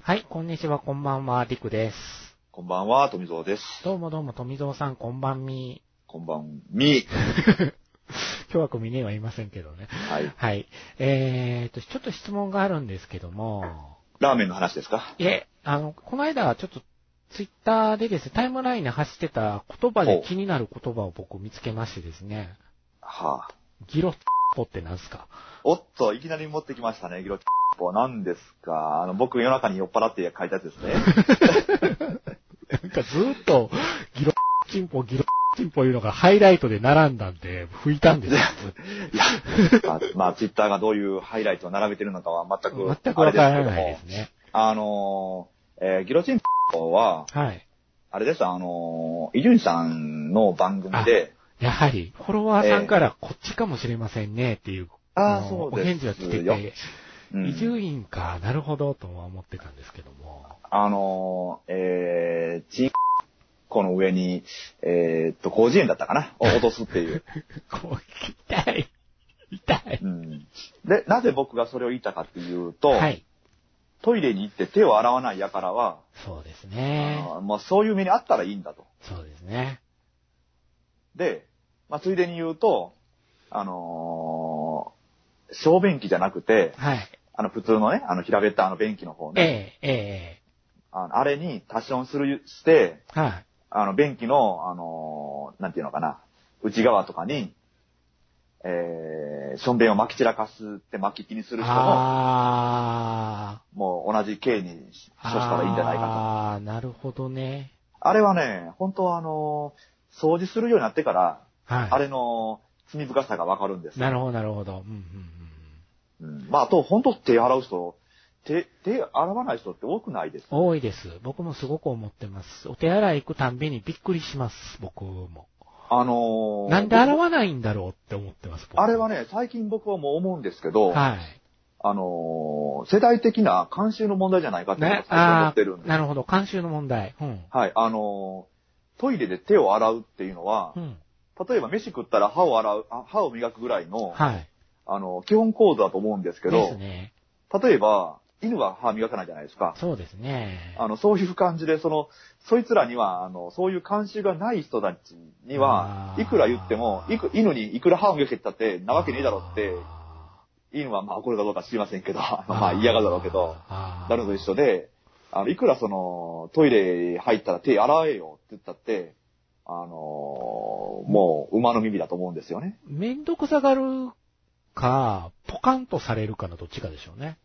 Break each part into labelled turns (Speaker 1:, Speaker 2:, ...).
Speaker 1: はい、こんにちは、こんばんは、りくです。
Speaker 2: こんばんは、富蔵です。
Speaker 1: どうもどうも、富蔵さん、こんばんみ。
Speaker 2: こんばん み。
Speaker 1: 今日は組ねはいませんけどね。
Speaker 2: はい。
Speaker 1: はい。えーと、ちょっと質問があるんですけども、
Speaker 2: ラーメンの話ですか
Speaker 1: いえ、あの、この間、ちょっと、ツイッターでですね、タイムラインに走ってた言葉で気になる言葉を僕見つけましてですね、
Speaker 2: は
Speaker 1: ギロッポってなんすか
Speaker 2: あ、おっと、いきなり持ってきましたね、ギロチッポ。何ですかあの、僕夜中に酔っ払って書いたやつですね。
Speaker 1: なんかずーっと、ギロッチンポ、ギロッチンポいうのがハイライトで並んだんで、拭いたん ですよ。
Speaker 2: いや、まあ、まあ、ツイッターがどういうハイライトを並べてるのかは全く、
Speaker 1: 全くわから
Speaker 2: あ
Speaker 1: ない
Speaker 2: れ
Speaker 1: で
Speaker 2: です
Speaker 1: すね。
Speaker 2: けども。あのー、えーギロチンポは、
Speaker 1: はい。
Speaker 2: あれです、あのー、伊集院さんの番組で、
Speaker 1: やはり、フォロワーさんからこっちかもしれませんねっていう、
Speaker 2: あ
Speaker 1: の
Speaker 2: あ、そう
Speaker 1: お
Speaker 2: ですよ。
Speaker 1: 返事が来てて、
Speaker 2: うん
Speaker 1: 伊集院か、なるほどとは思ってたんですけども。
Speaker 2: あのー、えー、チンコの上に、えーっと、工事園だったかなを落とすって いう。
Speaker 1: こう、痛い。痛い。
Speaker 2: うん。で、なぜ僕がそれを言いたかっていうと、
Speaker 1: はい。
Speaker 2: トイレに行って手を洗わない輩は、
Speaker 1: そうです
Speaker 2: あ
Speaker 1: ね。
Speaker 2: のまあ、そういう目にあったらいいんだと。
Speaker 1: そうですね。
Speaker 2: で、まあ、ついでに言うと、あのー、小便器じゃなくて、
Speaker 1: はい。
Speaker 2: あの、普通のね、あの、平べったあの便器の方
Speaker 1: え
Speaker 2: ね、
Speaker 1: え、え
Speaker 2: あのあれに多少する、して、
Speaker 1: え、はい。
Speaker 2: あの、便器の、あのーなんていうのかな、内側とかに、えー、しょんべんを巻き散らかすって巻き気にする人も、
Speaker 1: あ
Speaker 2: もう同じ刑に
Speaker 1: あ
Speaker 2: 処したらいいんじゃないか
Speaker 1: ああ、なるほどね。
Speaker 2: と。あれはね、本当はあのー掃除するようになってから、
Speaker 1: はい。
Speaker 2: あれの罪深さがわかるんです。
Speaker 1: なるほど、なるほど。うん、うん、
Speaker 2: うん、まあ、あと、本当手洗う人、手、手洗わない人って多くないです。
Speaker 1: うん。多いです。僕もすごく思ってます。お手洗い行くたんびにびっくりします。僕も。
Speaker 2: あのー
Speaker 1: なんで洗わないんだろうって思ってます。僕
Speaker 2: あれはね、最近僕はもう思うんですけど、
Speaker 1: はい。
Speaker 2: あのー世代的な慣習の問題じゃないかっていうのが
Speaker 1: ね、
Speaker 2: 最近思
Speaker 1: あ
Speaker 2: ってるん
Speaker 1: あ、
Speaker 2: です。
Speaker 1: なるほど。慣習の問題。うん。
Speaker 2: はい、あのートイレで手を洗うっていうのは
Speaker 1: う、ん。
Speaker 2: 例えば飯食ったら歯を洗う、あ歯を磨くぐらいの、
Speaker 1: はい。
Speaker 2: あのー基本構造だと思うんですけ
Speaker 1: です
Speaker 2: ど、
Speaker 1: ね。
Speaker 2: 例えば、犬は歯磨かないじゃないですか。
Speaker 1: そうですね。
Speaker 2: あの、そういう感じで、その、そいつらには、あの、そういう慣習がない人たちには
Speaker 1: あ、ー
Speaker 2: いくら言っても、いく、犬にいくら歯を磨けたって、なわけねえだろうって、
Speaker 1: あ
Speaker 2: 犬はまあ怒るかどうか知りませんけど、 ま
Speaker 1: ー、
Speaker 2: あ嫌がるだろうけど、
Speaker 1: あー、
Speaker 2: なるのと一緒で、あの、いくらその、トイレ入ったら手洗えよって言ったって、あのーもう、馬の耳だと思うんですよね。
Speaker 1: めんどくさがるか、ポカンとされるかのどっちかでしょうね。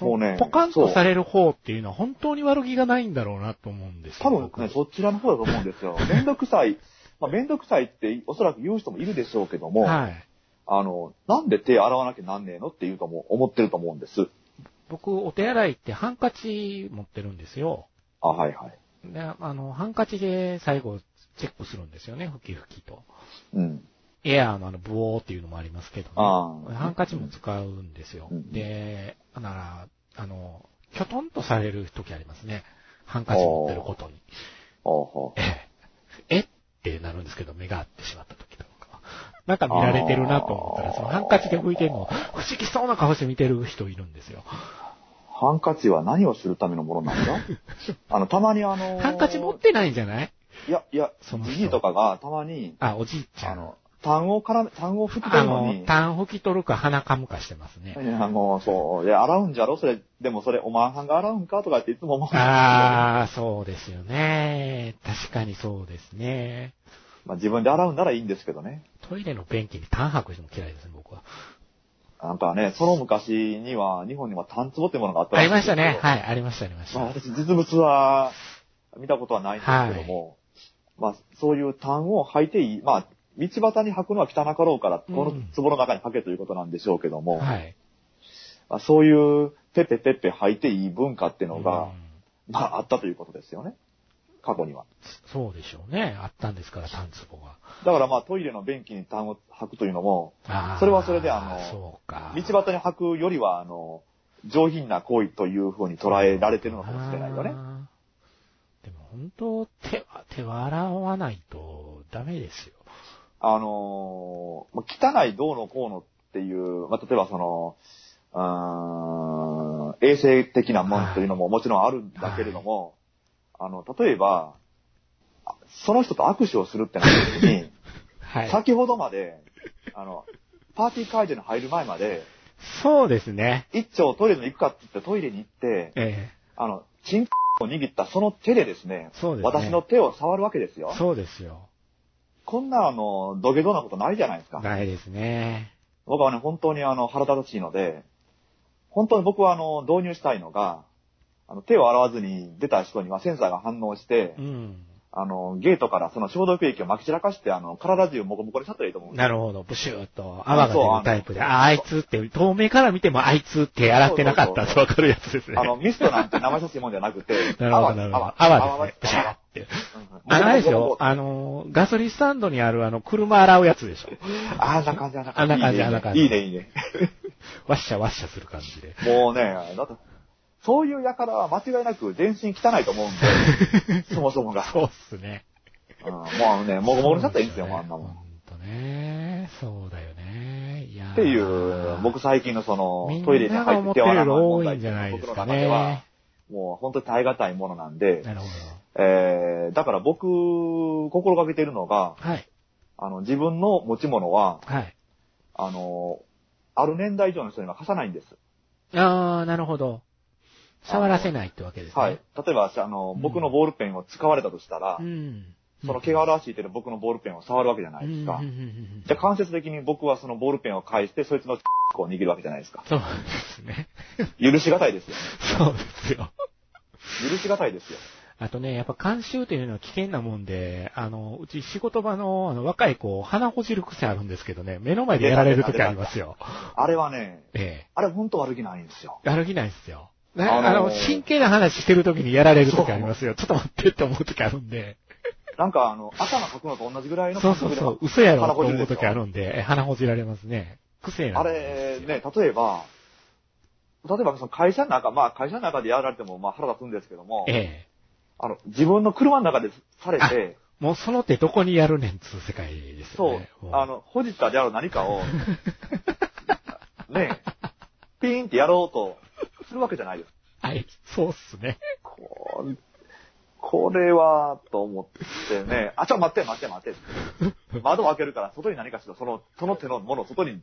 Speaker 2: もうね
Speaker 1: ポカンとされる方っていうのは本当に悪気がないんだろうなと思うんですよ
Speaker 2: 多分
Speaker 1: 僕
Speaker 2: ね、そちらの方だと思うん ですよ。めんどくさい。まあ、めんどくさいって、おそらく言う人もいるでしょうけども、
Speaker 1: はい。
Speaker 2: あの、なんで手洗わなきゃなんねえのっていうとも思ってると思うんです。
Speaker 1: 僕、お手洗いってハンカチ持ってるんですよ。
Speaker 2: あ、はいはい。
Speaker 1: で、あの、ハンカチで最後チェックするんですよね、ふきふきと。
Speaker 2: うん。
Speaker 1: エアーのあの、ブオーっていうのもありますけど、ね、
Speaker 2: ああ
Speaker 1: ハンカチも使うんですよ。
Speaker 2: うん
Speaker 1: で、だから、あの、キョトンとされる時ありますね。ハンカチ持ってることに。
Speaker 2: ほうほう
Speaker 1: え え、えってなるんですけど、目が合ってしまった時とか。なんか見られてるなと思ったら、そのハンカチで拭いてるのを、不思議そうな顔して見てる人いるんですよ。
Speaker 2: ハンカチは何をするためのもの なんだあの、たまにあのー
Speaker 1: ハンカチ持ってないんじゃない
Speaker 2: いや、いや、
Speaker 1: その人
Speaker 2: じじいとかがたまに、
Speaker 1: あ、おじいちゃ
Speaker 2: あ
Speaker 1: ん。
Speaker 2: の、単語から、単語吹き
Speaker 1: あ
Speaker 2: たの
Speaker 1: の
Speaker 2: に、、
Speaker 1: タン拭き取るか鼻かむかしてますね。
Speaker 2: いや、もう、そう、いや、洗うんじゃろそれ、でもそれ、おまんはんが洗うんかとかっていつも思うんですけど
Speaker 1: ああ、そうですよね。確かにそうですね。
Speaker 2: まあ、自分で洗うならいいんですけどね。
Speaker 1: トイレの便器にタン吐く人も嫌いですね、僕は。
Speaker 2: なんかね、その昔には、日本には単壺ってものがあった
Speaker 1: あ
Speaker 2: ら
Speaker 1: り
Speaker 2: しいんで
Speaker 1: ますした
Speaker 2: けど
Speaker 1: ね。はい、ありました、ありまし
Speaker 2: まあ、
Speaker 1: た。
Speaker 2: 私、実物は見たことはないんですけども、まあ、そういう単を履いていい、まあ、道端に履くのは汚かろうから、
Speaker 1: うん
Speaker 2: この壺の中に履けということなんでしょうけども、
Speaker 1: はい。
Speaker 2: まあ、そういうペッペペッペ履いていい文化っていうのが、
Speaker 1: うん
Speaker 2: まあ、あったということですよね。過去には。
Speaker 1: そうでしょうね。あったんですから、タンツボが。
Speaker 2: だからまあ、トイレの便器に単を履くというのも、
Speaker 1: あー
Speaker 2: それはそれであの
Speaker 1: そうか。
Speaker 2: 道端に履くよりは、あの、上品な行為というふうに捉えられてるのかもしれないよね。
Speaker 1: あー。でも本当、手は、手は洗わないとダメですよ。
Speaker 2: あのーまあ汚いどうのこうのっていう、まあ、例えばその、うーん、衛生的なものというのももちろんあるんだけれども、あの、例えば、あその人と握手をするってなった時に、
Speaker 1: はい。
Speaker 2: 先ほどまで、あの、パーティー会場に入る前まで、
Speaker 1: そうですね。
Speaker 2: 一丁トイレに行くかって言ってトイレに行って、
Speaker 1: え
Speaker 2: あの、チンコを握ったその手でですね
Speaker 1: え、そうですね。
Speaker 2: 私の手を触るわけですよ。
Speaker 1: そうですよ。
Speaker 2: こんなあの、土下座なことないじゃないですか。
Speaker 1: ないですね。
Speaker 2: 僕はね、本当にあの、腹立たしいので、本当に僕はあの、導入したいのが、あの、手を洗わずに出た人にはセンサーが反応して
Speaker 1: う、ん。
Speaker 2: あの、ゲートからその消毒液をまき散らかして、あの、体中モコモコにさったらいいと思うんです
Speaker 1: なるほど。ブシューっと泡が出るタイプで、あ、あいつって、遠目から見てもあいつ手洗ってなかったってわかるやつですね。、
Speaker 2: あの、ミストなんて生写真もんじゃなくて
Speaker 1: なるほど、なるほど。泡ですね。ブシャー
Speaker 2: 泡
Speaker 1: って。
Speaker 2: 泡
Speaker 1: あの、あれです
Speaker 2: うん
Speaker 1: よ。あの、ガソリンスタンドにあるあの、車洗うやつでしょ。
Speaker 2: ああんな感じ、あんな感じ。
Speaker 1: あんな感じ
Speaker 2: いいね
Speaker 1: あんな感じ
Speaker 2: いいね、いいね。
Speaker 1: ワッシャワッシャする感じで。
Speaker 2: もうね、だって、そういう輩は間違いなく全身汚いと思うん で、そもそもが。
Speaker 1: そうっすね。
Speaker 2: うん、もうね、もうもうになったらいいんですよ、もうあんなもん。
Speaker 1: ほんとね。そうだよね。いやー
Speaker 2: っていう、僕最近のその、トイレに
Speaker 1: みんなが
Speaker 2: 入
Speaker 1: 思
Speaker 2: っ
Speaker 1: ってて
Speaker 2: 手を
Speaker 1: る
Speaker 2: 洗
Speaker 1: よ
Speaker 2: う
Speaker 1: り
Speaker 2: 問
Speaker 1: 多い
Speaker 2: 題
Speaker 1: んじゃないで
Speaker 2: 僕
Speaker 1: す
Speaker 2: の
Speaker 1: か
Speaker 2: 中では
Speaker 1: ね。、
Speaker 2: もう本当に耐え難いものなんで、
Speaker 1: なるほど。
Speaker 2: えー、だから僕、心がけてるのが、
Speaker 1: はい。
Speaker 2: あの、自分の持ち物は、
Speaker 1: はい。
Speaker 2: あの、ある年代以上の人には貸さないんです。
Speaker 1: あー、なるほど。触らせないってわけですね。
Speaker 2: はい。。例えば、あの、
Speaker 1: うん
Speaker 2: 僕のボールペンを使われたとしたら、
Speaker 1: うん。
Speaker 2: その毛がらわしいてる僕のボールペンを触るわけじゃないですか。
Speaker 1: うんうんうんうん
Speaker 2: じゃあ間接的に僕はそのボールペンを返して、そいつのを握るわけじゃないですか。
Speaker 1: そうですね。
Speaker 2: 許しがたいですよ。
Speaker 1: そうですよ。
Speaker 2: 許しがたいですよ。
Speaker 1: あとね、やっぱ監修というのは危険なもんで、あの、うち仕事場のあの若い子、鼻ほじる癖あるんですけどね、目の前でやられる時ありますよ。
Speaker 2: あれはね、
Speaker 1: え
Speaker 2: あれ本当悪気ないんですよ。
Speaker 1: え。歩きないですよ。ね
Speaker 2: あのー
Speaker 1: あの、真剣な話してる時にやられる時ありますよ。ちょっと待ってって思う時あるんで。
Speaker 2: なんかあの、頭書くのと同じぐらいの
Speaker 1: そ
Speaker 2: 感
Speaker 1: うそう
Speaker 2: 覚で
Speaker 1: そう、嘘やろ
Speaker 2: 鼻
Speaker 1: と
Speaker 2: ほじる
Speaker 1: 思
Speaker 2: で
Speaker 1: う
Speaker 2: しょ
Speaker 1: 時あるんで、え鼻ほじられますね。癖な
Speaker 2: あ
Speaker 1: んで
Speaker 2: れ
Speaker 1: すよ。
Speaker 2: ね、例えば、例えばその会社の中、まあ会社の中でやられてもまあ腹立つんですけども、
Speaker 1: ええ。
Speaker 2: あの、自分の車の中でされて、
Speaker 1: もうその手どこにやるねんつう世界です
Speaker 2: そ
Speaker 1: よ
Speaker 2: う
Speaker 1: ね。、も
Speaker 2: あ、の、ほじったである何 かを、ね、ピーンってやろうとするわけじゃないですか。
Speaker 1: はい、そうっすね。
Speaker 2: こうこれは、と思ってね、あ、ちょ、待って、待って、待って。窓を開けるから、外に何かしろ、その、その手のものを外に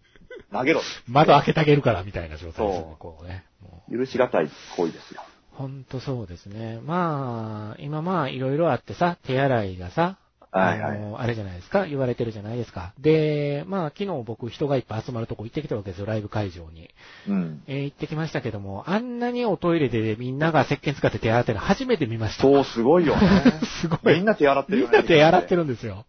Speaker 2: 投げろ。
Speaker 1: 窓開けてあげるからみたいな状態ですね
Speaker 2: そう、
Speaker 1: こうね。もう
Speaker 2: 許しがたい行為ですよ。
Speaker 1: ほんとそうですね。まあ、今まあ、いろいろあってさ、手洗いがさ、
Speaker 2: はいはい
Speaker 1: あの、あれじゃないですか、言われてるじゃないですか。で、まあ、昨日僕人がいっぱい集まるとこ行ってきたわけですよ、ライブ会場に。
Speaker 2: うん。
Speaker 1: えー行ってきましたけども、あんなにおトイレでみんなが石鹸使って手洗ってるの初めて見ました。。
Speaker 2: そう、すごいよね
Speaker 1: すごい
Speaker 2: みんな手洗ってる
Speaker 1: み
Speaker 2: よ
Speaker 1: ん
Speaker 2: ね。
Speaker 1: な手洗って
Speaker 2: る。
Speaker 1: るんですよ。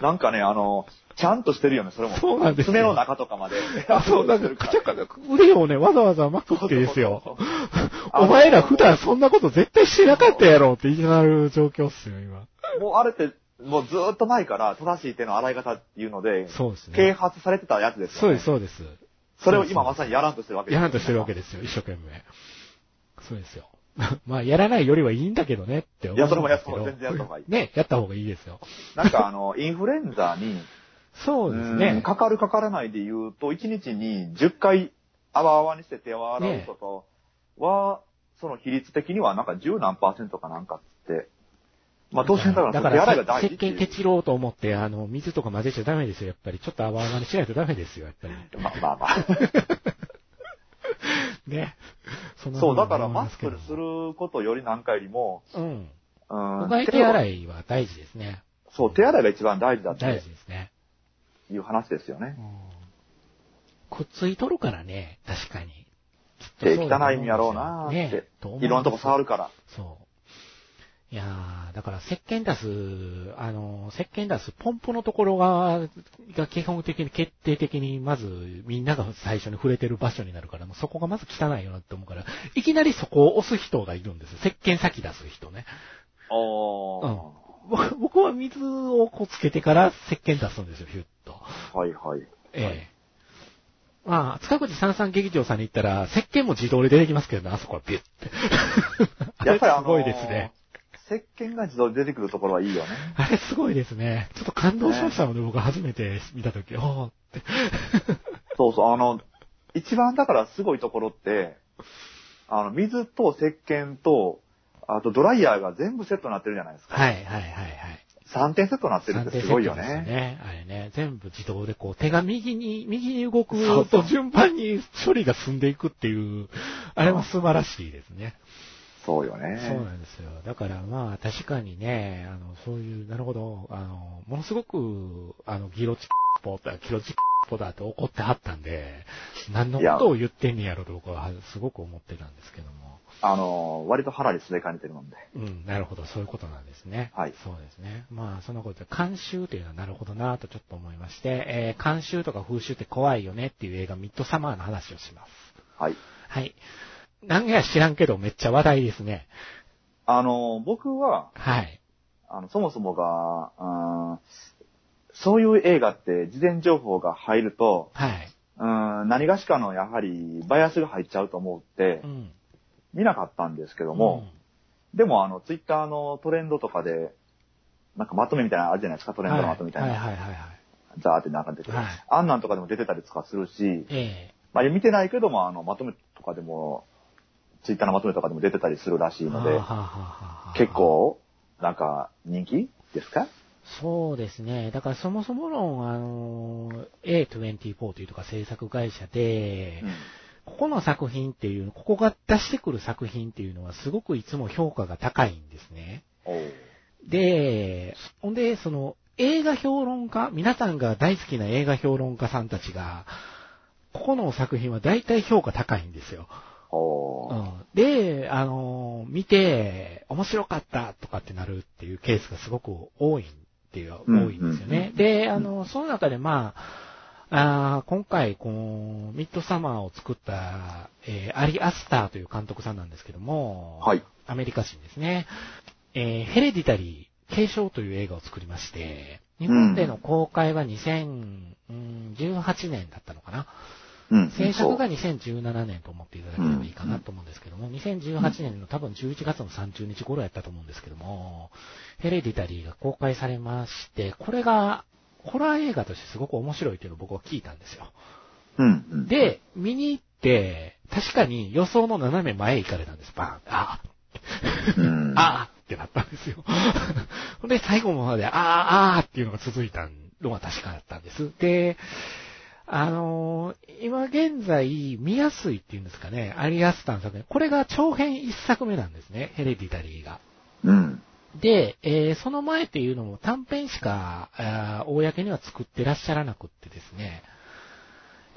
Speaker 2: なんかね、あの、ちゃんとしてるよね、それも。
Speaker 1: そうなんですよ
Speaker 2: 爪の中とかまで。
Speaker 1: あ、 そう、なんか、カチャカチャ、腕をね、わざわざ巻くわけです
Speaker 2: そう
Speaker 1: よ
Speaker 2: そう。そう
Speaker 1: お前ら普段そんなこと絶対してなかったやろって言いなる状況っすよ、今。
Speaker 2: もうあれって、もうずーっと前から正しい手の洗い方っていうので、
Speaker 1: そうです
Speaker 2: 啓
Speaker 1: ね。
Speaker 2: 発されてたやつですよ、ね。
Speaker 1: そうです、そうです。
Speaker 2: それを今まさにやらんとしてるわけ
Speaker 1: やらんとしてるわけ
Speaker 2: で
Speaker 1: ですよ、一生懸命。そうですよ。 まあ、やらないよりはいいんだけどねって思うんですけど。
Speaker 2: いやそれもやった方が全然やった方がいい
Speaker 1: ね、やった方がいいですよ。
Speaker 2: す。なんかあの、インフルエンザに、
Speaker 1: そうです
Speaker 2: うん
Speaker 1: ね。
Speaker 2: かかるかからないで言うと、1日に10回泡泡にして手を洗うことは、その比率的にはなんか10何パーセントかなんかっつって。まあ当然だから、
Speaker 1: だ
Speaker 2: 手
Speaker 1: か
Speaker 2: 洗い
Speaker 1: ら
Speaker 2: が
Speaker 1: さ、
Speaker 2: 大
Speaker 1: 石
Speaker 2: 事ってい
Speaker 1: 鹸
Speaker 2: う
Speaker 1: ケチろうと思って、あの、水とか混ぜちゃダメですよ、やっぱり。ちょっと泡々にしないとダメですよ、やっぱり。
Speaker 2: まあまあま あ。
Speaker 1: ね。そんなふ
Speaker 2: そうう、
Speaker 1: に
Speaker 2: だから
Speaker 1: 思い
Speaker 2: マ
Speaker 1: ま
Speaker 2: ス
Speaker 1: すけ
Speaker 2: ク
Speaker 1: ど
Speaker 2: することよりなんかよりも、
Speaker 1: うん。
Speaker 2: うん
Speaker 1: うがい手洗いは大事ですね。
Speaker 2: そう、手洗いが一番大事だっ
Speaker 1: 大
Speaker 2: て
Speaker 1: 事ですね。
Speaker 2: いう話ですよね。
Speaker 1: くっついとるからね、確かに。
Speaker 2: 手汚いんやろうなーって。いろんなとこ触
Speaker 1: る。
Speaker 2: るから。
Speaker 1: そう。いやーだから石鹸出す、あの、石鹸出すポンプのところが、が基本的に決定的に、まずみんなが最初に触れてる場所になるから、もうそこがまず汚いよなって思うから、いきなりそこを押す人がいるんですよ。石鹸先出す人ね。
Speaker 2: おー。
Speaker 1: 僕僕は水をこうつけてから石鹸出すんですよ、ヒュッと。
Speaker 2: はいはい。
Speaker 1: ええ。まあ、塚口三三劇場さんに行ったら、石鹸も自動で出てきますけどね、あそこはビュッて。 あ
Speaker 2: や
Speaker 1: れ
Speaker 2: っぱりあ
Speaker 1: す
Speaker 2: の
Speaker 1: ごいですね。。
Speaker 2: 石鹸が自動で出てくるところはいいよね。
Speaker 1: あれすごいですね。ちょっと感動しましたもんね、僕初めて見たとき。おーって。
Speaker 2: そうそう、あの、一番だからすごいところって、あの、水と石鹸と、あとドライヤーが全部セットになってるじゃないですか。
Speaker 1: はい、はい、はい、はい。
Speaker 2: 3点セットになってるっ
Speaker 1: 三
Speaker 2: て
Speaker 1: 点
Speaker 2: す
Speaker 1: セッ
Speaker 2: ご
Speaker 1: ト
Speaker 2: い
Speaker 1: で
Speaker 2: よ
Speaker 1: す
Speaker 2: ね。
Speaker 1: ね。あれね、全部自動でこう、手が右に、右に動く
Speaker 2: そうそ
Speaker 1: と
Speaker 2: う
Speaker 1: 順番に処理が進んでいくっていう、あれは素晴らしいですね。
Speaker 2: そうよ
Speaker 1: そう
Speaker 2: ね。
Speaker 1: なんですよ。だからまあ、確かにね、あの、そういう、なるほど、あの、ものすごく、あの、ギロチッポだ、ギロチッポだって怒ってはったんで、何のことを言ってんねやろと僕はすごく思ってたんですけども。
Speaker 2: あの、割と腹にすれかねてるもんで。
Speaker 1: うん、なるほど、そういうことなんですね。
Speaker 2: はい
Speaker 1: そうですね。まあ、そのことで、監修というのはなるほどなとちょっと思いまして、えー監修とか風習って怖いよねっていう映画、ミッドサマーの話をします。
Speaker 2: はい。
Speaker 1: はい。なんや知らんけど、めっちゃ話題ですね。
Speaker 2: あの、僕は、
Speaker 1: はい。
Speaker 2: あの、そもそもが、うんそういう映画って事前情報が入ると、
Speaker 1: はい。
Speaker 2: うん何がしかのやはりバイアスが入っちゃうと思って
Speaker 1: う、ん。
Speaker 2: 見なかったんですけども、でもあの、ツイッターのトレンドとかで、なんかまとめみたいなのあるじゃないですか、ト
Speaker 1: う
Speaker 2: レ
Speaker 1: ん、
Speaker 2: ンドのまとめみたいな。
Speaker 1: はいはいはいはいはい。
Speaker 2: ザーってなんか出てくる。
Speaker 1: はい
Speaker 2: あんなんとかでも出てたりとかするし、
Speaker 1: え
Speaker 2: まあ見てないけども、あの、まとめとかでも、ツイッターのまとめとかでも出てたりするらし
Speaker 1: え
Speaker 2: いの
Speaker 1: は
Speaker 2: で
Speaker 1: あは、あはあはあ
Speaker 2: 結構、なんか、人気ですか
Speaker 1: そうですね。だからそもそも論、あの、A24 というとか制作会社で、
Speaker 2: うん
Speaker 1: ここの作品っていう、ここが出してくる作品っていうのはすごくいつも評価が高いんですね。
Speaker 2: おう
Speaker 1: で、ほんで、その映画評論家、皆さんが大好きな映画評論家さんたちが、ここの作品は大体評価高いんですよ。
Speaker 2: おう
Speaker 1: うん、で、あのー見て、面白かったとかってなるっていうケースがすごく多いっていう、
Speaker 2: うん
Speaker 1: 多いんですよ
Speaker 2: うん
Speaker 1: ね
Speaker 2: う。ん
Speaker 1: で、あのーその中でまあ、あー今回、この、ミッドサマーを作った、えーアリ・アスターという監督さんなんですけども、
Speaker 2: はい。
Speaker 1: アメリカ人ですね。えーヘレディタリー、継承という映画を作りまして、日本での公開は2018年だったのかな。
Speaker 2: うん。
Speaker 1: 制作が
Speaker 2: そう
Speaker 1: 2017年と思っていただければいいかなと思うんですけども、2018年の多分11月の30日頃やったと思うんですけども、ヘレディタリーが公開されまして、これが、ホラー映画としてすごく面白いというのを僕は聞いたんですよ。
Speaker 2: うん。うん、
Speaker 1: で、見に行って、確かに予想の斜め前へ行かれたんです。バーン。あ
Speaker 2: うん、
Speaker 1: あーってなったんですよ。 ほんで、最後まで、あーあーっていうのが続いたのは確かだったんです。で、あのー今現在、見やすいっていうんですかね、アリアスターの作品。これが長編1作目なんですね、ヘレディタリーが。
Speaker 2: うん。
Speaker 1: で、えーその前っていうのも短編しか、あー公には作ってらっしゃらなくってですね、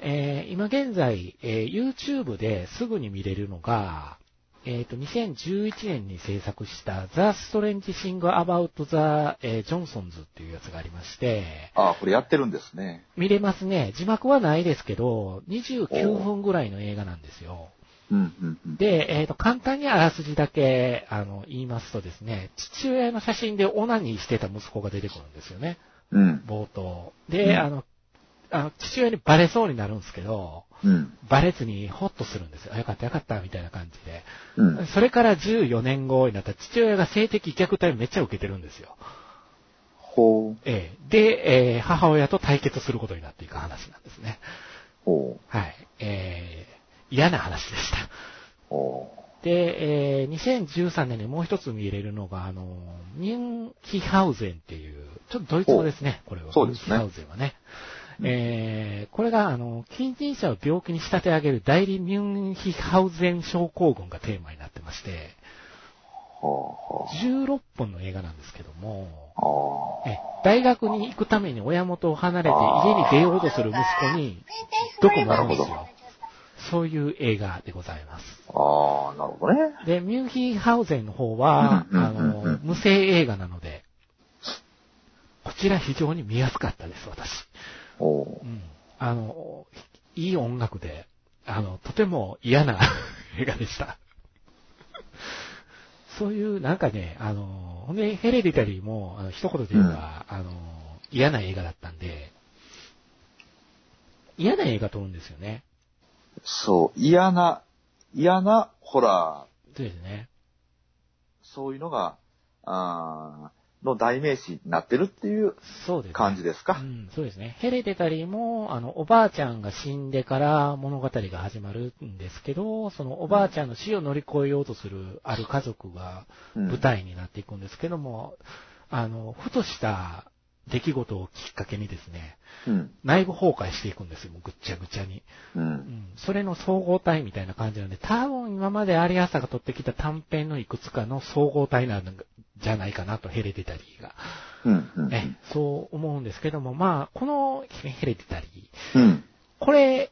Speaker 1: えー今現在、えー YouTube ですぐに見れるのが、えっ、と、2011年に制作した The Strange Thing About the えー Johnsons っていうやつがありまして、
Speaker 2: ああ、これやってるんですね。
Speaker 1: 見れますね。字幕はないですけど、29分ぐらいの映画なんですよ。
Speaker 2: うん。うん。うん、
Speaker 1: で、えっ、と、簡単にあらすじだけ、あの、言いますとですね、父親の写真でオナニーしてた息子が出てくるんですよね、
Speaker 2: うん。
Speaker 1: 冒頭。で、あの、あの父親にバレそうになるんですけど、
Speaker 2: うん。
Speaker 1: バレずにホッとするんですよ。あ、よかったよかった、みたいな感じで。
Speaker 2: うん。
Speaker 1: それから14年後になったら父親が性的虐待めっちゃ受けてるんですよ。
Speaker 2: ほう。
Speaker 1: ええで、えー母親と対決することになっていく話なんですね。
Speaker 2: ほう。
Speaker 1: はい。えー嫌な話でした。
Speaker 2: ほ
Speaker 1: で、えー2013年にもう一つ見れるのが、あの、ミュンヒハウゼンっていう、ちょっとドイツ語ですね、これは。
Speaker 2: そうですね
Speaker 1: ミュンヒハウゼンはね。えーこれが、あの、近親者を病気に仕立て上げる代理ミュンヒハウゼン症候群がテーマになってまして、
Speaker 2: う。ほう。ほ
Speaker 1: 16本の映画なんですけども、
Speaker 2: う。あ
Speaker 1: え大学に行くために親元を離れて家に出ようとする息子に、どこもあるんです
Speaker 2: なる
Speaker 1: よ。そういう映画でございます。
Speaker 2: あ。ああ、なるほどね。
Speaker 1: で、ミュンヒーハウゼンの方は、
Speaker 2: うん
Speaker 1: あ
Speaker 2: うんうん
Speaker 1: の、無声映画なので、こちら非常に見やすかったです、私。
Speaker 2: ほう
Speaker 1: う。ん。あの、いい音楽で、あの、とても嫌な映画でした。そういう、なんかね、あの、ほんで、ヘレディタリーも、あの一言で言えば、あの、嫌な映画だったんで、嫌な映画撮るんですよね。
Speaker 2: そう、嫌な、嫌なホラー、
Speaker 1: そうですね。
Speaker 2: そういうのが、あーの代名詞になってるっていう
Speaker 1: そうです、ね。
Speaker 2: 感じです
Speaker 1: う
Speaker 2: か。
Speaker 1: ん、そうですね。ヘレデタリーも、あの、おばあちゃんが死んでから物語が始まるんですけど、そのおばあちゃんの死を乗り越えようとするある家族が
Speaker 2: うん
Speaker 1: 舞台になっていくんですけども、あの、ふとした出来事をきっかけにですね、
Speaker 2: うん。
Speaker 1: 内部崩壊していくんですよ、もうぐっちゃぐちゃに。
Speaker 2: う。
Speaker 1: うんん、それの総合体みたいな感じなんで、多分今まで有安さんが取ってきた短編のいくつかの総合体なんじゃないかなと、ヘレデタリーが。
Speaker 2: うん。うん。
Speaker 1: ね、そう思うんですけども、まあ、このヘレディタリー、
Speaker 2: うん。
Speaker 1: これ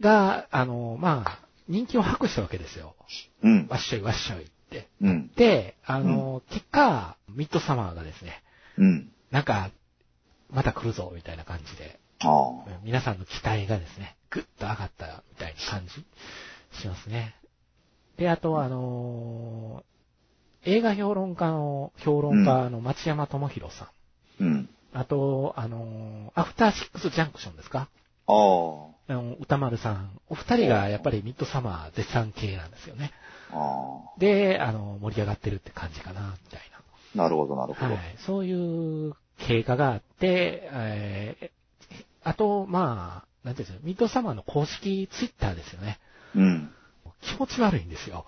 Speaker 1: が、あの、まあ、人気を博したわけですよ。
Speaker 2: うん
Speaker 1: わ。っしょいわっしょいって。
Speaker 2: うん。
Speaker 1: で、あの、結果、ミッドサマーがですね、
Speaker 2: うん。
Speaker 1: なんか、また来るぞ、みたいな感じで、
Speaker 2: ああ。
Speaker 1: 皆さんの期待がですね、ぐっと上がったみたいな感じしますね。で、あとは、あの映画評論家の、評論家の町山智博さん。
Speaker 2: うん。
Speaker 1: あと、あのーアフターシックスジャンクションですか
Speaker 2: ああ。
Speaker 1: あの、歌丸さん。お二人がやっぱりミッドサマー絶賛系なんですよね。
Speaker 2: あ
Speaker 1: で、あの、盛り上がってるって感じかな、みたい
Speaker 2: あ。なるほど、なるほ
Speaker 1: な。
Speaker 2: ど
Speaker 1: は。い。そういう経過があって、えー、あと、まあ、なんていうんですか、ミッドサマーの公式ツイッターですよね。
Speaker 2: うん。
Speaker 1: 気持ち悪いんですよ。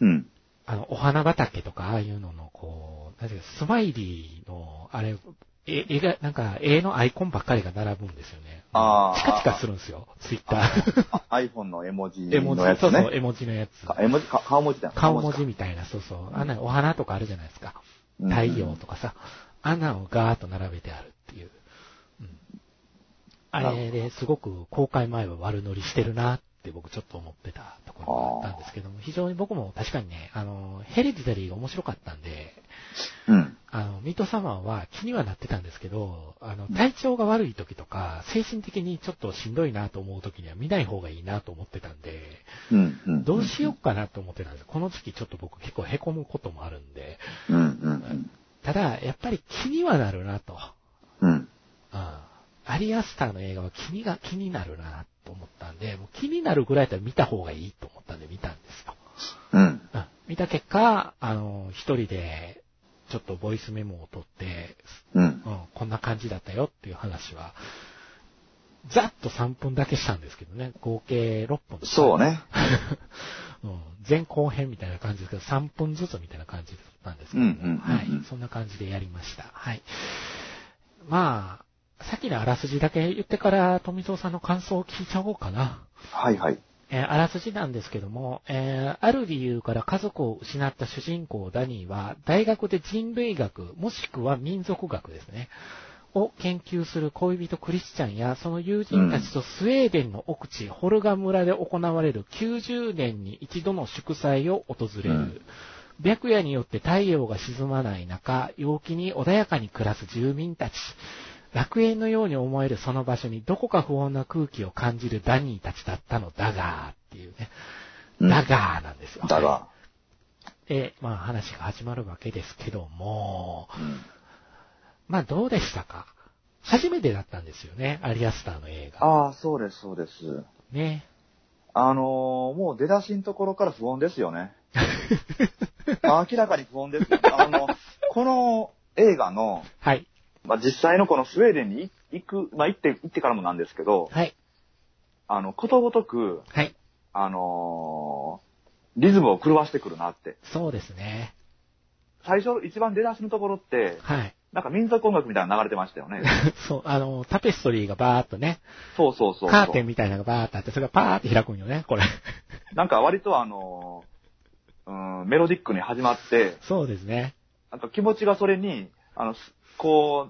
Speaker 2: うん。
Speaker 1: あの、お花畑とか、ああいうのの、こう、なんていうんですか、スマイリーの、あれ、え、絵が、なんか、絵のアイコンばっかりが並ぶんですよね。
Speaker 2: あー
Speaker 1: チカチカするんですよ、ツイッター。
Speaker 2: あ iPhone の絵文字
Speaker 1: 絵文字
Speaker 2: のや、つ
Speaker 1: そうそう、
Speaker 2: ね。
Speaker 1: 絵文字のやつ。
Speaker 2: か絵文字、か顔文字だよ
Speaker 1: 顔文字みたいな、そうそう。あんなお花とかあるじゃないですか。太陽。とかさ、あんなのをガーッと並べてあるっていう。うんあれですごく公開前は悪乗りしてるなって僕ちょっと思ってたところがあったんですけども、非常に僕も確かにね、あの、ヘレディタリーが面白かったんで、
Speaker 2: うんうん。
Speaker 1: あの、ミートサマーは気にはなってたんですけど、あの、
Speaker 2: うん
Speaker 1: 体調が悪い時とか、精神的にちょっとしんどいなと思う時には見ない方がいいなと思ってたんで、
Speaker 2: うん。うん。
Speaker 1: どうしようかなと思ってたんですこの時期ちょっと僕結構凹むこともあるんで、
Speaker 2: うん。うん。
Speaker 1: ただ、やっぱり気にはなるなと。
Speaker 2: うん。うん。
Speaker 1: うん。アリアスターの映画は気にが、気になるなと思ったんで、もう気になるぐらいだったら見た方がいいと思ったんで見たんですよ。
Speaker 2: うん。
Speaker 1: うん見た結果、あの、一人で、ちょっとボイスメモを取って、
Speaker 2: うん。
Speaker 1: うん、こんな感じだったよっていう話は、ざっと3分だけしたんですけどね、合計6本です
Speaker 2: そうね。
Speaker 1: うん、前後編みたいな感じですけど、3分ずつみたいな感じだったんですけど、
Speaker 2: うんうんうんうん
Speaker 1: はい。そんな感じでやりました。はい。まあ、さっきのあらすじだけ言ってから、富蔵さんの感想を聞いちゃおうかな。
Speaker 2: はいはい。
Speaker 1: えーあらすじなんですけども、えーある理由から家族を失った主人公ダニーは、大学で人類学、もしくは民族学ですね、を研究する恋人クリスチャンや、その友人たちとスウェーデンの奥地、ホルガ村で行われる90年に一度の祝祭を訪れる。
Speaker 2: うん
Speaker 1: 白夜によって太陽が沈まない中、陽気に穏やかに暮らす住民たち。楽園のように思えるその場所にどこか不穏な空気を感じるダニーたちだったのだが、っていうね。
Speaker 2: うん
Speaker 1: だがなんですよ。
Speaker 2: だが。
Speaker 1: で、まあ話が始まるわけですけども、
Speaker 2: うん
Speaker 1: まあどうでしたか初めてだったんですよね、アリアスターの映画。
Speaker 2: ああ、そうです、そうです。
Speaker 1: ね。
Speaker 2: あのー、もう出だしのところから不穏ですよ ね。まあ明らかに不穏ですよね。あの、この映画の、
Speaker 1: はい。
Speaker 2: まあ、実際のこのスウェーデンに行く、まあ、行って、行ってからもなんですけど、
Speaker 1: はい。
Speaker 2: あの、ことごとく、
Speaker 1: はい。
Speaker 2: あのーリズムを狂わしてくるなって。
Speaker 1: そうですね。
Speaker 2: 最初、一番出だしのところって、
Speaker 1: はい。
Speaker 2: なんか民族音楽みたいなの流れてましたよね。
Speaker 1: そう、あの、タペストリーがバーっとね、
Speaker 2: そうそうそうそう。
Speaker 1: カーテンみたいなのがバーってあって、それがパーって開くんよね、これ。
Speaker 2: なんか割とあのーうん、メロディックに始まって、
Speaker 1: そうですね。
Speaker 2: なんか気持ちがそれに、あの、すこ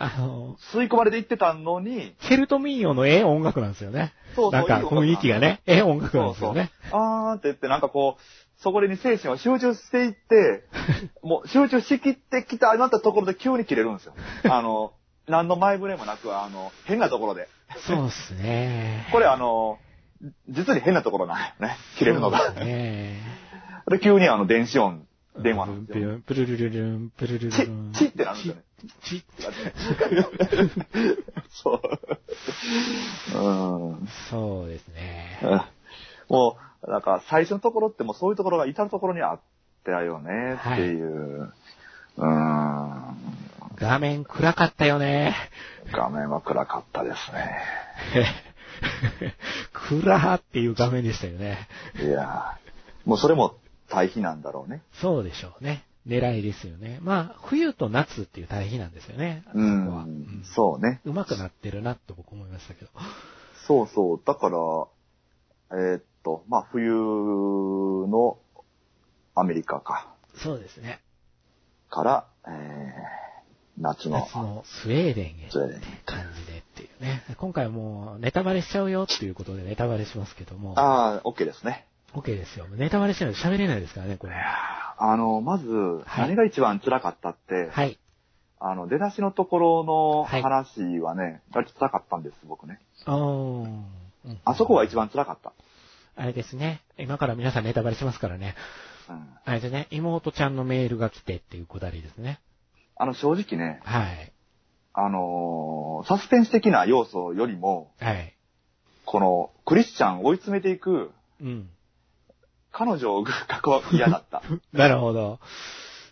Speaker 1: あの、
Speaker 2: う、吸い込まれていってたのに、
Speaker 1: ケルト民謡のええ音楽なんですよね。
Speaker 2: そうそ
Speaker 1: な
Speaker 2: う、
Speaker 1: んか
Speaker 2: いい音が
Speaker 1: 雰囲気がね、ええ音楽なんですよね。
Speaker 2: あーって言って、なんかこう、そこに精神を集中して いって、もう集中しきってきたあなたところで急に切れるんですよ。あの、何の前触れもなく、あの、変なところで。
Speaker 1: そうですね。
Speaker 2: これあの、実に変なところなんよね。切れるの
Speaker 1: そう
Speaker 2: が
Speaker 1: です。ね。
Speaker 2: で、急にあの、電子音、電話なん
Speaker 1: プ
Speaker 2: ですよ。
Speaker 1: ルルルルン、プルルル
Speaker 2: チ
Speaker 1: ル
Speaker 2: ッ
Speaker 1: ン。、
Speaker 2: チッってなるんですよね。
Speaker 1: チッ。
Speaker 2: そう。うん。
Speaker 1: そうですね。
Speaker 2: もう、なんか最初のところってもうそういうところが至るところにあったよねっていう。うーん。
Speaker 1: 画面暗かったよね。
Speaker 2: 画面は暗かったですね。
Speaker 1: 暗ーっていう画面でしたよね。
Speaker 2: いやーもうそれも対比なんだろうね。
Speaker 1: そうでしょうね。狙いですよね。まあ、冬と夏っていう対比なんですよね。あそうこは。
Speaker 2: ん。そうね。
Speaker 1: うまくなってるなと僕思いましたけど。
Speaker 2: そうそう。だから、えーっと、まあ、冬のアメリカか、
Speaker 1: そうですね。
Speaker 2: から、えー、夏の
Speaker 1: 夏のスウェーデンへ
Speaker 2: スウェーデン。
Speaker 1: 感じでっていうね。今回はもうネタバレしちゃうよっていうことでネタバレしますけども。
Speaker 2: ああ、OK ですね。
Speaker 1: OK ですよ。ネタバレしないと喋れないですからね、これ。
Speaker 2: あの、まず、
Speaker 1: い
Speaker 2: 何が一番辛かったって、
Speaker 1: はい。
Speaker 2: あの、出だしのところの
Speaker 1: はい
Speaker 2: 話はね、割と辛かったんです、僕ね。
Speaker 1: あーうん
Speaker 2: あそこは一番辛かった。
Speaker 1: あれですね。今から皆さんネタバレしますからね。
Speaker 2: うん。
Speaker 1: あれですね。妹ちゃんのメールが来てっていうくだりですね。
Speaker 2: あの、正直ね、
Speaker 1: はい。
Speaker 2: あのーサスペンス的な要素よりも、
Speaker 1: はい。
Speaker 2: この、クリスチャンを追い詰めていく、
Speaker 1: うん。
Speaker 2: 彼女を追う格好は嫌だ った、
Speaker 1: なるほど。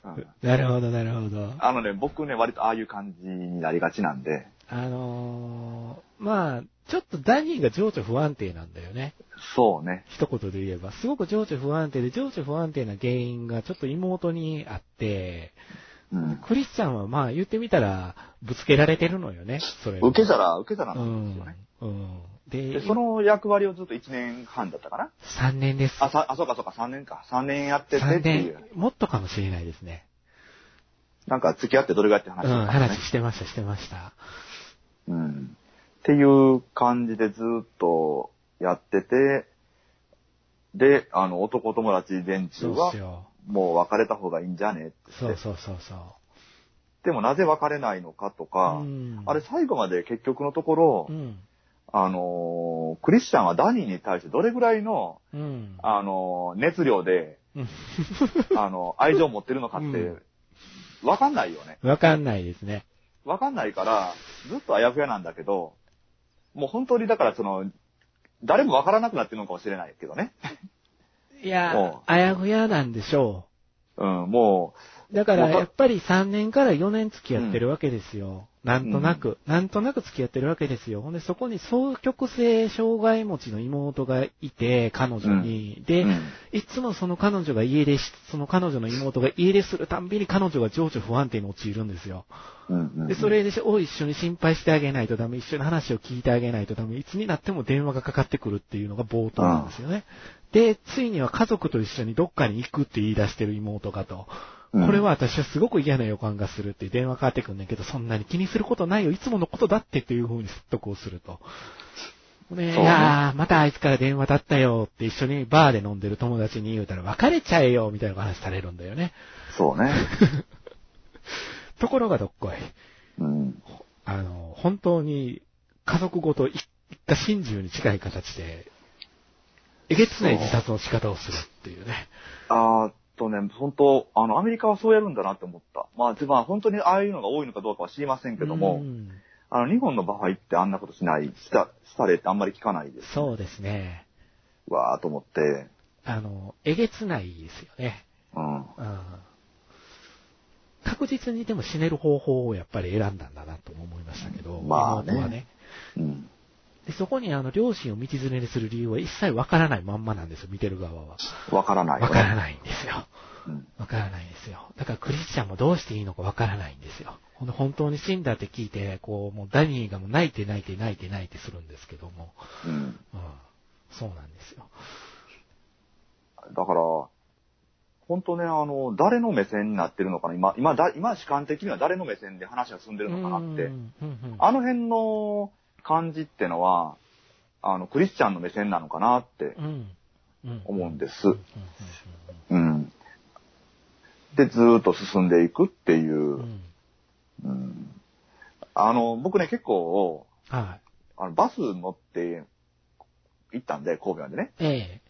Speaker 2: うん
Speaker 1: なるほど、なるほど。
Speaker 2: あのね、僕ね、割とああいう感じになりがちなんで、
Speaker 1: あのー、まあ、ちょっとダニーが情緒不安定なんだよね。
Speaker 2: そうね。
Speaker 1: 一言で言えば。すごく情緒不安定で、情緒不安定な原因がちょっと妹にあって、
Speaker 2: うん。
Speaker 1: クリスチャンはまあ言ってみたら、ぶつけられてるのよね、それ。
Speaker 2: 受け皿、受け皿
Speaker 1: う
Speaker 2: なんです
Speaker 1: ん
Speaker 2: よね。。
Speaker 1: うん。で
Speaker 2: で、、その役割をずっと1年半だったかな
Speaker 1: 3年です。
Speaker 2: あ、さあ、そうかそうか、3年か。3年やっててっ
Speaker 1: 3
Speaker 2: ていう
Speaker 1: 年。、もっとかもしれないですね。
Speaker 2: なんか付き合ってどれぐらいって話
Speaker 1: う
Speaker 2: だ
Speaker 1: ん、
Speaker 2: ったね
Speaker 1: 話してました、してました。
Speaker 2: うん。っていう感じでずっとやってて、で、あの、男友達連中
Speaker 1: そうっ
Speaker 2: は
Speaker 1: す、よ。
Speaker 2: もう別れた方がいいんじゃねって
Speaker 1: そ
Speaker 2: 言っ
Speaker 1: う
Speaker 2: て。
Speaker 1: そうそうそう。
Speaker 2: でもなぜ別れないのかとか、
Speaker 1: うん
Speaker 2: あれ最後まで結局のところ、
Speaker 1: うん。
Speaker 2: あのークリスチャンはダニーに対してどれぐらいの、
Speaker 1: うん。
Speaker 2: あのー熱量で、
Speaker 1: うん
Speaker 2: あの、愛情を持ってるのかって
Speaker 1: うん、
Speaker 2: わかんないよね。
Speaker 1: わかんないですね。
Speaker 2: わかんないから、ずっとあやふやなんだけど、もう本当にだからその、誰もわからなくなってるのかもしれないけどね。
Speaker 1: いうや
Speaker 2: ん、
Speaker 1: あやふやなんでしょ
Speaker 2: うん、も
Speaker 1: う。だから、
Speaker 2: わか
Speaker 1: やっぱり3年から4年付き合ってるわけですよ。なんとなく、なんとなく付き合ってるわけですよ。ほんで、そこに双極性障害持ちの妹がいて、彼女に。
Speaker 2: う、
Speaker 1: で、
Speaker 2: うん
Speaker 1: いつもその彼女が家出し、その彼女の妹が家出するたんびに彼女が情緒不安定に陥るんですよ。
Speaker 2: うんうん
Speaker 1: で、そ、れで、を一緒に心配してあげないとダメ、一緒に話を聞いてあげないとダメ、いつになっても電話がかかってくるっていうのが冒頭なんですよね。で、ついには家族と一緒にどっかに行くって言い出してる妹がと。
Speaker 2: うん
Speaker 1: これは、私はすごく嫌な予感がするっていう電話かかってくるんだけど、そんなに気にすることないよ、いつものことだってっていう風に説得をすると。ね
Speaker 2: そうね
Speaker 1: いやー、またあいつから電話だったよって一緒にバーで飲んでる友達に言うたら別れちゃえよみたいな話されるんだよね。
Speaker 2: そうね。
Speaker 1: ところがどっこい。
Speaker 2: うん。
Speaker 1: あの、本当に家族ごとい一家心中に近い形で、えげつない自殺の仕方をするっていうね。
Speaker 2: あーっとね、本当、あの、アメリカはそうやるんだなって思った。まあ、でまあ、本当にああいうのが多いのかどうかは知りませんけども、
Speaker 1: うん
Speaker 2: あの、日本の場合ってあんなことしない、した、したれってあんまり聞かないです。
Speaker 1: そうですね。
Speaker 2: わーと思って、
Speaker 1: あの、えげつないですよね。
Speaker 2: うん。
Speaker 1: うん確実にでも死ねる方法をやっぱり選んだんだなとも思いましたけど、
Speaker 2: まあね
Speaker 1: 妹はね。
Speaker 2: うん。
Speaker 1: で、そこにあの、両親を道連れにする理由は一切わからないまんまなんですよ、見てる側は。
Speaker 2: わからない
Speaker 1: わ
Speaker 2: よ
Speaker 1: から
Speaker 2: ね。
Speaker 1: ないんですよ。
Speaker 2: うん。
Speaker 1: わからないんですよ。だからクリスチャンもどうしていいのかわからないんですよ。ほんで本当に死んだって聞いて、こう、もうダニーがもう泣いて泣いて泣いて泣いてするんですけども、
Speaker 2: うん。
Speaker 1: うん、そうなんですよ。
Speaker 2: だから、本当ね、あの、誰の目線になってるのかな今、今、だ今、主観的には誰の目線で話が進んでるのかなって
Speaker 1: う。んうんうん
Speaker 2: あの辺の感じってのは、あの、クリスチャンの目線なのかなって
Speaker 1: うんうん
Speaker 2: 思うんです
Speaker 1: うんうん
Speaker 2: うん。で、ずーっと進んでいくってい
Speaker 1: うんうんう
Speaker 2: う。
Speaker 1: ん
Speaker 2: うん。あの、僕ね、結構、
Speaker 1: はい。
Speaker 2: あの、バス乗って行ったんで、神戸までね。
Speaker 1: ええ。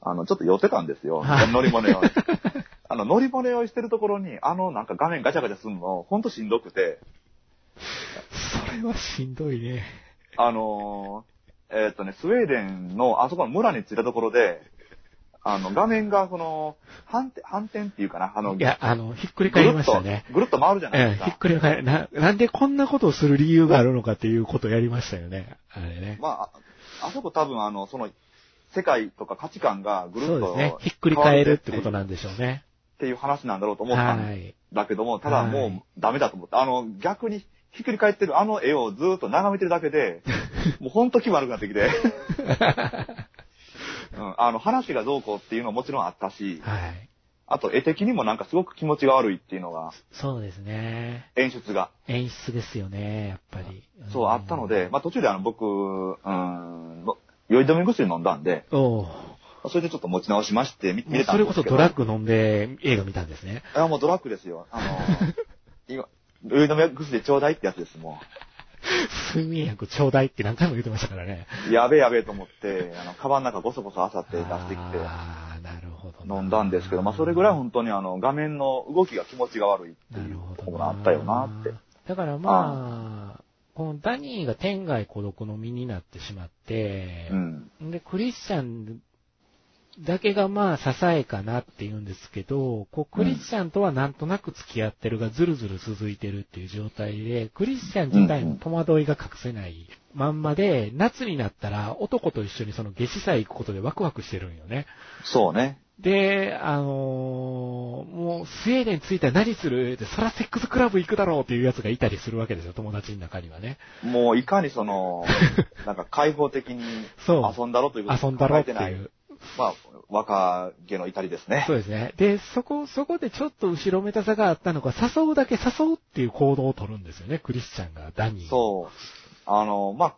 Speaker 2: あの、ちょっと寄ってたんですよ。
Speaker 1: はい
Speaker 2: 乗り物用に。 あの、乗り物用意してるところに、あの、なんか画面ガチャガチャするの、ほんとしんどくて、
Speaker 1: それはしんどいね。
Speaker 2: あのーえーっ、とね、スウェーデンのあそこの村に着いたところで、あの、画面が、その、反転、反転っていうかな、あの、
Speaker 1: い
Speaker 2: ぐる
Speaker 1: や、あの、ひっくり返りま
Speaker 2: っ
Speaker 1: した
Speaker 2: と
Speaker 1: ね。、
Speaker 2: ぐるっと回るじゃな
Speaker 1: え
Speaker 2: いで
Speaker 1: え
Speaker 2: す
Speaker 1: ひっ
Speaker 2: か。
Speaker 1: くり返り、な、なんでこんなことをする理由があるのかっていうことをやりましたよね。あれね。
Speaker 2: まあ、ああそこ多分、あの、その、世界とか価値観がぐるっと
Speaker 1: そうですね。ひっくり返るってことなんでしょうね。
Speaker 2: っていう話なんだろうと思った
Speaker 1: は
Speaker 2: ん
Speaker 1: い。
Speaker 2: だけども、ただ
Speaker 1: は
Speaker 2: も
Speaker 1: いう
Speaker 2: ダメだと思った。あの、逆にひっくり返ってるあの絵をずーっと眺めてるだ けで、もうほんと気悪くなってきて。うん、あの、話がどうこうっていうのはもちろんあったし、
Speaker 1: はい。
Speaker 2: あと絵的にもなんかすごく気持ちが悪いっていうのが、
Speaker 1: そうですね。
Speaker 2: 演出が、
Speaker 1: 演出ですよね、やっぱり。
Speaker 2: そうあったので、まあ途中であの僕、うん、ぼ酔い止め薬飲んだんで、
Speaker 1: あ、おう
Speaker 2: それでちょっと持ち直しまして見
Speaker 1: も
Speaker 2: 見
Speaker 1: う
Speaker 2: れた
Speaker 1: そ
Speaker 2: んで
Speaker 1: れ
Speaker 2: すけど。
Speaker 1: こそドラッグ飲んで映画見たんですね。
Speaker 2: あ、もうドラッグですよ。あ の、今、酔い止め薬でちょうだいってやつです、も
Speaker 1: 睡眠薬ちょうだいって何回も言ってましたからね。
Speaker 2: う。やべえやべえと思って、あの、カバンの中ごそごそあさって出してきて
Speaker 1: ああ、なるほどな。
Speaker 2: 飲んだんですけど、まあそれぐらい本当にあの、画面の動きが気持ちが悪いって
Speaker 1: ないる
Speaker 2: う
Speaker 1: ほ
Speaker 2: と
Speaker 1: ど
Speaker 2: こ
Speaker 1: な。
Speaker 2: ろあったよなって。。
Speaker 1: だからまあ、このダニーが天外孤独の身になってしまって
Speaker 2: う、ん。
Speaker 1: で、クリスチャンだけがまあ支えかなって言うんですけど、こうクリスチャンとはなんとなく付き合ってるがずるずる続いてるっていう状態で、クリスチャン自体の戸惑いが隠せないまんまで、夏になったら男と一緒にその下司祭行くことでワクワクしてるんよね。
Speaker 2: そうね。
Speaker 1: で、あのーもうスウェーデン着いたら何するって、そらセックスクラブ行くだろうっていうやつがいたりするわけですよ、友達の中にはね。
Speaker 2: もういかにそ の、なんか開放的に
Speaker 1: そう。
Speaker 2: 遊んだろということ
Speaker 1: 遊
Speaker 2: を
Speaker 1: んだ
Speaker 2: 考
Speaker 1: ろう
Speaker 2: え
Speaker 1: って
Speaker 2: て
Speaker 1: い
Speaker 2: な
Speaker 1: う
Speaker 2: い。。まあ、若気の至りですね
Speaker 1: そ。うですね。で、そこ、そこでちょっと後ろめたさがあったのか、誘うだけ誘うっていう行動を取るんですよね、クリスチャンが、ダニー。
Speaker 2: そう。あの、ま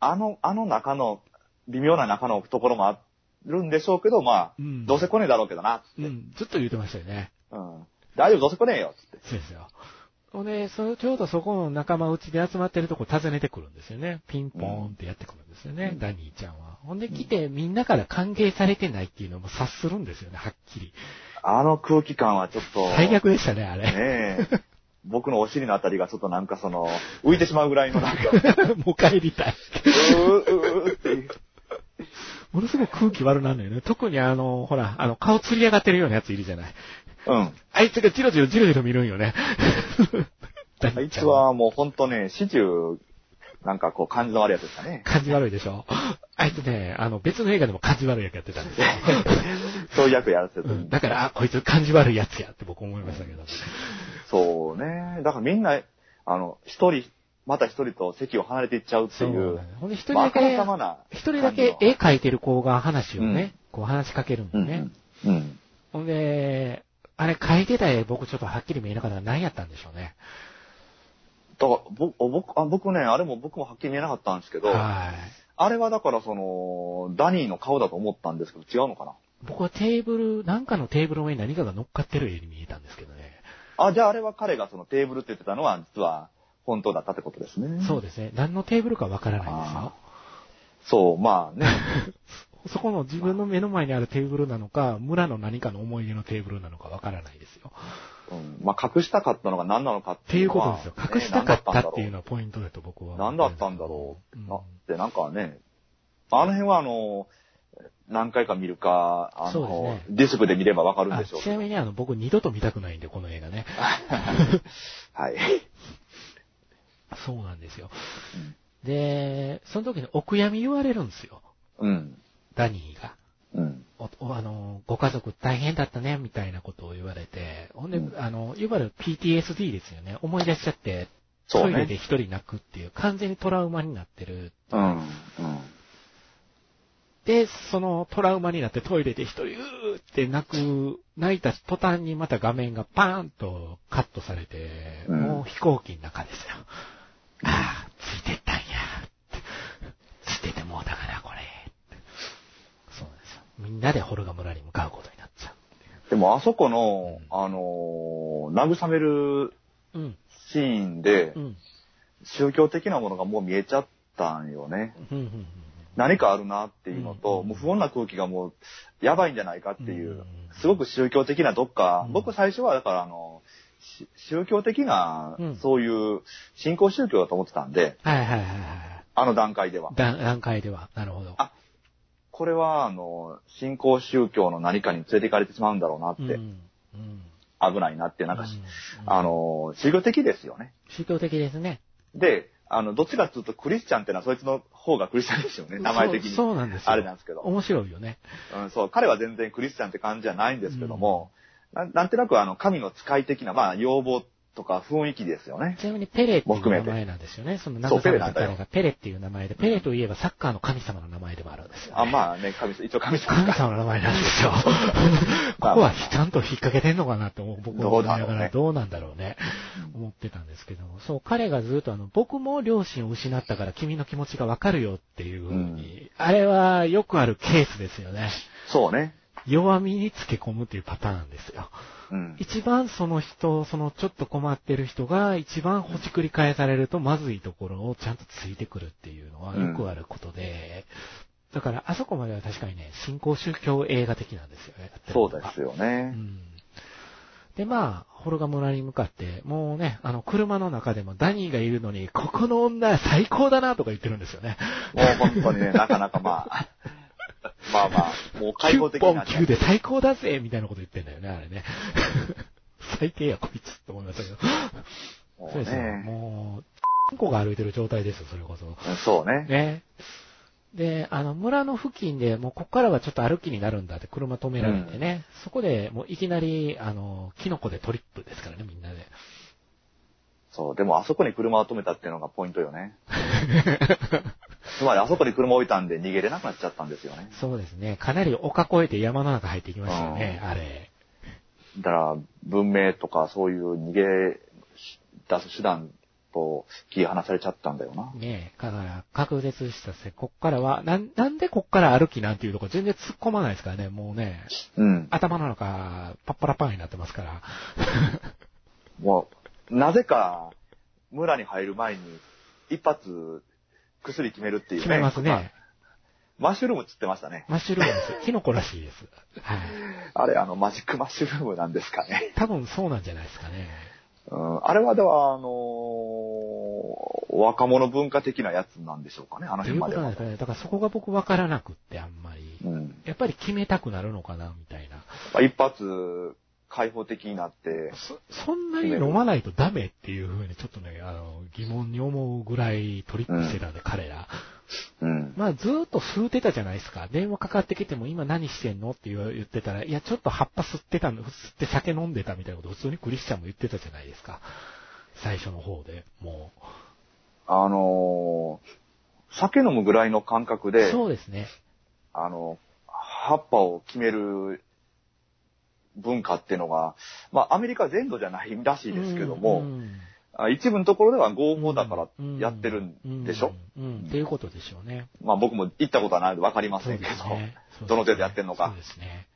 Speaker 2: あ、あの、あの中の、微妙な中のところもあるんでしょうけど、まあ、
Speaker 1: う。ん。
Speaker 2: どうせ来ねえだろうけどな、つ
Speaker 1: う
Speaker 2: って。
Speaker 1: ん、ずっと言ってましたよね。
Speaker 2: うん。大丈夫、どうせ来ねえよ、つって。
Speaker 1: そうですよ。ほんで、そちょうどそこの仲間内で集まってるとこ訪ねてくるんですよね。ピンポーンってやってくるんですよね、
Speaker 2: うん
Speaker 1: ダニーちゃんは。ほんで来て、みんなから歓迎されてないっていうのも察するんですよね、はっきり。
Speaker 2: あの空気感はちょっと、
Speaker 1: 最悪でしたね、あれ。
Speaker 2: ねえ。僕のお尻のあたりがちょっとなんかその、浮いてしまうぐらいのな んか、
Speaker 1: もう帰りたい。
Speaker 2: うー、うーっていう。
Speaker 1: ものすごく空気悪なんだよね。特にあの、ほら、あの、顔つり上がってるようなやついるじゃない。
Speaker 2: うん。
Speaker 1: あいつがジロジロジロジロ見るんよね。
Speaker 2: あいつ。はもうほんとね、始終、なんかこう感じの悪いやつでしたね。
Speaker 1: 感じ悪いでしょあいつね、あの別の映画でも感じ悪い役やってたんですよ。
Speaker 2: そういう役やらせてる
Speaker 1: う
Speaker 2: 時
Speaker 1: ん
Speaker 2: に
Speaker 1: だから、あこいつ感じ悪いやつやって僕思いましたけど。
Speaker 2: そうね。だからみんな、あの、一人、また一人と席を離れていっちゃうって
Speaker 1: そ
Speaker 2: いう
Speaker 1: なんだ
Speaker 2: う
Speaker 1: ね。ほんで一人
Speaker 2: まあ
Speaker 1: だ
Speaker 2: あから
Speaker 1: け
Speaker 2: さ、まな。
Speaker 1: 一人だけ絵描いてる子が話をね、こう話しかけるんだ
Speaker 2: う
Speaker 1: よ
Speaker 2: ん
Speaker 1: ね。
Speaker 2: うん。うん。
Speaker 1: ほんで、あれ描いてた絵僕ちょっとはっきり見えなかったから何やったんでしょうね。
Speaker 2: だから、ぼ僕あ僕ね、あれも僕もはっきり見えなかったんですけど、
Speaker 1: はい。
Speaker 2: あれはだからその、ダニーの顔だと思ったんですけど、違うのかな。
Speaker 1: 僕はテーブル、なんかのテーブルの上に何かが乗っかってる絵に見えたんですけどね。
Speaker 2: あ、じゃああれは彼がそのテーブルって言ってたのは、実は本当だったってことですね。
Speaker 1: そうですね。何のテーブルかわからないですよ
Speaker 2: あ。そう、まあね。
Speaker 1: そこの自分の目の前にあるテーブルなのか、村の何かの思い出のテーブルなのかわからないですよ。
Speaker 2: うん、まあ隠したかったのが何なのかっ
Speaker 1: って
Speaker 2: て
Speaker 1: い
Speaker 2: いううの
Speaker 1: こと
Speaker 2: は
Speaker 1: ですよ。
Speaker 2: ね
Speaker 1: 隠したかったっていうのはポイントだと僕は。
Speaker 2: 何だったんだろう。
Speaker 1: ん
Speaker 2: なって、なんかね、あの辺はあの、何回か見るか、あ
Speaker 1: そうで
Speaker 2: の、
Speaker 1: す
Speaker 2: ディスプで見ればわかるん
Speaker 1: あ
Speaker 2: でしょう
Speaker 1: ち
Speaker 2: けど
Speaker 1: なみにあの、僕二度と見たくないんで、この映画 ね。
Speaker 2: はい。
Speaker 1: そうなんですよ
Speaker 2: うん。
Speaker 1: で、その時にお悔やみ言われるんですよ。
Speaker 2: うん。
Speaker 1: ダニーが。
Speaker 2: うん。
Speaker 1: おおあの、ご家族大変だったね、みたいなことを言われて。ほんで、
Speaker 2: うん
Speaker 1: あの、いわゆる PTSD ですよね。思い出しちゃって、
Speaker 2: そ
Speaker 1: ト
Speaker 2: う
Speaker 1: イレで
Speaker 2: ね。
Speaker 1: 一人泣くっていう、完全にトラウマになってる。
Speaker 2: うん。うん。
Speaker 1: で、そのトラウマになってトイレで一人、うーって泣く、泣いた途端にまた画面がパーンとカットされて、
Speaker 2: うん
Speaker 1: もう飛行機の中ですよ。ああ、ついてったんや。って捨ててもうだからこれ。そうなんですよ。みんなでホルガ村に向かうことになっちゃ
Speaker 2: でも、あそこの
Speaker 1: うん、
Speaker 2: あのー、慰める
Speaker 1: う。うん、
Speaker 2: シーンで
Speaker 1: う、ん、
Speaker 2: 宗教的なものがもう見えちゃったんよね。
Speaker 1: うん、うん。
Speaker 2: 何かあるなっていうのと、
Speaker 1: うん、
Speaker 2: もう不穏な空気がもう、やばいんじゃないかっていううんすごく宗教的などっか、
Speaker 1: うん
Speaker 2: 僕最初はだからあの、し宗教的な
Speaker 1: うん、
Speaker 2: そういう、信仰宗教だと思ってたんで、
Speaker 1: はいはいはいはい。
Speaker 2: あの段階では。
Speaker 1: 段段階では、なるほど。
Speaker 2: あこれは、あの、信仰宗教の何かに連れて行かれてしまうんだろうなって、
Speaker 1: うん。うん。
Speaker 2: 危ないなって、なんかし、
Speaker 1: うん
Speaker 2: あ、の、宗教的ですよね。
Speaker 1: 宗教的ですね。
Speaker 2: で、あの、どっちかっていうとクリスチャンってのはそいつの方がクリスチャンですよね、名前的に。
Speaker 1: そうそうなんですよ。
Speaker 2: あれなんですけど。
Speaker 1: 面白いよね。
Speaker 2: うん、そう、彼は全然クリスチャンって感じじゃないんですけども、なんなんとなくあの、神の使い的な、まあ、要望とか雰囲気ですよね。
Speaker 1: ちなみにペレってい
Speaker 2: も
Speaker 1: う
Speaker 2: 含め
Speaker 1: 名
Speaker 2: て
Speaker 1: 前なんですよね。その
Speaker 2: そ
Speaker 1: 長
Speaker 2: うペ
Speaker 1: さの
Speaker 2: レなんだよ
Speaker 1: 方がペレっていう名前で、ペレといえばサッカーの神様の名前でもあるんですよ、ね。
Speaker 2: あ、まあね、神様、一応神様
Speaker 1: 神
Speaker 2: か。
Speaker 1: 様の名前なんですよ。 ここはちゃんと引っ掛けてんのかなって思う。僕は思いながらどうなんだろうね。思ってたんですけども。そう、彼がずっとあの、僕も両親を失ったから君の気持ちがわかるよっていうふうに、あれはよくあるケースですよね。
Speaker 2: そうね。
Speaker 1: 弱みにつけ込むっていうパターンですよ。
Speaker 2: うん。
Speaker 1: 一番その人、そのちょっと困ってる人が一番ほじくり返されるとまずいところをちゃんとついてくるっていうのはよくあることで、だからあそこまでは確かにね、新興宗教映画的なんですよね。
Speaker 2: そうです
Speaker 1: よ。
Speaker 2: よ
Speaker 1: う
Speaker 2: ね。
Speaker 1: ん。で、まあ、ホルガ村に向かって、もうね、あの、車の中でもダニーがいるのに、ここの女最高だなとか言ってるんですよね。
Speaker 2: もう本当にね、なかなかまあ、まあまあ、もう開放的になっちゃ
Speaker 1: 9本
Speaker 2: う
Speaker 1: 9で最高だぜみたいなこと言ってんだよね、あれね。 最低やこいつって思いましたけど。
Speaker 2: も
Speaker 1: そう
Speaker 2: う
Speaker 1: ですよ。
Speaker 2: ね。
Speaker 1: もう、子が歩いてる状態ですよ、それこそ。
Speaker 2: そうね。
Speaker 1: ね。で、あの、村の付近で、もうここからはちょっと歩きになるんだって車止められてね。そこでもういきなり、あの、キノコでトリップですからね、みんなで。
Speaker 2: そう、でもあそこに車を止めたっていうのがポイント よね。つまりあそこに車置いたんで逃げれなくなっちゃったんですよね。
Speaker 1: そうですね。かなり丘越えて山の中入ってきましたよね、あれ。
Speaker 2: だから、文明とかそういう逃げ出す手段と切り離されちゃったんだよな。
Speaker 1: ねだから、確絶したせ、こっからは、なん、なんでこっから歩きなんていうとこ全然突っ込まないですからね、もうね。
Speaker 2: うん。
Speaker 1: 頭の中、パッパラパンになってますから。
Speaker 2: もう、なぜか、村に入る前に、一発、薬決めるっていう ね。
Speaker 1: 決めます
Speaker 2: まあ
Speaker 1: ね。
Speaker 2: マッシュルームつってましたね。
Speaker 1: マッシュルームです。キノコらしいです。はい。
Speaker 2: あれ、あの、マジックマッシュルームなんですかね。
Speaker 1: 多分そうなんじゃないですかね。
Speaker 2: うん。あれは、では、あのー若者文化的なやつなんでしょうかね、あの
Speaker 1: とい
Speaker 2: 辺
Speaker 1: う
Speaker 2: ま
Speaker 1: ことなん
Speaker 2: では
Speaker 1: です。かね。だからそこが僕わからなくって、あんまり。
Speaker 2: うん。
Speaker 1: やっぱり決めたくなるのかな、みたいな。
Speaker 2: まあ一発、開放的になって、
Speaker 1: そ、そんなに飲まないとダメっていう風にちょっとね、あの、疑問に思うぐらいトリップしてたんで、彼ら。
Speaker 2: うん。
Speaker 1: まあ、ずーっと吸うてたじゃないですか。電話かかってきても今何してんのって言わ言ってたら、いや、ちょっと葉っぱ吸ってたの、吸って酒飲んでたみたいなこと普通にクリスチャンも言ってたじゃないですか。最初の方で、も
Speaker 2: あのー酒飲むぐらいの感覚
Speaker 1: う。
Speaker 2: で、
Speaker 1: そうですね。
Speaker 2: あの、葉っぱを決める文化っていうのが、まあ、アメリカ全土じゃないらしいですけども、
Speaker 1: うん
Speaker 2: あ一部のところでは合法だからやってるんでしょ、
Speaker 1: うんうんうんっていうことでしょうね。
Speaker 2: まあ、僕も行ったことはないので分かりま
Speaker 1: そう
Speaker 2: せん
Speaker 1: で
Speaker 2: け
Speaker 1: す
Speaker 2: ど、
Speaker 1: ね。そうですね
Speaker 2: どの程度やってんのか
Speaker 1: そうですね。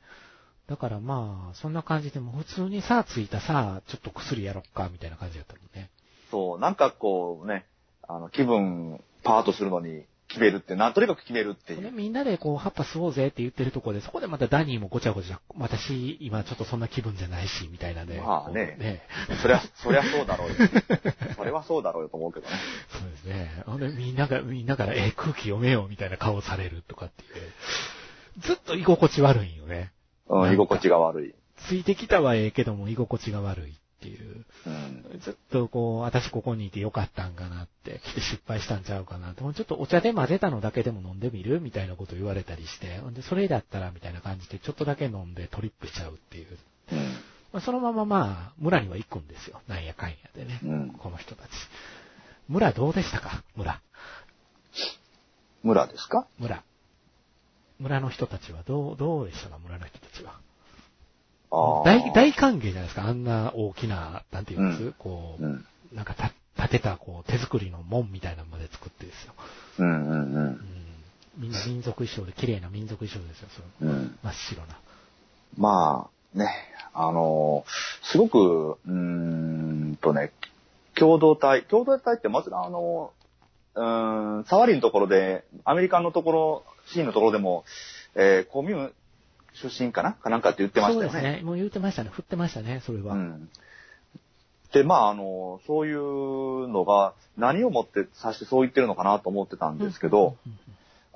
Speaker 1: だからまあ、そんな感じでもう普通にさあついたさあ、ちょっと薬やろっか、みたいな感じだったもんね。
Speaker 2: そう、なんかこうね、あの、気分パートするのに決めるって、なんとにかく決めるってい
Speaker 1: ね
Speaker 2: う。
Speaker 1: みんなでこう、葉っぱ吸おうぜって言ってるところで、そこでまたダニーもごちゃごちゃ、私、今ちょっとそんな気分じゃないし、みたいなね。
Speaker 2: まあね
Speaker 1: こうね
Speaker 2: そりゃ、そりゃそうだろうよ。 それはそうだろうよと思うけどね。
Speaker 1: そうですね。ほんで、みんなが、みんなから、えー、空気読めよ、みたいな顔されるとかっていう。ずっと居心地悪いんよね。
Speaker 2: うん、居心地が悪い。
Speaker 1: ついてきたはええけども、居心地が悪いっていう。
Speaker 2: うん。
Speaker 1: ずっとこう、私ここにいてよかったんかなって、来て失敗したんちゃうかなって、もうちょっとお茶で混ぜたのだけでも飲んでみるみたいなこと言われたりして、ほんで、それだったらみたいな感じで、ちょっとだけ飲んでトリップしちゃうっていう。
Speaker 2: うん。
Speaker 1: まあそのまままあ、村には行くんですよ。なんやかんやでね。
Speaker 2: うん
Speaker 1: この人たち。村どうでしたか村。
Speaker 2: 村ですか
Speaker 1: 村。村の人たちはどう、どうでしたか村の人たちは。
Speaker 2: ああ。
Speaker 1: 大、大歓迎じゃないですか。あんな大きな、なんて言うんです、
Speaker 2: う
Speaker 1: こ
Speaker 2: うん。
Speaker 1: う、なんかた立てた、こう、手作りの門みたいなのまで作ってですよ。
Speaker 2: うんうんう。
Speaker 1: うんん。みんな 民族衣装で、綺麗な民族衣装ですよ。その
Speaker 2: うん、
Speaker 1: 真っ白な。
Speaker 2: まあ、ね、あのーすごく、うーんとね、共同体、共同体ってまず、あのーうーん、サワリンのところで、アメリカンのところ、シーンのところでも、えーコミューン出身かなかなんかって言ってまし
Speaker 1: そう
Speaker 2: た
Speaker 1: で
Speaker 2: よ
Speaker 1: すね。もう言ってましたね。振ってましたね、それは。
Speaker 2: うん。で、まあ、あの、そういうのが、何をもって指してそう言ってるのかなと思ってたんですけど、
Speaker 1: うん、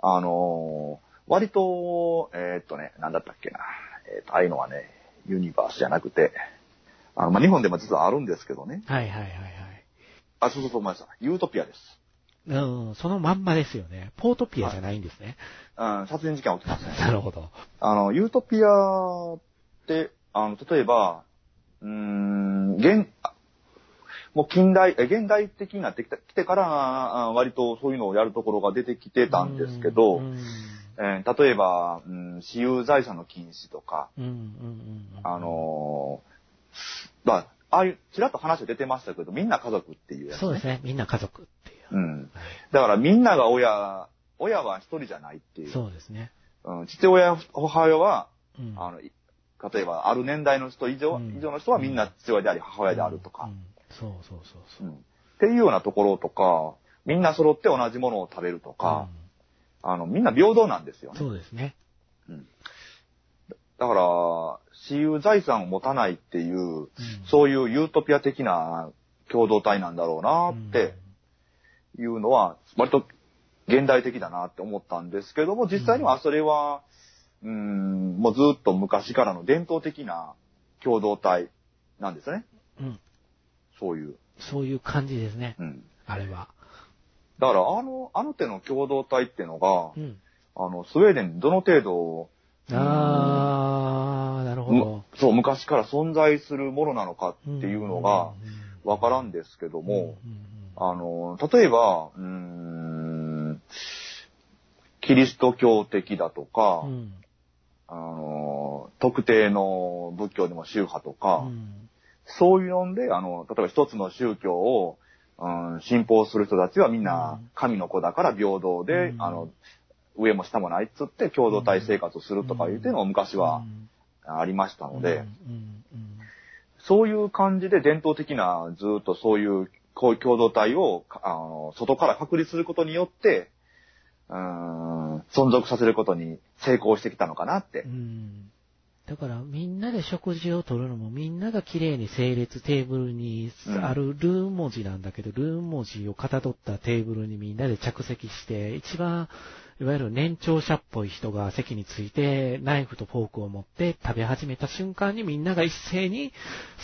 Speaker 2: あの、割と、えーっとね、なんだったっけな。えーっと、ああいうのはね、ユニバースじゃなくて、あの、まあ、日本でも実はあるんですけどね。
Speaker 1: はいはいはい
Speaker 2: あ、そうそうそう、ごめんなさい。ユートピアです。
Speaker 1: はい。うん、そのまんまですよね。ポートピアじゃないんですね。
Speaker 2: うん、殺人事件起きてますね。
Speaker 1: なるほど。
Speaker 2: あの、ユートピアって、あの、例えば、うーん、現、あもう近代、え現代的になってきた来てから、あ割とそういうのをやるところが出てきてたんですけど、
Speaker 1: うん、
Speaker 2: えー例えば、うん、私有財産の禁止とか、
Speaker 1: うん、うんうんうん。
Speaker 2: あ、のーまあ、ああいう、ちらっと話出てましたけど、みんな家族っていうやつ、
Speaker 1: そうですね。みんな家族っていう。
Speaker 2: うん。だからみんなが親、親は一人じゃないっていう。
Speaker 1: そうですね。
Speaker 2: うん、父親、母親は、
Speaker 1: うん
Speaker 2: あの、い例えば、ある年代の人以上、
Speaker 1: うん
Speaker 2: 以上の人はみんな父親であり、母親であると
Speaker 1: う
Speaker 2: か
Speaker 1: ん、うんそうそうそう
Speaker 2: う
Speaker 1: そ
Speaker 2: ん
Speaker 1: う。
Speaker 2: っていうようなところとか、みんな揃って同じものを食べるとか、あの、みんな平等なんですよ
Speaker 1: うん
Speaker 2: ね。
Speaker 1: そうですね。
Speaker 2: だから、私有財産を持たないっていう、
Speaker 1: うん
Speaker 2: そういうユートピア的な共同体なんだろうなっていうのは、割と現代的だなって思ったんですけども、実際にはそれは、うん、もうずっと昔からの伝統的な共同体なんですね。
Speaker 1: うん、うん
Speaker 2: そういう。
Speaker 1: そういう感じですね。
Speaker 2: うん。
Speaker 1: あれは。
Speaker 2: だから、あの、あの手の共同体ってのが
Speaker 1: う、ん。
Speaker 2: あの、スウェーデンにどの程度、
Speaker 1: あー、なるほ
Speaker 2: む
Speaker 1: ど。
Speaker 2: そう、昔から存在するものなのかっていうのが、わから
Speaker 1: ん
Speaker 2: んですけど
Speaker 1: うんうん
Speaker 2: も、あの、例えば、うーん、キリスト教的だとか、
Speaker 1: うんうん
Speaker 2: あの、特定の仏教でも宗派とか、
Speaker 1: うん
Speaker 2: そういうので、あの、例えば一つの宗教を、うん、信奉する人たちはみんな
Speaker 1: うん
Speaker 2: 神の子だから平等で、
Speaker 1: うん
Speaker 2: あの、上も下もないっつって共同体生活をするとかいうっていうのを昔はありましたので、
Speaker 1: うんうん
Speaker 2: そういう感じで伝統的なずっとそういうこう共同体をかあの外から確立することによって、うーん、存続させることに成功してきたのかなって
Speaker 1: う。んだから、みんなで食事を取るのも、みんなが綺麗に整列テーブルに
Speaker 2: うん
Speaker 1: あるルーン文字なんだけど、ルーン文字をかたどったテーブルにみんなで着席して、一番、いわゆる年長者っぽい人が席について、ナイフとフォークを持って食べ始めた瞬間にみんなが一斉に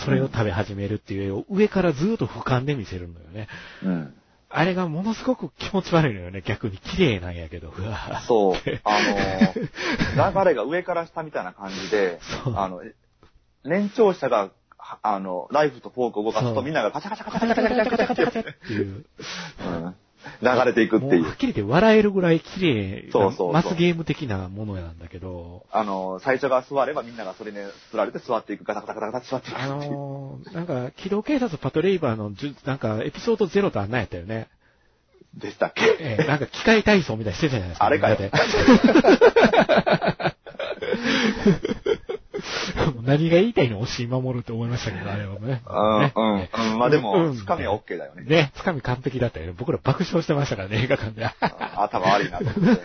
Speaker 1: それを食べ始めるっていう、上からずっと俯瞰で見せるのよね。
Speaker 2: うん。
Speaker 1: あれがものすごく気持ち悪いのよね、逆に。綺麗なんやけど、うわぁ
Speaker 2: そう、あ の、流れが上から下みたいな感じで、
Speaker 1: そう
Speaker 2: あの、年長者が、はあの、ライフとフォークを動かす
Speaker 1: そ
Speaker 2: と
Speaker 1: う
Speaker 2: みんながカチャカチャカチャカチャカチャカチャカチャカチャって、
Speaker 1: っていう。
Speaker 2: うん流れていくって
Speaker 1: も
Speaker 2: いう
Speaker 1: はっ
Speaker 2: う。
Speaker 1: きり言って笑えるぐらい綺麗
Speaker 2: そうそうそう
Speaker 1: なマスゲーム的なものなんだけど、
Speaker 2: あの、最初が座ればみんながそれに釣られて座っていく、ガタガタガタガタって座っていく
Speaker 1: あ
Speaker 2: っていう。
Speaker 1: のー、なんか、機動警察パトレイバーのじゅ、なんか、エピソード0とあんなんやったよね。
Speaker 2: でしたっけ
Speaker 1: ええなんか、機械体操みたいにしてたじゃないですか。
Speaker 2: あれかよ
Speaker 1: みんなで もう何が言いたいの押し守るって思いましたけど、あれはね。
Speaker 2: うん
Speaker 1: ね、
Speaker 2: うん、うん。まあで
Speaker 1: う
Speaker 2: も、
Speaker 1: ん
Speaker 2: つかみは OK だよね。
Speaker 1: ね、つかみ完璧だったよね。僕ら爆笑してましたからね、映画館で。
Speaker 2: 頭悪いなと思って。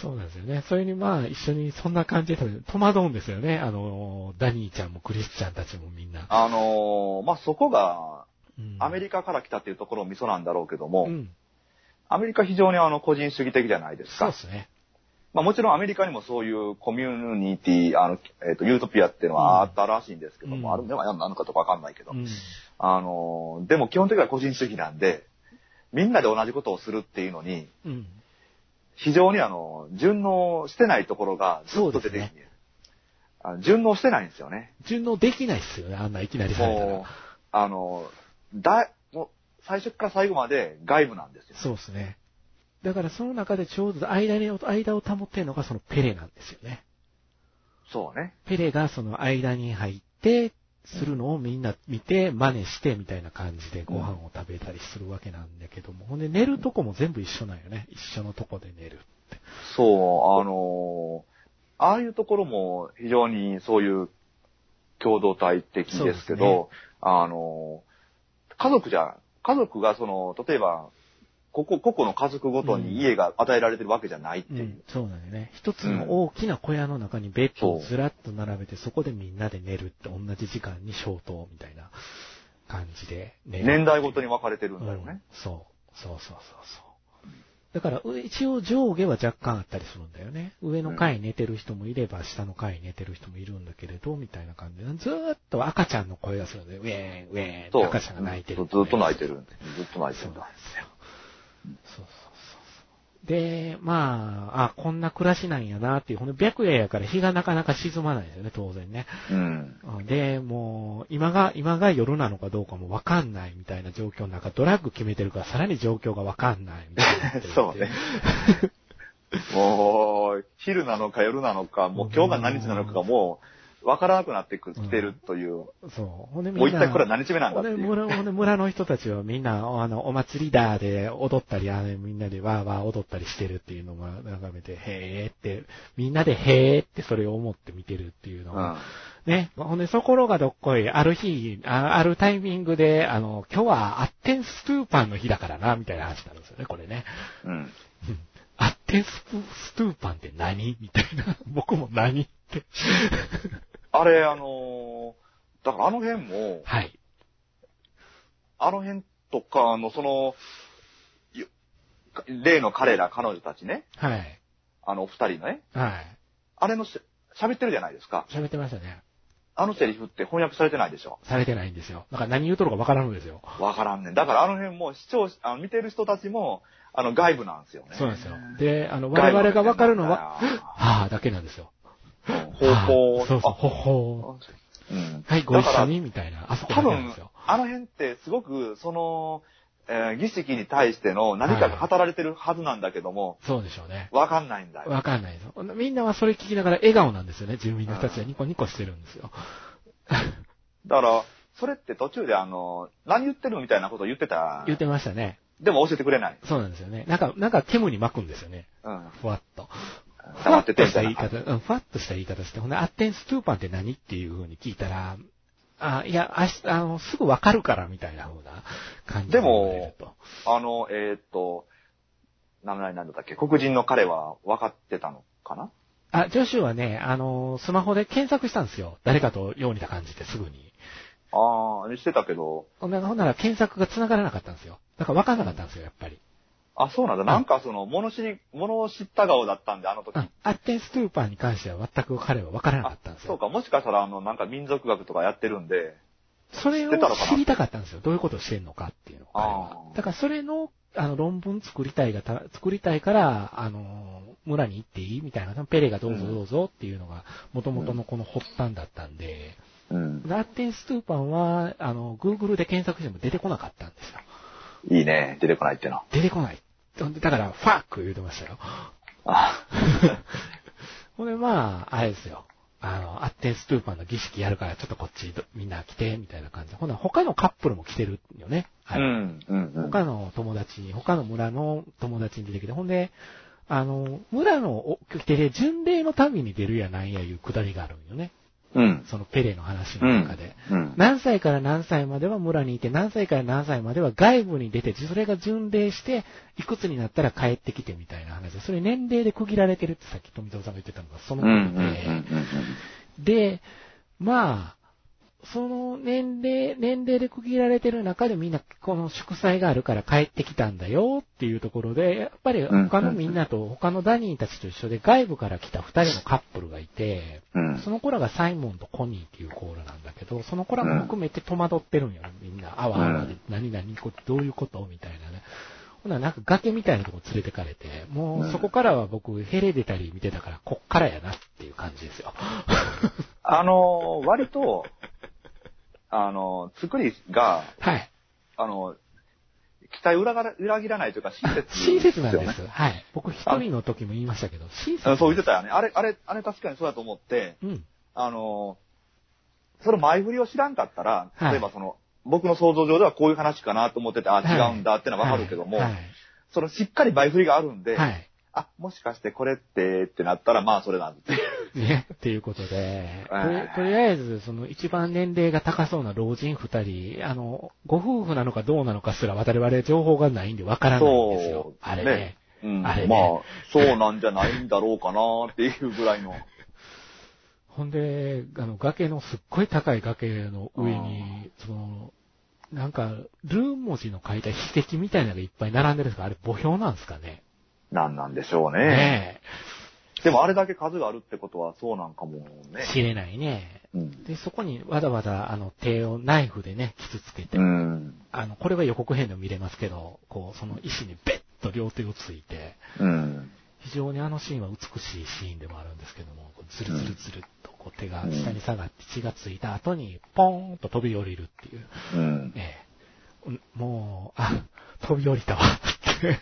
Speaker 1: そうなんですよね。それにまあ一緒にそんな感じで戸惑うんですよね。あの、ダニーちゃんもクリスちゃんたちもみんな。
Speaker 2: あのー、まあそこが、
Speaker 1: うん
Speaker 2: アメリカから来たっていうところもミソなんだろうけど
Speaker 1: う
Speaker 2: も、
Speaker 1: ん。
Speaker 2: アメリカ非常にあの個人主義的じゃないです
Speaker 1: そう
Speaker 2: か
Speaker 1: で。すね。
Speaker 2: まあもちろんアメリカにもそういうコミュニティ、あの、えっ、と、ユートピアっていうのはあったらしいんですけども、
Speaker 1: うん
Speaker 2: あるんではなのかとかわかんないけど、
Speaker 1: うん。
Speaker 2: あのー、でも基本的には個人主義なんで、みんなで同じことをするっていうのに、
Speaker 1: うん。
Speaker 2: 非常にあの、順応してないところがずっと出てき
Speaker 1: そ
Speaker 2: て、
Speaker 1: うです
Speaker 2: あの順応してないんですよね。
Speaker 1: 順応できないっすよね。あんないきなりされた
Speaker 2: も
Speaker 1: ら。
Speaker 2: う、あの、だ、もう、最初から最後まで外部なんですよ。
Speaker 1: そうですね。だからその中でちょうど間に、間を保ってるのがそのペレなんですよね。
Speaker 2: そうね。
Speaker 1: ペレがその間に入って、するのをみんな見て、真似してみたいな感じでご飯を食べたりするわけなんだけども。ほんで寝るとこも全部一緒なんよね。一緒のとこで寝る。
Speaker 2: そう、あの、ああいうところも非常にそういう共同体的ですけ
Speaker 1: そ
Speaker 2: ど、
Speaker 1: う
Speaker 2: あの、家族じゃ、家族がその、例えば、ここ、個々の家族ごとに家が与えられてるわけじゃないって
Speaker 1: う
Speaker 2: いう。
Speaker 1: ん、そうなんだよね。一つの大きな小屋の中にベッドをずらっと並べて、そこでみんなで寝るって、同じ時間に消灯みたいな感じで寝る。
Speaker 2: 年代ごとに分かれてるんだよ
Speaker 1: う
Speaker 2: ね
Speaker 1: ん。そう。そうそうそうだから、う一応上下は若干あったりするんだよね。上の階に寝てる人もいれば、下の階に寝てる人もいるんだけれど、みたいな感じで、ずーっと赤ちゃんの声がするんで、ウェーン、ウェーンって
Speaker 2: そう
Speaker 1: 赤ちゃんが泣いてる。
Speaker 2: ずっと泣いて
Speaker 1: そう
Speaker 2: る。ずっと泣いて
Speaker 1: なん
Speaker 2: るん
Speaker 1: ですよ
Speaker 2: だ。。
Speaker 1: そうそうそうそう。で、まあ、あ、こんな暮らしなんやなっていう、この白夜やから日がなかなか沈まないですよね、当然ね。
Speaker 2: うん。
Speaker 1: うんで、もう、今が、今が夜なのかどうかもわかんないみたいな状況の中、ドラッグ決めてるからさらに状況がわかんないみたいになってるんで
Speaker 2: そうね。もう、昼なのか夜なのか、もう今日が何日なのかがもう、わからなくなってくきてるという、
Speaker 1: そう。ほんでみん
Speaker 2: もう
Speaker 1: な、
Speaker 2: 一体これは何日目なんだ
Speaker 1: ほ
Speaker 2: っ
Speaker 1: ん
Speaker 2: て
Speaker 1: で
Speaker 2: いう。
Speaker 1: 村ほんで村の人たちはみんな、あの、お祭りだで踊ったり、あのみんなでわーわー踊ったりしてるっていうのを眺めて、へーって、みんなでへーってそれを思って見てるっていうの
Speaker 2: う
Speaker 1: が、
Speaker 2: ん
Speaker 1: ね、ほんで、そころがどっこい、ある日、ああるタイミングで、あの、今日はアッテンストゥーパンの日だからな、みたいな話になるんですよね、これね。
Speaker 2: うん。
Speaker 1: うんアッテンストゥーパンって何みたいな。 僕も何って。
Speaker 2: あれ、あのーだからあの辺も、
Speaker 1: はい。
Speaker 2: あの辺とか、あの、その、よ例の彼ら、彼女たちね、
Speaker 1: はい。
Speaker 2: あの、二人のね、
Speaker 1: はい。
Speaker 2: あれのし喋ってるじゃないですか。
Speaker 1: 喋ってましたね。
Speaker 2: あのセリフって翻訳されてないでしょ。
Speaker 1: されてないんですよ。だから何言うとるかわからんのですよ。
Speaker 2: わからんねん。だからあの辺も視聴あの見てる人たちも、あの、外部なんですよね。
Speaker 1: そうなんですよ。で、あの、我
Speaker 2: 外部
Speaker 1: 々
Speaker 2: の人たち
Speaker 1: が
Speaker 2: なんだよ
Speaker 1: わかるのは、、はぁだけなんですよ。
Speaker 2: 方
Speaker 1: は
Speaker 2: 向、
Speaker 1: ぁ そうそう、
Speaker 2: あ
Speaker 1: ほほ
Speaker 2: うん。
Speaker 1: はい、ご一緒に、みたいな。あそこだ
Speaker 2: 多
Speaker 1: けなんで
Speaker 2: 分
Speaker 1: すよ。、
Speaker 2: あの辺ってすごく、その、えー儀式に対しての何かが語られてるはずなんだけども、
Speaker 1: そうでしょうね。
Speaker 2: わかんないんだよ。
Speaker 1: わかんないぞ。みんなはそれ聞きながら笑顔なんですよね。住民の人たちはニコニコしてるんですよ。
Speaker 2: だから、それって途中であの、何言ってるのみたいなことを言ってた。
Speaker 1: 言ってましたね。
Speaker 2: でも教えてくれない。
Speaker 1: そうなんですよね。なんか、なんか煙に巻くんですよね。
Speaker 2: うん。
Speaker 1: ふわっと。ふ
Speaker 2: 黙
Speaker 1: わっ
Speaker 2: って
Speaker 1: と
Speaker 2: てみ
Speaker 1: したた言
Speaker 2: い
Speaker 1: い
Speaker 2: な。
Speaker 1: 方、うん、ふわっとした言い方して、ほんで、アッテンストゥーパンって何っていう風に聞いたら、あ、いや、あし、あの、すぐわかるから、みたいな風な感じ
Speaker 2: で
Speaker 1: 言
Speaker 2: も
Speaker 1: われると。
Speaker 2: あの、えーっと、名前なんだったっけ黒人の彼は分かってたのかな
Speaker 1: あ、ジョシュはね、あの、スマホで検索したんですよ。誰かとよう似た感じですぐに。
Speaker 2: ああ、してたけど、
Speaker 1: ほんなら、ほんなら検索が繋がらなかったんですよ。だからわかんなかったんですよ、やっぱり。
Speaker 2: あ、そうなんだ。なんかその、物知り、物を知った顔だったんで、あの時。
Speaker 1: あアッテンストゥーパンに関しては全く彼はわからなかったんです
Speaker 2: そう
Speaker 1: よ。
Speaker 2: か、もしかしたら、あの、なんか民族学とかやってるんで、
Speaker 1: それ
Speaker 2: 知ってた
Speaker 1: を
Speaker 2: のかな
Speaker 1: 知りたかったんですよ。どういうことをしてんのかっていうのを彼は
Speaker 2: あー
Speaker 1: だからそれの、あの、論文作りたいがた、作りたいから、あのー、村に行っていいみたいな、ペレがどうぞ
Speaker 2: うん
Speaker 1: どうぞっていうのが、元々のこの発端だったんで、
Speaker 2: うん。
Speaker 1: ラッテンストゥーパンは、あの、Google で検索しても出てこなかったんですよ。
Speaker 2: いいね、出てこないっての。
Speaker 1: 出てこない。ほんでだから、ファック言うてました よ。
Speaker 2: あ
Speaker 1: ほんで、まあ、あれですよ。あの、アッテンストゥーパンの儀式やるから、ちょっとこっちどみんな来て、みたいな感じで。ほんなら他のカップルも来てるよね。は
Speaker 2: あ、う
Speaker 1: い。
Speaker 2: ん、うん、うん。
Speaker 1: 他の友達に、他の村の友達に出てきて、ほんで、あの、村のお来てで、巡礼の民に出るやなんやいうくだりがあるんよね。
Speaker 2: うん。
Speaker 1: そのペレの話
Speaker 2: う
Speaker 1: の中
Speaker 2: ん
Speaker 1: で。。
Speaker 2: うん。
Speaker 1: 何歳から何歳までは村にいて、何歳から何歳までは外部に出て、それが巡礼して、いくつになったら帰ってきてみたいな話で、それ年齢で区切られてるってさっき富藤さんが言ってたのが、その
Speaker 2: うん、うん、うん
Speaker 1: ことで、で、まあ、その年齢、年齢で区切られてる中でみんなこの祝祭があるから帰ってきたんだよっていうところで、やっぱり他のみんなと他のダニーたちと一緒で外部から来た二人のカップルがいて、
Speaker 2: うん、うん。
Speaker 1: その子らがサイモンとコニーっていうコールなんだけど、その子らも含めて戸惑ってるんよ、みんな。あわあわで、何々、こどういうことみたいなね。ほな、なんか崖みたいなとこ連れてかれて、もうそこからは僕ヘレデタリー見てたから、こっからやなっていう感じですよ。
Speaker 2: あの、割と、あの、作りが、
Speaker 1: はい。
Speaker 2: あの、期待裏が裏切らないというか、親切、
Speaker 1: 親切なんで
Speaker 2: よね
Speaker 1: す。はい。僕一人の時も言いましたけど、親切
Speaker 2: あ
Speaker 1: なん
Speaker 2: の
Speaker 1: です。
Speaker 2: そう言ってたよね。あれ、あれ、あれ確かにそうだと思って、
Speaker 1: うん。
Speaker 2: あの、その前振りを知らんかったら、
Speaker 1: はい
Speaker 2: 例えばその、僕の想像上ではこういう話かなと思ってて、
Speaker 1: は
Speaker 2: あ、
Speaker 1: い
Speaker 2: 違うんだってのはわかるけども、
Speaker 1: はい。
Speaker 2: そのしっかり前振りがあるんで、
Speaker 1: はい。
Speaker 2: あ、もしかしてこれって、ってなったら、まあそれなんです。
Speaker 1: ね、っていうことで、
Speaker 2: はい
Speaker 1: ととりあえず、その一番年齢が高そうな老人二人、あの、ご夫婦なのかどうなのかすら我々情報がないんでわからないんです
Speaker 2: そ
Speaker 1: よ
Speaker 2: う。
Speaker 1: あれね
Speaker 2: ね。うん、
Speaker 1: あれね
Speaker 2: まあ、そうなんじゃないんだろうかなっていうぐらいの。
Speaker 1: ほんで、あの、崖の、すっごい高い崖の上に、その、なんか、ルーン文字の書いた筆跡みたいなのがいっぱい並んでるんですかあれ、墓標なんですかね
Speaker 2: なんなんでしょうね。
Speaker 1: ね
Speaker 2: でもあれだけ数があるってことはそうなんかも
Speaker 1: え
Speaker 2: ね。
Speaker 1: 知れないね。
Speaker 2: うん。
Speaker 1: で、そこにわざわざ、あの、手をナイフでね、傷つけて、
Speaker 2: うん。
Speaker 1: あの、これは予告編でも見れますけど、こう、その石にベッと両手をついて、
Speaker 2: うん。
Speaker 1: 非常にあのシーンは美しいシーンでもあるんですけども、こうズルズルズルっとこう手が下に下がって血がついた後に、ポーンと飛び降りるっていう。
Speaker 2: うん。
Speaker 1: ええうんもう、あ、飛び降りたわ。って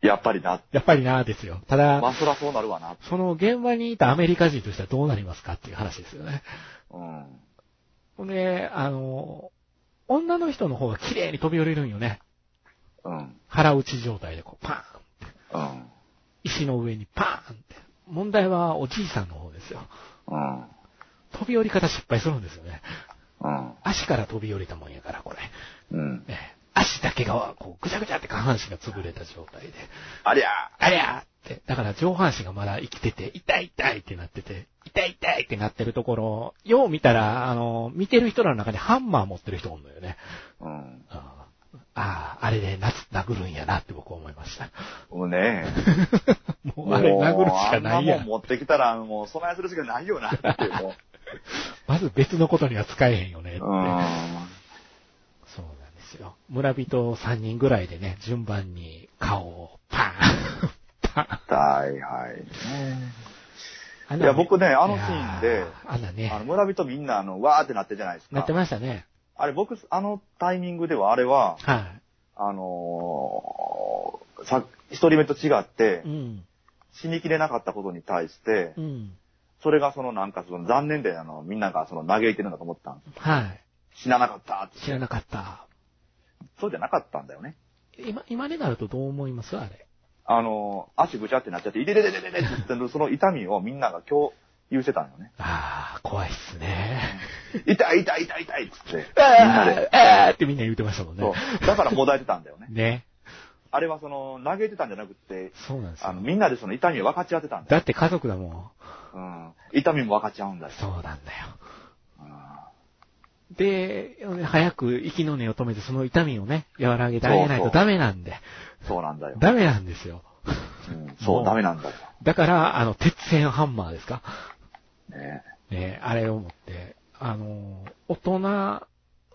Speaker 2: やっぱりな。
Speaker 1: やっぱりなーですよ。ただ、
Speaker 2: まあそらそうなるわな。
Speaker 1: その現場にいたアメリカ人としてはどうなりますかっていう話ですよね。
Speaker 2: うん。
Speaker 1: ほんで、あの、女の人の方が綺麗に飛び降りるんよね。
Speaker 2: うん。
Speaker 1: 腹打ち状態でこう、パーン
Speaker 2: うん。
Speaker 1: 石の上にパーンって。問題はおじいさんの方ですよ。
Speaker 2: うん。
Speaker 1: 飛び降り方失敗するんですよね。
Speaker 2: うん。
Speaker 1: 足から飛び降りたもんやから、これ。
Speaker 2: うん。
Speaker 1: ええ足だけが、こう、ぐちゃぐちゃって下半身が潰れた状態で。
Speaker 2: ありゃ
Speaker 1: ありゃーって。だから上半身がまだ生きてて、痛い痛いってなってて、痛い痛いってなってるところ、よう見たら、あの、見てる人らの中にハンマー持ってる人おんのよね。
Speaker 2: うん。
Speaker 1: ああー、あれでな殴るんやなって僕は思いました。
Speaker 2: もう ね
Speaker 1: もうあれ殴るしかないや。
Speaker 2: もうあんなんもん持ってきたら、もう備えするしかないよな、っていうも
Speaker 1: まず別のことには使えへんよねって。
Speaker 2: う。うん。
Speaker 1: そうなんですよ。村人3人ぐらいでね、順番に顔をパーン パーン
Speaker 2: 大敗。
Speaker 1: あん
Speaker 2: い
Speaker 1: な
Speaker 2: や、僕ね、あのシーン
Speaker 1: い
Speaker 2: で
Speaker 1: や、あんな
Speaker 2: あの
Speaker 1: ね、
Speaker 2: 村人みんな、あの、わーってなってるじゃないです
Speaker 1: な
Speaker 2: か
Speaker 1: って。ましたね。
Speaker 2: あれ、僕、あのタイミングでは、あれは、
Speaker 1: は
Speaker 2: あのーさ、一人目と違って
Speaker 1: い。う、ん。
Speaker 2: 死にきれなかったことに対して
Speaker 1: う、ん。
Speaker 2: それがそのなんかその残念で、あの、みんながその嘆いてるんだと思ったん
Speaker 1: はい。
Speaker 2: 死ななかったって。
Speaker 1: 知らなかった。
Speaker 2: そうじゃなかったんだよね。
Speaker 1: 今、今になるとどう思いますあれ。
Speaker 2: あのー足ぐちゃってなっちゃって、いででででででって言ってる、その痛みをみんなが共有してたんよね。
Speaker 1: ああ、怖いっすね。
Speaker 2: 痛い痛い痛い痛いっつって、みんなで。
Speaker 1: ああ、ああってみんな言うてましたもん
Speaker 2: そ
Speaker 1: ね。
Speaker 2: う。だからもだえてたんだよね。
Speaker 1: ね。
Speaker 2: あれはその、嘆いてたんじゃなくて、
Speaker 1: そうなんです
Speaker 2: あ
Speaker 1: よ
Speaker 2: の、。みんなでその痛みを分かち合ってたんだ
Speaker 1: だ
Speaker 2: よ。
Speaker 1: って家族だもん。
Speaker 2: うん。痛みも分かち合うんだよ。
Speaker 1: そうなんだよ。
Speaker 2: う
Speaker 1: で、早く息の根を止めてその痛みをね、和らげてあげない
Speaker 2: そう
Speaker 1: と
Speaker 2: そう
Speaker 1: ダメなんで。
Speaker 2: んそうなんだよ。
Speaker 1: ダメなんですよ。
Speaker 2: うんそう、ダメなんだよ。
Speaker 1: だから、あの、鉄線ハンマーですか
Speaker 2: ね
Speaker 1: ね、あれを持って、あの、大人、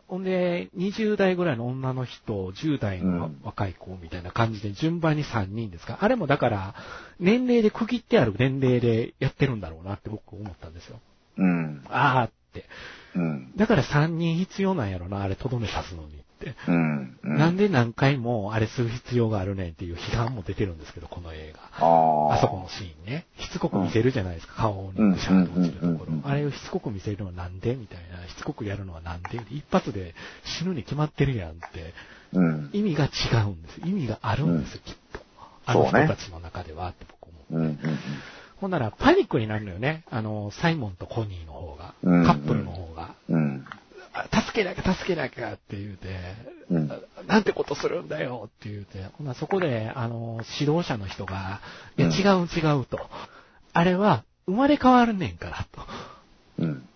Speaker 1: ほんで、20代ぐらいの女の人、10代の
Speaker 2: うん
Speaker 1: 若い子みたいな感じで、順番に3人ですか、あれもだから、年齢で区切ってある年齢でやってるんだろうなって僕思ったんですよ。
Speaker 2: うん。
Speaker 1: あーって。
Speaker 2: うん。
Speaker 1: だから3人必要なんやろな、あれ、とどめ刺すのにって。
Speaker 2: うん。う
Speaker 1: なんで何回もあれする必要があるねんっていう批判も出てるんですけど、この映画。
Speaker 2: ああ。
Speaker 1: あそこのシーンね、しつこく見せるじゃないですか、顔
Speaker 2: うん
Speaker 1: にぐしゃっと落ちるとこ
Speaker 2: うんうんうんうん
Speaker 1: ろ。あれをしつこく見せるのはなんでみたいな、しつこくやるのはなんで一発で死ぬに決まってるやんって、
Speaker 2: うん。
Speaker 1: 意味が違うんです。意味があるんですよ、きっと。あ
Speaker 2: そう
Speaker 1: の
Speaker 2: ね
Speaker 1: 人たちの中ではって僕思う。
Speaker 2: うん。うん。
Speaker 1: ほんなら、パニックになるのよね。あの、サイモンとコニーの方が、
Speaker 2: うんうん
Speaker 1: カップルの方が。
Speaker 2: うん。
Speaker 1: あ助けなきゃ、助けなきゃって言うて、
Speaker 2: うん
Speaker 1: あなんてことするんだよって言うて、ほなそこで、あの、指導者の人が、いや、
Speaker 2: うん
Speaker 1: 違う違うと。あれは、生まれ変わるねんから、と。
Speaker 2: うん。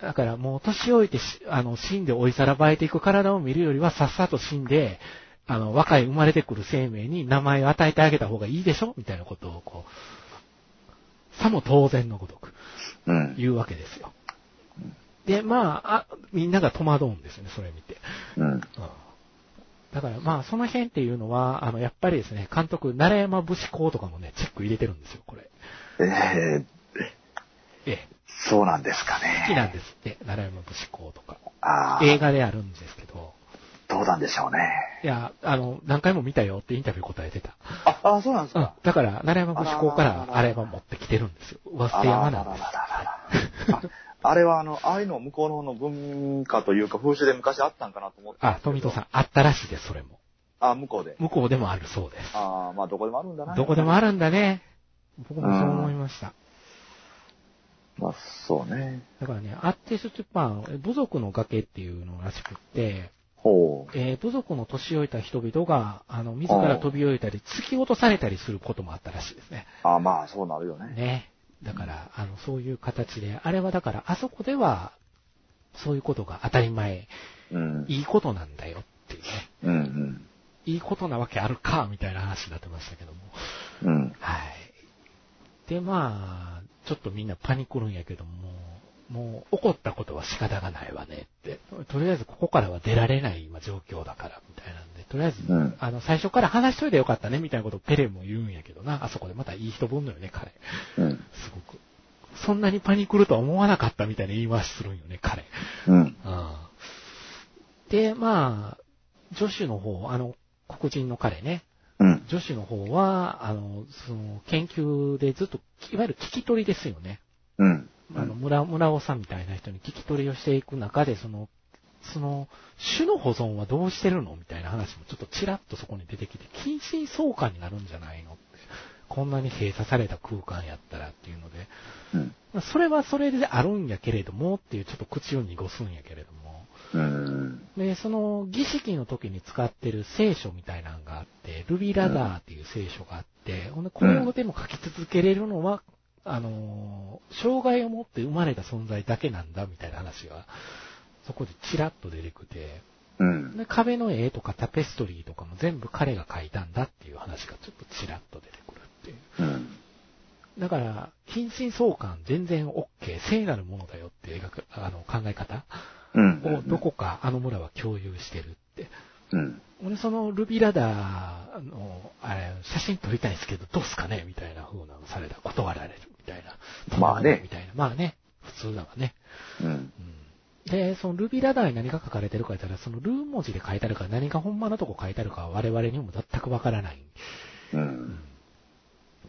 Speaker 1: だからもう年老いてし、あの、死んで追いさらばえていく体を見るよりは、さっさと死んで、あの、若い生まれてくる生命に名前を与えてあげた方がいいでしょみたいなことを、こう、さも当然のごとく。
Speaker 2: うん。
Speaker 1: 言うわけですよ。で、まあ、あみんなが戸惑うんですよね、それ見て。
Speaker 2: うん。
Speaker 1: うんだからまあ、その辺っていうのは、あの、やっぱりですね、監督、奈良山武士公とかもね、チェック入れてるんですよ、これ。
Speaker 2: ええ、
Speaker 1: ええ、
Speaker 2: そうなんですか
Speaker 1: 好きな
Speaker 2: ね。
Speaker 1: んですって、奈良山武士公とか。
Speaker 2: ああ。
Speaker 1: 映画であるんですけど、
Speaker 2: どうなんでしょうね。
Speaker 1: いや、あの、何回も見たよってインタビュー答えてた。
Speaker 2: あ、あそうなんです
Speaker 1: うん
Speaker 2: か。。
Speaker 1: だから、奈良山武士公か
Speaker 2: あらら
Speaker 1: ら
Speaker 2: らら
Speaker 1: あれは持ってきてるんですよ。上捨
Speaker 2: あ
Speaker 1: て
Speaker 2: ら
Speaker 1: 山
Speaker 2: あら
Speaker 1: な
Speaker 2: ら
Speaker 1: ん
Speaker 2: ら
Speaker 1: です。
Speaker 2: ららああれはあの、ああいうの向こうの方の文化というか風習で昔あったんかなと思って。
Speaker 1: あ、富戸さん、あったらしいです、それも。
Speaker 2: あ、向こうで。
Speaker 1: 向こうでもあるそうです。
Speaker 2: ああ、まあどこでもあるんだな。
Speaker 1: どこでもあ
Speaker 2: る。
Speaker 1: るんだね。僕もそう思いました。
Speaker 2: まあそうね。
Speaker 1: だからね、アッティス・チュパン、部族の崖っていうのらしくって、
Speaker 2: ほう。
Speaker 1: えー部族の年老いた人々が、あの、自ら飛び降りたり、突き落とされたりすることもあったらしいですね。
Speaker 2: あまあそうなるよね。
Speaker 1: ね。だから、あの、そういう形で、あれはだから、あそこでは、そういうことが当たり前、
Speaker 2: うん。
Speaker 1: いいことなんだよっていうね。
Speaker 2: うんうん。
Speaker 1: いいことなわけあるか、みたいな話になってましたけども。
Speaker 2: うん。
Speaker 1: はい。で、まあ、ちょっとみんなパニクるんやけども、もう怒ったことは仕方がないわねって。とりあえずここからは出られない今状況だから、みたいなんで、とりあえず、
Speaker 2: うん
Speaker 1: あの、最初から話しといてよかったね、みたいなことをペレも言うんやけどな。あそこでまたいい人ぶんのよね、彼。
Speaker 2: うん。
Speaker 1: すごく。そんなにパニクるとは思わなかったみたいな言い回しするんよね、彼。
Speaker 2: うん。
Speaker 1: うん。で、まあ、女子の方、あの、黒人の彼ね、
Speaker 2: うん。
Speaker 1: 女子の方は、あの、その、研究でずっと、いわゆる聞き取りですよね。
Speaker 2: うん。
Speaker 1: あの、村、村尾さんみたいな人に聞き取りをしていく中で、その、その、種の保存はどうしてるのみたいな話もちょっとちらっとそこに出てきて、近親相関になるんじゃないのってこんなに閉鎖された空間やったらっていうので、
Speaker 2: うん。
Speaker 1: まあそれはそれであるんやけれどもっていうちょっと口を濁すんやけれども、
Speaker 2: うん。
Speaker 1: で、その儀式の時に使ってる聖書みたいなのがあって、ルビラダーっていう聖書があって、ほんで、今後でも書き続けれるのは、あのー、障害を持って生まれた存在だけなんだみたいな話が、そこでチラッと出てきて、
Speaker 2: うん。
Speaker 1: で、壁の絵とかタペストリーとかも全部彼が描いたんだっていう話がちょっとチラッと出てくるっていう。
Speaker 2: うん。
Speaker 1: だから、近親相関全然 OK、聖なるものだよって描く、あの、考え方
Speaker 2: うん。
Speaker 1: をどこかあの村は共有してるって。
Speaker 2: うん。
Speaker 1: 俺そのルビラダーの、あれ、写真撮りたいんですけど、どうすかねみたいな風なのされた。断られる。みたいな。
Speaker 2: まあね
Speaker 1: みたいな。まあね。普通だわね。
Speaker 2: うん。
Speaker 1: うん。で、そのルビラダーに何が書かれてるか言ったら、そのルー文字で書いてあるから何がほんまのとこ書いてあるかは我々にも全くわからない。
Speaker 2: うん。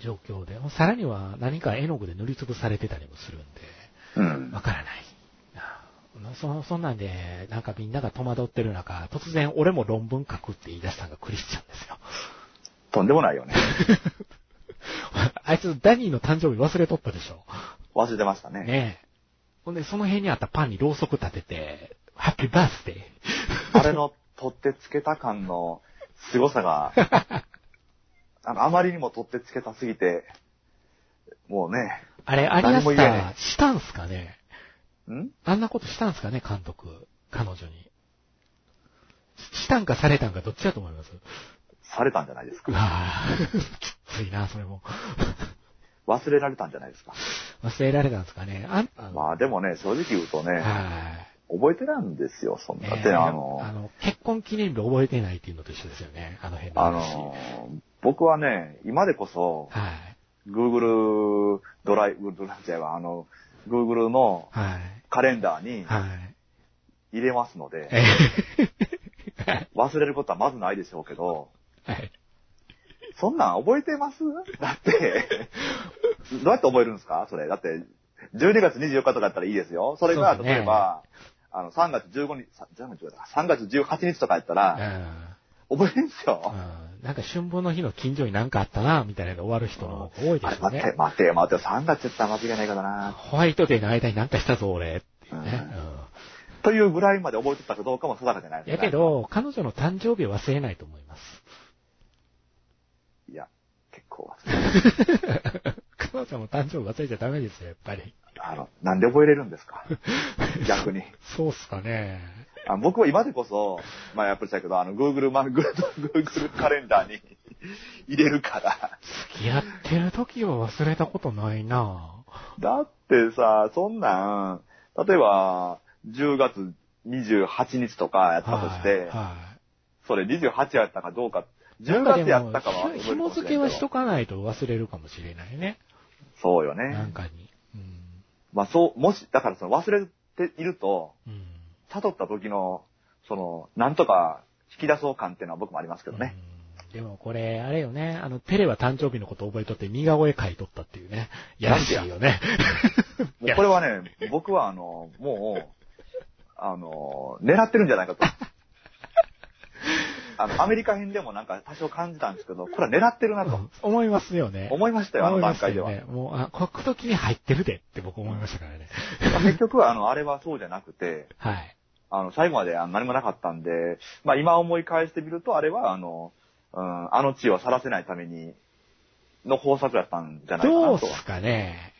Speaker 1: 状況で、さらには何か絵の具で塗りつぶされてたりもするんで、
Speaker 2: うん
Speaker 1: わ。からない。なそそんなんで、なんかみんなが戸惑ってる中、突然俺も論文書くって言い出したのがクリスチャンですよ。
Speaker 2: とんでもないよね。
Speaker 1: あいつダニーの誕生日忘れとったでしょ。
Speaker 2: 忘れてましたね。
Speaker 1: ねえ。ほんで、その辺にあったパンにろうそく立てて、ハッピーバースデー。
Speaker 2: あれの取ってつけた感の凄さが、あのあまりにも取ってつけたすぎて、もうね、
Speaker 1: あれ、アリア
Speaker 2: 何も
Speaker 1: ス
Speaker 2: 言えな
Speaker 1: ター、したんすかね
Speaker 2: ん
Speaker 1: あんなことしたんすかね監督、彼女に。ししたんかされたんかどっちだと思います
Speaker 2: されたんじゃないです
Speaker 1: う
Speaker 2: か。
Speaker 1: わぁ、 きついな、それも。
Speaker 2: 忘れられたんじゃないですか。
Speaker 1: 忘れられたんですかね。あんあの
Speaker 2: まあでもね、正直言うとね、
Speaker 1: はい。
Speaker 2: 覚えてないんですよ、そんな。
Speaker 1: ね
Speaker 2: で、あの、
Speaker 1: あの、結婚記念日覚えてないっていうのと一緒ですよね。あの辺の
Speaker 2: あ
Speaker 1: 話。
Speaker 2: の、僕はね、今でこそ、
Speaker 1: はい。
Speaker 2: Google ドライブ、ドライブじゃないわあの、Google の
Speaker 1: はい。
Speaker 2: カレンダーに
Speaker 1: はい。
Speaker 2: 入れますので、
Speaker 1: え
Speaker 2: 忘れることはまずないでしょうけど、
Speaker 1: はい。
Speaker 2: そんなん覚えてますだって、 どうやって覚えるんですかそれ。だって、12月24日とかだったらいいですよ。それが、
Speaker 1: そうですね
Speaker 2: 例えば、あの、3月15日、さ3月15日3月18日とかやったら、覚えるんです
Speaker 1: うん。
Speaker 2: よ。
Speaker 1: うんなんか春分の日の近所になんかあったな、みたいなので終わる人の方が多いで
Speaker 2: あれ、
Speaker 1: すよ
Speaker 2: 待って、
Speaker 1: ね。
Speaker 2: 待って、待って、3月やったら間違いないからな。
Speaker 1: ホワイトデーの間になんかしたぞ、俺。っていうね。
Speaker 2: う
Speaker 1: うん
Speaker 2: というぐらいまで覚えてたかどうかも定かじゃないですね
Speaker 1: やけ。ど、彼女の誕生日は忘れないと思います。
Speaker 2: いや、結構忘れてる
Speaker 1: 彼女の誕生日忘れちゃダメですよ、やっぱり。
Speaker 2: あの、なんで覚えれるんで すか逆に。
Speaker 1: そうっすかね。
Speaker 2: あ僕は今でこそ、まあやっぱりしたけど、あの、Google マ、Google Google カレンダーに入れるから。
Speaker 1: 付き合ってる時は忘れたことないな
Speaker 2: だってさ、そんなん、例えば、10月28日とかやったとして、
Speaker 1: はいは
Speaker 2: それ28やったかどうか、
Speaker 1: い。
Speaker 2: 10月やったか
Speaker 1: な
Speaker 2: は
Speaker 1: んでもひ紐付けはしと
Speaker 2: く。
Speaker 1: かないと忘れるかもしれないね。
Speaker 2: そうよ
Speaker 1: なん
Speaker 2: ね。
Speaker 1: かに。うん。
Speaker 2: まあそう、もし、だからその忘れていると、
Speaker 1: うん。
Speaker 2: 悟った時の、その、なんとか引き出そう感っていうのは僕もありますけどね。
Speaker 1: うん。でもこれ、あれよね。あの、テレは誕生日のこと覚えとって似顔絵描いとったっていうね。やらしいよね。
Speaker 2: もうこれはね、僕はあの、もう、あの、狙ってるんじ ゃないかと。あの、アメリカ編でもなんか多少感じたんですけど、これは狙ってるな
Speaker 1: う
Speaker 2: と
Speaker 1: ん 思いますよね。
Speaker 2: 思いましたよ、あの
Speaker 1: 思い
Speaker 2: 段
Speaker 1: ました
Speaker 2: 階で
Speaker 1: よ
Speaker 2: は。
Speaker 1: ね。もう、あ、こくときに入ってるでって僕思いましたからね。
Speaker 2: まあ結局は、あの、あれはそうじゃなくて、
Speaker 1: はい。
Speaker 2: あの、最後まであの何もなかったんで、まあ今思い返してみると、あれはあの、うん、あの地を晒せないために、の方策だったんじゃないか
Speaker 1: ど
Speaker 2: な
Speaker 1: う
Speaker 2: と
Speaker 1: す。かね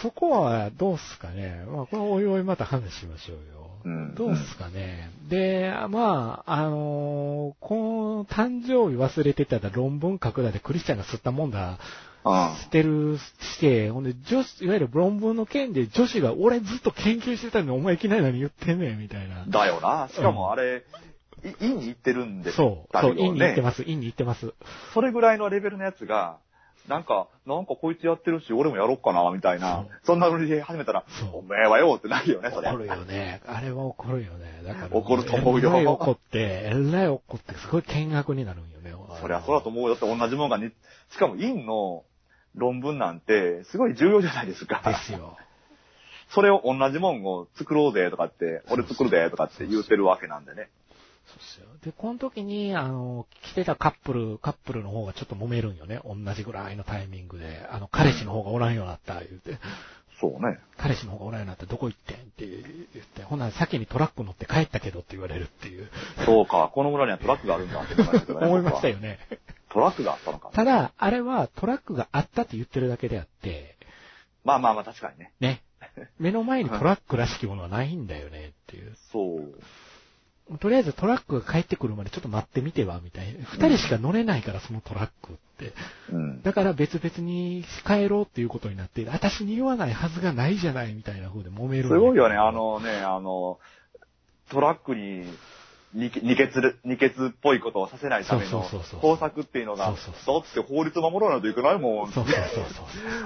Speaker 1: そこはどうっすかね。まあ、これおいおいまた話しましょうよ。
Speaker 2: うん
Speaker 1: どうっすかね。で、まあ、あのーこの誕生日忘れてたら論文書くだでクリスチャンが吸ったもんだ、
Speaker 2: あ
Speaker 1: 捨てる、して、ほんで女子、いわゆる論文の件で女子が俺ずっと研究してたのにお前いきなり何言ってんねん、みたいな
Speaker 2: あ。。だよな。しかもあれ、い院に行ってるんで、
Speaker 1: そう、
Speaker 2: だ
Speaker 1: そ
Speaker 2: よ
Speaker 1: う、院に行って
Speaker 2: ね。
Speaker 1: ます、院に行ってます。
Speaker 2: それぐらいのレベルのやつが、なんか、なんかこいつやってるし、俺もやろっかな、みたいな、そんなノリで始めたら、
Speaker 1: そう
Speaker 2: おめえはよってなるよね、それ
Speaker 1: 怒。るよね。あれは怒るよね。だから、
Speaker 2: 怒ると思うよ
Speaker 1: えらい怒って、えらい怒って、すごい見学になるんよね。
Speaker 2: そりゃそうだと思うよって同じもんがね、しかも院の論文なんて、すごい重要じゃないですか。
Speaker 1: ですよ。
Speaker 2: それを同じもんを作ろうぜとかって、俺作るぜとかって言うてるわけなんでね。
Speaker 1: そうっすよ。で、この時に、あの、来てたカップル、カップルの方がちょっと揉めるんよね。同じぐらいのタイミングで。あの、彼氏の方がおらんようになった、言うて。
Speaker 2: そうね。
Speaker 1: 彼氏の方がおらんようになって、どこ行ってんって言って。ほんなら先にトラック乗って帰ったけどって言われるっていう。
Speaker 2: そうか、この村にはトラックがあるんだって思いましたけど ね
Speaker 1: 思いました。
Speaker 2: 僕
Speaker 1: よね。
Speaker 2: はトラックがあったのか。
Speaker 1: ただ、あれはトラックがあったって言ってるだけであって、
Speaker 2: まあまあまあ確かにね。
Speaker 1: ね。目の前にトラックらしきものはないんだよねっていう。
Speaker 2: そう。
Speaker 1: とりあえずトラックが帰ってくるまでちょっと待ってみては、みたいな。二人しか乗れないから、そのトラックって。
Speaker 2: うん。
Speaker 1: だから別々に帰ろうっていうことになって、私に言わないはずがないじゃないみたいな風で揉める。
Speaker 2: すごいよね、あ、のね、あの、トラックに、に二血る、二血っぽいことをさせないための
Speaker 1: そうそうそうそう
Speaker 2: 工作っていうの
Speaker 1: そ
Speaker 2: が
Speaker 1: うそう、そ
Speaker 2: だって法律守らないといけないもん。
Speaker 1: そうそうそう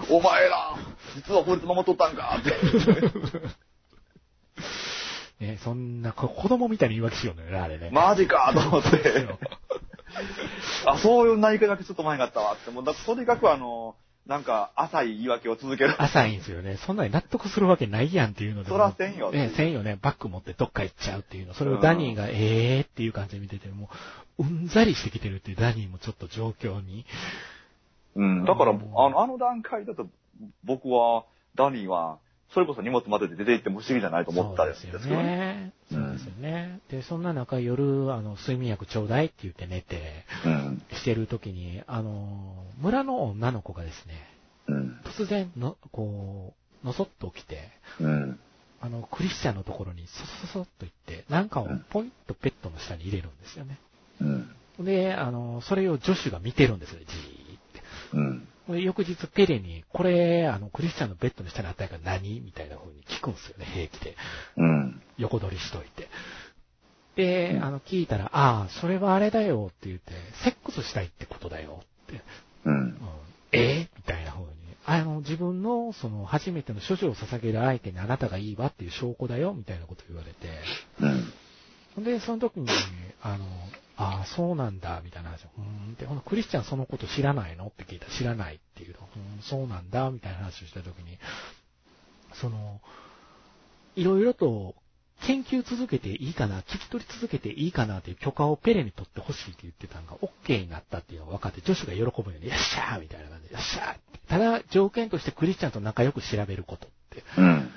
Speaker 1: そう。
Speaker 2: お前ら、実は法律守っとったんかって。
Speaker 1: ね、そんな、こ子供みたいに言い訳しようのよね、あれね。
Speaker 2: マジかと思っ
Speaker 1: そう
Speaker 2: て。あ、そういう内科だけちょっと前があったわって。もうだとにかくあの、なんか、浅い言い訳を続ける。
Speaker 1: 浅いんですよね。そんなに納得するわけないやんっていうので。
Speaker 2: そらせんよ
Speaker 1: ええ、せんよね。バッグ持ってどっか行っちゃうっていうの。それをダニーが、ええっていう感じで見てて、もう、うんざりしてきてるっていうダニーもちょっと状況に。
Speaker 2: うん。だから、あ
Speaker 1: うん
Speaker 2: の、あの段階だと、僕は、ダニーは、それこそ荷物までで出て行っても不思議じゃないと思ったんです
Speaker 1: そう
Speaker 2: けど
Speaker 1: ですよ
Speaker 2: ね。
Speaker 1: ね。
Speaker 2: う
Speaker 1: そうんですよね。で、そんな中、夜、あの、睡眠薬ちょうだいって言って寝て、
Speaker 2: うん。
Speaker 1: してる時に、あの、村の女の子がですね、
Speaker 2: うん。
Speaker 1: 突然の、こう、のそっと起きて、
Speaker 2: うん。
Speaker 1: あの、クリスチャンのところに、そそそそっと行って、なんかをポイッとベッドの下に入れるんですよね。
Speaker 2: うん。
Speaker 1: で、あの、それを女子が見てるんですよ、じーって。
Speaker 2: うん。
Speaker 1: で翌日、ペレに、これ、あの、クリスチャンのベッドの下にあったやから何みたいな風に聞くんですよね、平気で。
Speaker 2: うん。
Speaker 1: 横取りしといて。で、
Speaker 2: うん
Speaker 1: あの、聞いたら、ああ、それはあれだよって言って、セックスしたいってことだよって。
Speaker 2: うん
Speaker 1: うん、えみたいな風に。あの、自分の、その、初めての処女を捧げる相手にあなたがいいわっていう証拠だよ、みたいなこと言われて。
Speaker 2: うん。
Speaker 1: ほんで、その時に、あの、ああ、そうなんだ、みたいな話を。うーんって、ほんでクリスチャンそのこと知らないのって聞いたら知らないっていうの。うーん、そうなんだ、みたいな話をした時に、その、いろいろと研究続けていいかな、聞き取り続けていいかなという許可をペレに取ってほしいって言ってたのが、OK になったっていうのが分かって、女子が喜ぶように、よっしゃーみたいな感じで、よっしゃーってただ、条件としてクリスチャンと仲良く調べることって。
Speaker 2: うん。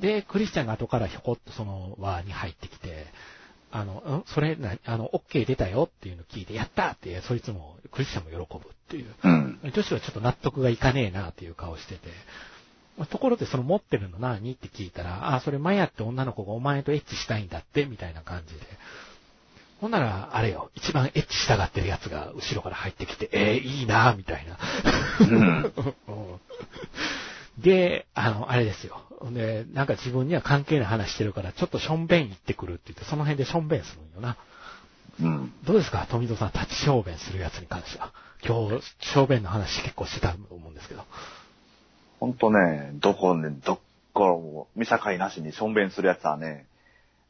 Speaker 1: で、クリスチャンが後からひょこっとその輪に入ってきて、あの、んそれな、あの、OK 出たよっていうのを聞いて、やったって、そいつも、クリスチャンも喜ぶっていう。
Speaker 2: うん。
Speaker 1: 女子はちょっと納得がいかねえなっていう顔してて。まあところで、その持ってるの何って聞いたら、あ、それマヤって女の子がお前とエッチしたいんだって、みたいな感じで。ほんなら、あれよ、一番エッチしたがってるやつが後ろから入ってきて、えー、いいなみたいな。
Speaker 2: うん。
Speaker 1: うんで、あの、あれですよ。で、なんか自分には関係ない話してるから、ちょっとしょんべん行ってくるって言って、その辺でしょんべんするんよな。
Speaker 2: うん。
Speaker 1: どうですか富蔵さん、立ち小便するやつに関しては。今日、小便の話結構してたと思うんですけど。
Speaker 2: ほんとね、どこね、どっこも、見境なしにしょんべんするやつはね、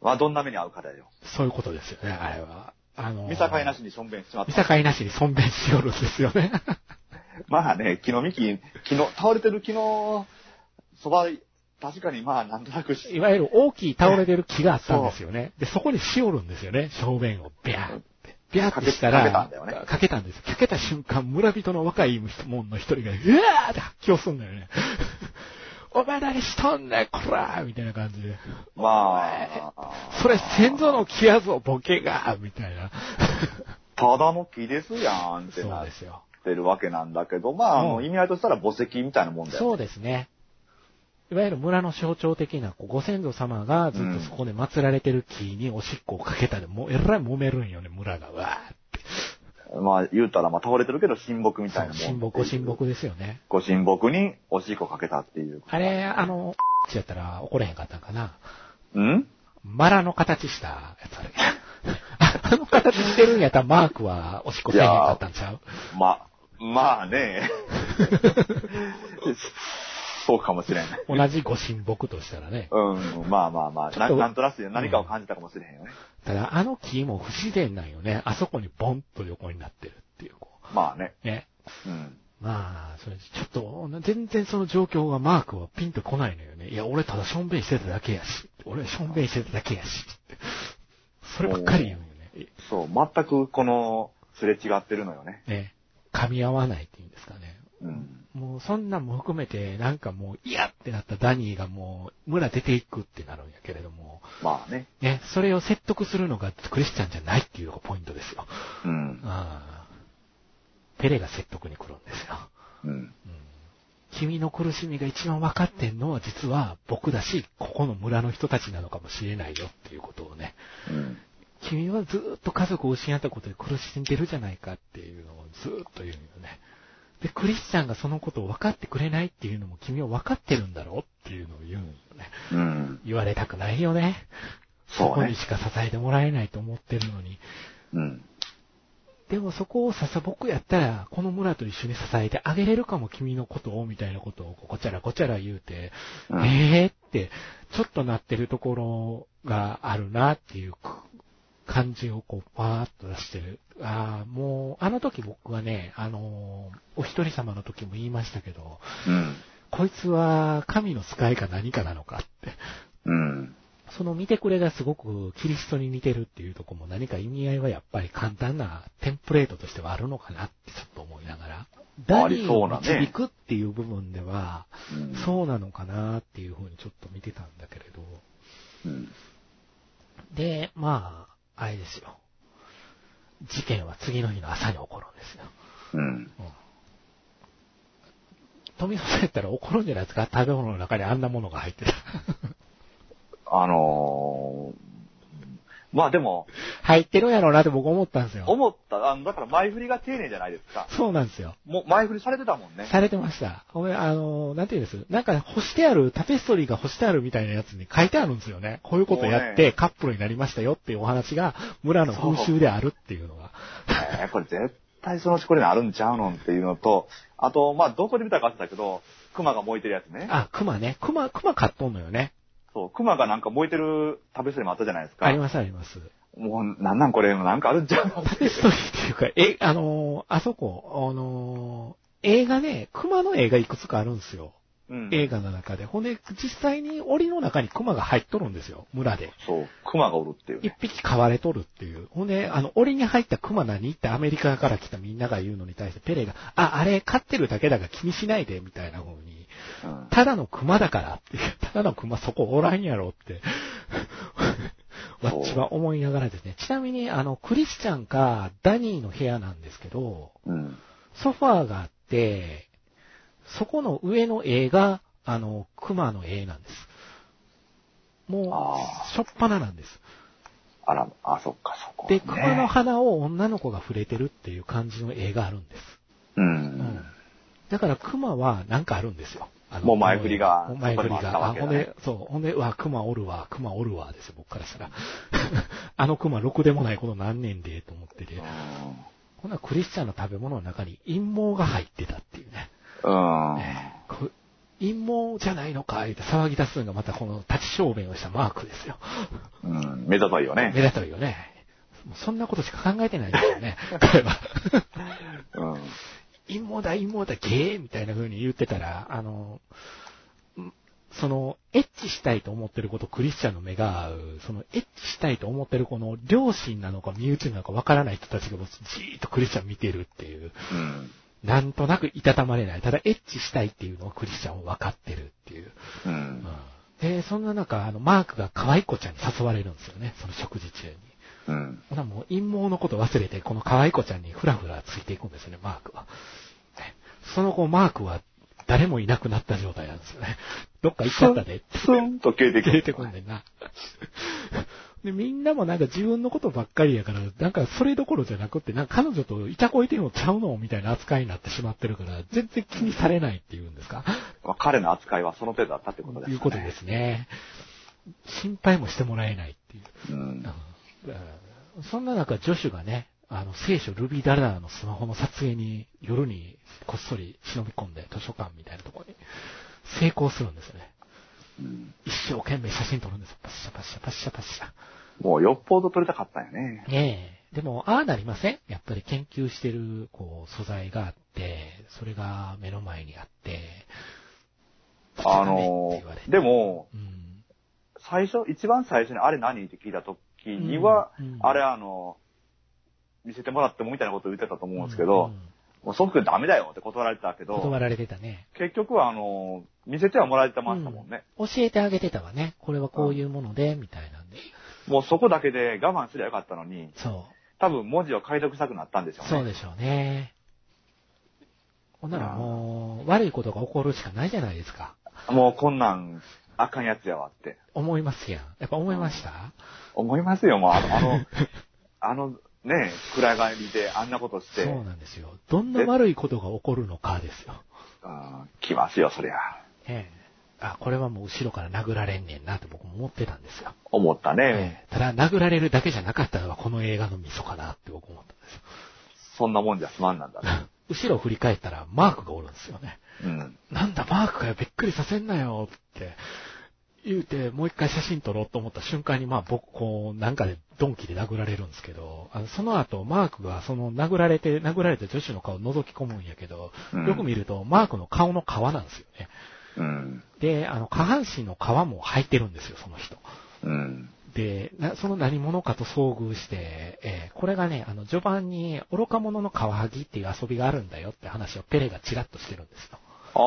Speaker 2: はどんな目に遭うかだよ。
Speaker 1: そういうことですよね、あれは。あのー
Speaker 2: 見境なし。にしょんべんしちまっ
Speaker 1: 見
Speaker 2: た。
Speaker 1: 境なしに損便しよるんですよね。
Speaker 2: まあね、木の幹、木の、倒れてる木の、そば、確かにまあ、なんとなくし
Speaker 1: いわゆる大きい倒れてる木があったんですよね。で、そこにしおるんですよね、小便を。ビャーって。ビャーってしたら、
Speaker 2: かけかけたんだよね
Speaker 1: かけたんです。かけた瞬間、村人の若い者の一人が、うわーって発狂するんだよね。 お前何しとんねん、こらーみたいな感じで。
Speaker 2: まあ、
Speaker 1: それ先祖の木やぞ、ボケがみたいな。
Speaker 2: ただの木ですやんっ
Speaker 1: そ
Speaker 2: て
Speaker 1: う
Speaker 2: なっ
Speaker 1: ですよ。
Speaker 2: てるわけなんだけど、まあ、あ
Speaker 1: う
Speaker 2: の、
Speaker 1: ん
Speaker 2: 意味合いとしたら墓石みたいなもんだよ。
Speaker 1: そうですね。いわゆる村の象徴的なこうご先祖様がずっとそこで祀られてる木におしっこをかけたで、もうえらい揉めるんよね、村が。わーって。
Speaker 2: まあ、言うたら、まあ、倒れてるけど、親睦みたいなもん。
Speaker 1: そう、神木、神。木ですよね。
Speaker 2: ご神木におしっこかけたっていう。
Speaker 1: あれ、あの、やったら怒れへんかったんかな。
Speaker 2: ん
Speaker 1: マラの形したやつあるやん あの形してるんやったらマークはおしっこせえへんかったんちゃう
Speaker 2: ま、まあ ね。そうかもしれない。
Speaker 1: 同じご神木としたらね。
Speaker 2: うん、まあまあまあ、ななんとなしで何かを感じたかもしれへんよね。
Speaker 1: ただ、あの木も不自然なんよね。あそこにボンと横になってるっていう、こ
Speaker 2: まあね。
Speaker 1: う。ね。
Speaker 2: うん。
Speaker 1: まあ、それちょっと、全然その状況がマークはピンとこないのよね。いや、俺ただしょんべんしてただけやし。俺しょんべんしてただけやし。そればっかり言うんよね。
Speaker 2: そう、全くこの、すれ違ってるのよね。
Speaker 1: ね。噛み合わないっていうんですかね。
Speaker 2: うん。
Speaker 1: もうそんなんも含めて、なんかもう、いやってなったダニーがもう、村出ていくってなるんやけれども、
Speaker 2: まあね。
Speaker 1: ね、それを説得するのがクリスチャンじゃないっていうのがポイントですよ。
Speaker 2: うん。
Speaker 1: ああペレが説得に来るんですよ。
Speaker 2: うん。
Speaker 1: うん君の苦しみが一番分かってんのは実は僕だし、ここの村の人たちなのかもしれないよっていうことをね、
Speaker 2: うん。
Speaker 1: 君はずーっと家族を失ったことで苦しんでるじゃないかっていうのをずーっと言うんよね。で、クリスチャンがそのことを分かってくれないっていうのも君は分かってるんだろうっていうのを言うんよね。
Speaker 2: うん。
Speaker 1: 言われたくないよね。
Speaker 2: そうね
Speaker 1: こにしか支えてもらえないと思ってるのに。
Speaker 2: うん。
Speaker 1: でもそこをささ僕やったら、この村と一緒に支えてあげれるかも君のことを、みたいなことをこちゃらこちゃら言うて、
Speaker 2: うん
Speaker 1: えーって、ちょっとなってるところがあるなっていうく感じをこう、パーッと出してる。ああ、もう、あの時僕はね、あのーお一人様の時も言いましたけど、
Speaker 2: うん。
Speaker 1: こいつは神の使いか何かなのかって。
Speaker 2: うん。
Speaker 1: その見てくれがすごくキリストに似てるっていうところも何か意味合いはやっぱり簡単なテンプレートとしてはあるのかなってちょっと思いながら。ダ
Speaker 2: あ
Speaker 1: ニ
Speaker 2: り
Speaker 1: ー
Speaker 2: そ
Speaker 1: を
Speaker 2: うなね
Speaker 1: 導くっていう部分では、
Speaker 2: うん
Speaker 1: そうなのかなっていうふうにちょっと見てたんだけれど。
Speaker 2: うん。
Speaker 1: で、まあ、あれですよ。事件は次の日の朝に起こるんですよ。
Speaker 2: うん。
Speaker 1: うん富澤さんやったら怒るんじゃないですか食べ物の中にあんなものが入 ってた。
Speaker 2: あのー、まあでも、
Speaker 1: 入ってるんやろうなって僕思ったんですよ。
Speaker 2: 思った、あの、だから前振りが丁寧じゃないですか。
Speaker 1: そうなんですよ。
Speaker 2: もう前振りされてたもんね。
Speaker 1: されてました。ごめんあの、なんていうんですなんか、干してある、タペストリーが干してあるみたいなやつに書いてあるんですよね。こういうことやっ
Speaker 2: そう
Speaker 1: て
Speaker 2: ね
Speaker 1: カップルになりましたよっていうお話が、村の風習であるっていうのが。
Speaker 2: えーこれ絶対そのうちこれにあるんちゃうのんっていうのと、あと、まあ、どこで見たかって言ったけど、熊が燃えてるやつね。
Speaker 1: あ、熊ね。熊、熊買っとんのよね。
Speaker 2: そう、熊がなんか燃えてる食べそりもあったじゃないですか。
Speaker 1: ありますあります。
Speaker 2: もう、なんなんこれ、なんかあるんち ゃうの
Speaker 1: タペストリーっていうか、え、あの、あそこ、あの、映画ね、熊の映画いくつかあるんですよ。
Speaker 2: うん。
Speaker 1: 映画の中で。ほんで、実際に檻の中に熊が入っとるんですよ。村で。
Speaker 2: そう、熊がおるっていう
Speaker 1: 一
Speaker 2: ね。
Speaker 1: 匹飼われとるっていう。ほんで、あの、檻に入った熊何ってアメリカから来たみんなが言うのに対してペレが、あ、あれ飼ってるだけだから気にしないで、みたいな風に、
Speaker 2: うん
Speaker 1: ただの熊だからっていう、ただの熊そこおらんやろって、
Speaker 2: そう
Speaker 1: 私は思いながらですね。ちなみに、あの、クリスチャンかダニーの部屋なんですけど、
Speaker 2: うん。
Speaker 1: ソファーがあって、そこの上の絵が、あの、熊の絵なんです。も
Speaker 2: あ
Speaker 1: う、しょっぱななんです。
Speaker 2: あら、あ、そっか、そこ、ね。
Speaker 1: で、熊の花を女の子が触れてるっていう感じの絵があるんです。
Speaker 2: うん。
Speaker 1: だから熊はなんかあるんですよ。あの
Speaker 2: もう前振りが
Speaker 1: もう前振り
Speaker 2: そこにもあった
Speaker 1: が。あ
Speaker 2: わけ
Speaker 1: ほ
Speaker 2: だ
Speaker 1: ん
Speaker 2: ね
Speaker 1: で、そう、ほんで、うわ、熊おるわ、熊おるわですよ、僕からしたら。 あの熊ろくでもないこと何年で、と思ってて。ほんならクリスチャンの食べ物の中に陰謀が入ってたっていうね。
Speaker 2: うん。
Speaker 1: こ陰謀じゃないのか、って騒ぎ出すのがまたこの立ち小便をしたマークです よ。
Speaker 2: うん。目立たいよ
Speaker 1: 目
Speaker 2: ね。
Speaker 1: 立つよね。もうそんなことしか考えてないんですよね、彼は。
Speaker 2: うん。
Speaker 1: 陰謀だ、陰謀だ、ゲーみたいな風に言ってたら、あの、んその、エッチしたいと思ってることクリスチャンの目が合う、その、エッチしたいと思ってるこの、両親なのか身内なのかわからない人たちがもうじーっとクリスチャン見てるっていう、
Speaker 2: うん。
Speaker 1: なんとなくいたたまれない。ただ、エッチしたいっていうのをクリスチャンは分かってるっていう。
Speaker 2: う
Speaker 1: うんん。で、そんな中、あの、マークが可愛い子ちゃんに誘われるんですよね、その食事中に。
Speaker 2: うん。
Speaker 1: ほなもう陰謀のこと忘れて、この可愛い子ちゃんにふらふらついていくんですよね、マークは。ねその後、マークは、誰もいなくなった状態なんですよね。どっか行っちゃったでって
Speaker 2: スンと消えてく
Speaker 1: 消え
Speaker 2: る。
Speaker 1: てこんねんな。 で、みんなもなんか自分のことばっかりやから、なんかそれどころじゃなくって、なんか彼女といたこいてんのちゃうのみたいな扱いになってしまってるから、全然気にされないっていうんですか。
Speaker 2: まあ彼の扱いはその程度だったってことです、ね。。
Speaker 1: いうことですすね。心配もしてもらえないっていう。
Speaker 2: うん。
Speaker 1: うんそんな中、ジョシュがね、あの、聖書ルビーダラーのスマホの撮影に夜にこっそり忍び込んで図書館みたいなところに成功するんですよね。
Speaker 2: うん
Speaker 1: 一生懸命写真撮るんですよ。パッシャパッシャパッシャパッシャ。
Speaker 2: もうよっぽど取れたかったんやね。
Speaker 1: ねえ。でも、ああなりませんやっぱり研究してる、こう、素材があって、それが目の前にあって、
Speaker 2: あの
Speaker 1: ダメって言われて
Speaker 2: ー、で、も、
Speaker 1: うん。
Speaker 2: 最初、一番最初にあれ何って聞いた時には、
Speaker 1: うんうん
Speaker 2: あれあの、見せてもらってもみたいなことを言ってたと思うんですけ
Speaker 1: う
Speaker 2: ど
Speaker 1: ん、
Speaker 2: もう即ダメだよって断られてたけ
Speaker 1: 断
Speaker 2: ど、
Speaker 1: られてたね。
Speaker 2: 結局はあの、見せてはもらえてましたもんね。
Speaker 1: 教えてあげてたわね。これはこういうもので、みたいなんで。
Speaker 2: もうそこだけで我慢すりゃよかったのに、
Speaker 1: そう。
Speaker 2: 多分文字を解読したくなったんでしょうね。
Speaker 1: そうでしょうね。ほんならもう、悪いことが起こるしかないじゃないですか。
Speaker 2: もうこんなん、あかんやつやわって。
Speaker 1: 思いますやん。やっぱ思いました
Speaker 2: 思いますよ、もうあの、あ の、あのね、暗がりであんなことし
Speaker 1: そう
Speaker 2: て、
Speaker 1: なんですよ。どんな悪いことが起こるのかですよ。
Speaker 2: うん来ますよ、そりゃ。
Speaker 1: ええ。あ、これはもう後ろから殴られんねんなって僕も思ってたんですよ。
Speaker 2: 思ったね。
Speaker 1: ええ。ただ、殴られるだけじゃなかったのはこの映画のミソかなって僕思ったんですよ。
Speaker 2: そんなもんじゃすまんなんだ ね。
Speaker 1: 後ろ振り返ったらマークがおるんですよね。
Speaker 2: うん。
Speaker 1: なんだマークかよ、びっくりさせんなよって言うて、もう一回写真撮ろうと思った瞬間に、まあ僕、こう、なんかでドンキで殴られるんですけど、あのその後、マークがその殴られて、殴られて女子の顔を覗き込むんやけど、
Speaker 2: うん
Speaker 1: よく見ると、マークの顔の皮なんですよね。
Speaker 2: うん。
Speaker 1: で、あの、下半身の皮も履いてるんですよ、その人。
Speaker 2: うん。
Speaker 1: で、なその何者かと遭遇して、えーこれがね、あの、序盤に愚か者の皮剥ぎっていう遊びがあるんだよって話をペレがチラッとしてるんですよ。
Speaker 2: あ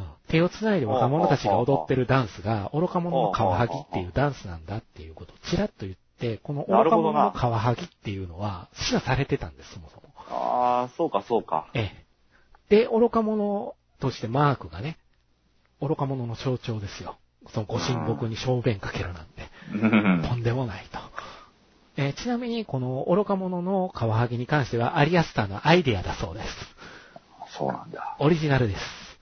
Speaker 2: ー。
Speaker 1: うん手を繋いで若者たちが踊ってるダンスが、愚か者の皮剥ぎっていうダンスなんだっていうことをちらっと言って、この愚か者の皮剥ぎっていうのは、死なされてたんです、そもそも。
Speaker 2: あー、そうか、そうか。
Speaker 1: ええ。で、愚か者としてマークがね、愚か者の象徴ですよ。そのご神木に小便かけるなんて。
Speaker 2: うん
Speaker 1: とんでもないと。えーちなみに、この愚か者の皮剥ぎに関しては、アリアスターのアイデアだそうです。
Speaker 2: そうなんだ。
Speaker 1: オリジナルです。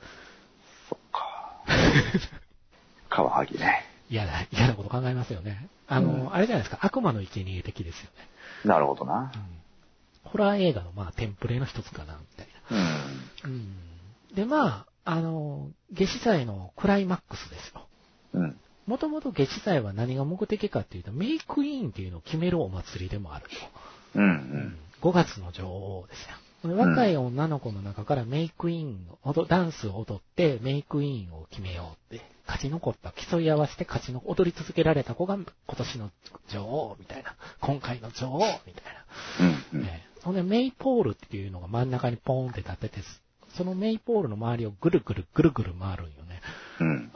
Speaker 2: そっか。カワハギね。
Speaker 1: 嫌な、嫌なこと考えますよね。あの、
Speaker 2: うん
Speaker 1: あれじゃないですか、悪魔の生贄的ですよね。
Speaker 2: なるほどな
Speaker 1: う。ん。ホラー映画の、まあ、テンプレの一つかな、みたい
Speaker 2: うん。
Speaker 1: な。うん。で、まあ、あの、下死罪のクライマックスですよ。
Speaker 2: うん。
Speaker 1: もともと下死罪は何が目的かっていうと、メイクイーンっていうのを決めるお祭りでもあると。
Speaker 2: うん。うん。
Speaker 1: 5月の女王ですよ。この若い女の子の中からメイクインを踊、ダンスを踊ってメイクインを決めようって、勝ち残った、競い合わせて勝ちの、踊り続けられた子が今年の女王みたいな、今回の女王みたい
Speaker 2: うん。
Speaker 1: な。
Speaker 2: うん
Speaker 1: ねそんでメイポールっていうのが真ん中にポーンって立ってて、そのメイポールの周りをぐるぐるぐるぐる回るんよね。
Speaker 2: うん。
Speaker 1: うん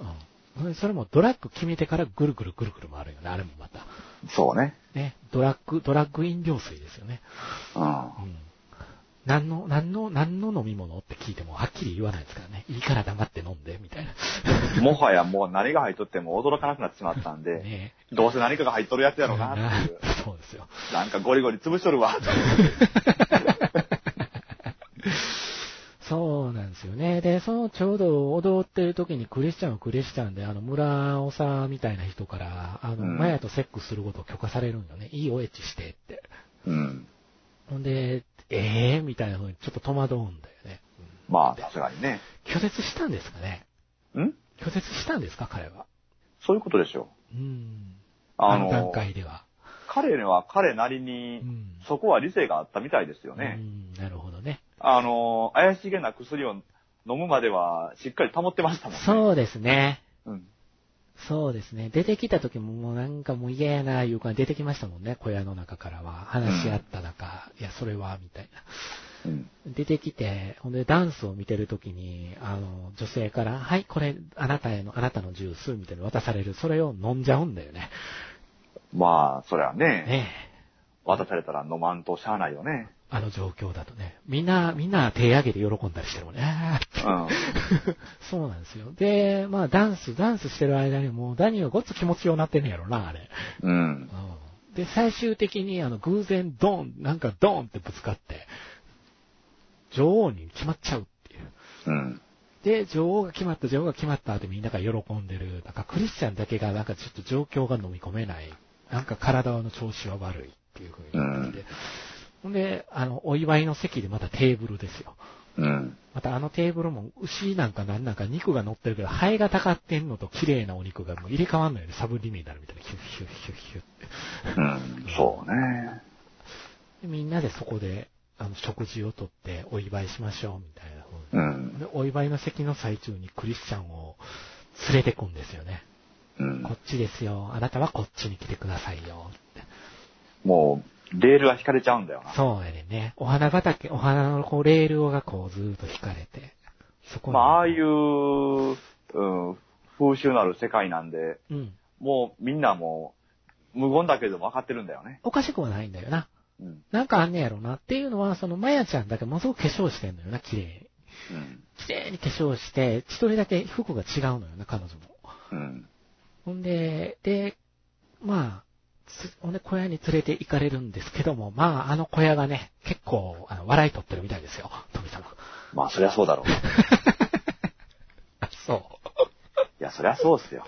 Speaker 1: それ。それもドラッグ決めてからぐるぐるぐるぐる回るよね、あれもまた。
Speaker 2: そうね。
Speaker 1: ね、ドラッグ、ドラッグ飲料水ですよね。
Speaker 2: うん。
Speaker 1: うん何の、何の、何の飲み物って聞いてもはっきり言わないですからね。いいから黙って飲んで、みたいな。
Speaker 2: もはやもう何が入っとっても驚かなくなってしまったんで、
Speaker 1: ね
Speaker 2: どうせ何かが入っとるやつやろうなっていう。
Speaker 1: そうですよ。
Speaker 2: なんかゴリゴリ潰しとるわ。
Speaker 1: そうなんですよね。で、そのちょうど踊ってる時にクリスチャンはクリスチャンで、あの、村長みたいな人から、あの、
Speaker 2: うん
Speaker 1: マヤとセックスすることを許可されるんよね。いいおエッチしてって。
Speaker 2: うん。
Speaker 1: ほんで、ええー、みたいな風にちょっと戸惑うんだよね。
Speaker 2: まあ、さすがにね。
Speaker 1: 拒絶したんですかね
Speaker 2: ん
Speaker 1: 拒絶したんですか彼は。
Speaker 2: そういうことでしょ
Speaker 1: うん。
Speaker 2: う。
Speaker 1: あ
Speaker 2: あ
Speaker 1: の段
Speaker 2: の、
Speaker 1: 階では。
Speaker 2: 彼は彼な
Speaker 1: う
Speaker 2: りに、
Speaker 1: ん。
Speaker 2: そこは理性があったみたいですよ
Speaker 1: う
Speaker 2: ね。
Speaker 1: ん、なるほどね。
Speaker 2: あの、怪しげな薬を飲むまでは、しっかり保ってましたもんね。
Speaker 1: そうですね。
Speaker 2: うん。
Speaker 1: そうですね。出てきた時ももうなんかもう嫌やないう感じ出てきましたもんね。小屋の中からは。話し合った中、いや、それは、みたい
Speaker 2: うん。
Speaker 1: な。出てきて、ほんでダンスを見てる時に、あの、女性から、はい、これ、あなたへの、あなたのジュース、みたいなの渡される。それを飲んじゃうんだよね。
Speaker 2: まあ、そりゃね、
Speaker 1: ねえ。
Speaker 2: 渡されたら飲まんとしゃあないよね。
Speaker 1: あの状況だとね。みんな、みんな手上げて喜んだりしてるもんね。 あーって
Speaker 2: うん。
Speaker 1: そうなんですよ。で、まあダンス、ダンスしてる間にもうダニーはごっつ気持ちようなってんねやろな、あれ。
Speaker 2: うん。
Speaker 1: うんで、最終的にあの偶然ドン、なんかドンってぶつかって、女王に決まっちゃうっていう。
Speaker 2: うん。
Speaker 1: で、女王が決まった、女王が決まったってみんなが喜んでる。なんかクリスチャンだけがなんかちょっと状況が飲み込めない。なんか体の調子は悪いっていう風になってて。ほんで、あの、お祝いの席でまたテーブルですよ。
Speaker 2: うん。
Speaker 1: またあのテーブルも牛なんかなんなんか肉が乗ってるけど、ハエがたかってんのと綺麗なお肉がもう入れ替わんのよね。サブリミナルみたいな。ヒュッヒュッヒュッヒュッって。
Speaker 2: うん。そうね。
Speaker 1: でみんなでそこで、あの、食事をとってお祝いしましょうみたいな風に
Speaker 2: うん。
Speaker 1: でお祝いの席の最中にクリスチャンを連れてくんですよね。
Speaker 2: うん
Speaker 1: こ。っちですよ。あなたはこっちに来てくださいよ。って
Speaker 2: もう、レールが引かれちゃうんだよな。
Speaker 1: そうやねんね。お花畑、お花のこうレールがこうずーっと引かれて。そこに
Speaker 2: まあ、ああい。う、うん、風習のある世界なんで、
Speaker 1: うん。
Speaker 2: もうみんなもう、無言だけども分かってるんだよね。
Speaker 1: おかしくはないんだよな。
Speaker 2: うん。
Speaker 1: なんかあんねやろな。っていうのは、そのマヤちゃんだけものすごく化粧してんのよな、綺麗に。
Speaker 2: うん。
Speaker 1: 綺麗に化粧して、一人だけ服が違うのよな、彼女も。
Speaker 2: うん。
Speaker 1: ほんで、で、まあ、つほんで小屋に連れて行かれるんですけども、まあ、あの小屋がね、結構、あの、笑い取ってるみたいですよ、富様。
Speaker 2: まあ、そりゃそう だろう。い
Speaker 1: あ、そう。
Speaker 2: や、そりゃそうっすよ。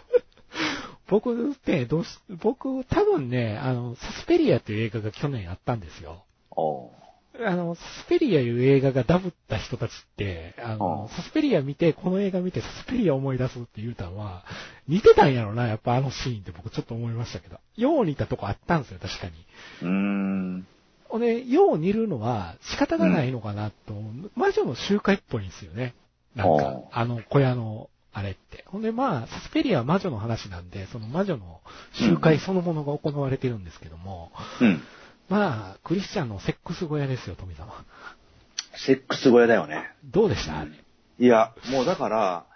Speaker 1: 僕って、どうし、僕、多分ね、あの、サスペリアという映画が去年あったんですよ。
Speaker 2: おう。
Speaker 1: あの、サスペリアいう映画がダブった人たちって、あ
Speaker 2: う
Speaker 1: の
Speaker 2: ん、
Speaker 1: サスペリア見て、この映画見て、サスペリア思い出すって言うたんは、似てたんやろな、やっぱあのシーンって僕ちょっと思いましたけど。よう似たとこあったんですよ、確かに。
Speaker 2: うーん。
Speaker 1: ほんで、よう似るのは仕方がないのかなと、魔女の集会っぽいんですよね。なんか
Speaker 2: おう、
Speaker 1: あの小屋の、あれって。ほんで、まあ、サスペリアは魔女の話なんで、その魔女の集会そのものが行われてるんですけども、
Speaker 2: うん。
Speaker 1: まあ、クリスチャンのセックス小屋ですよ、富様。
Speaker 2: セックス小屋だよね。
Speaker 1: どうでした、
Speaker 2: いや、もうだから、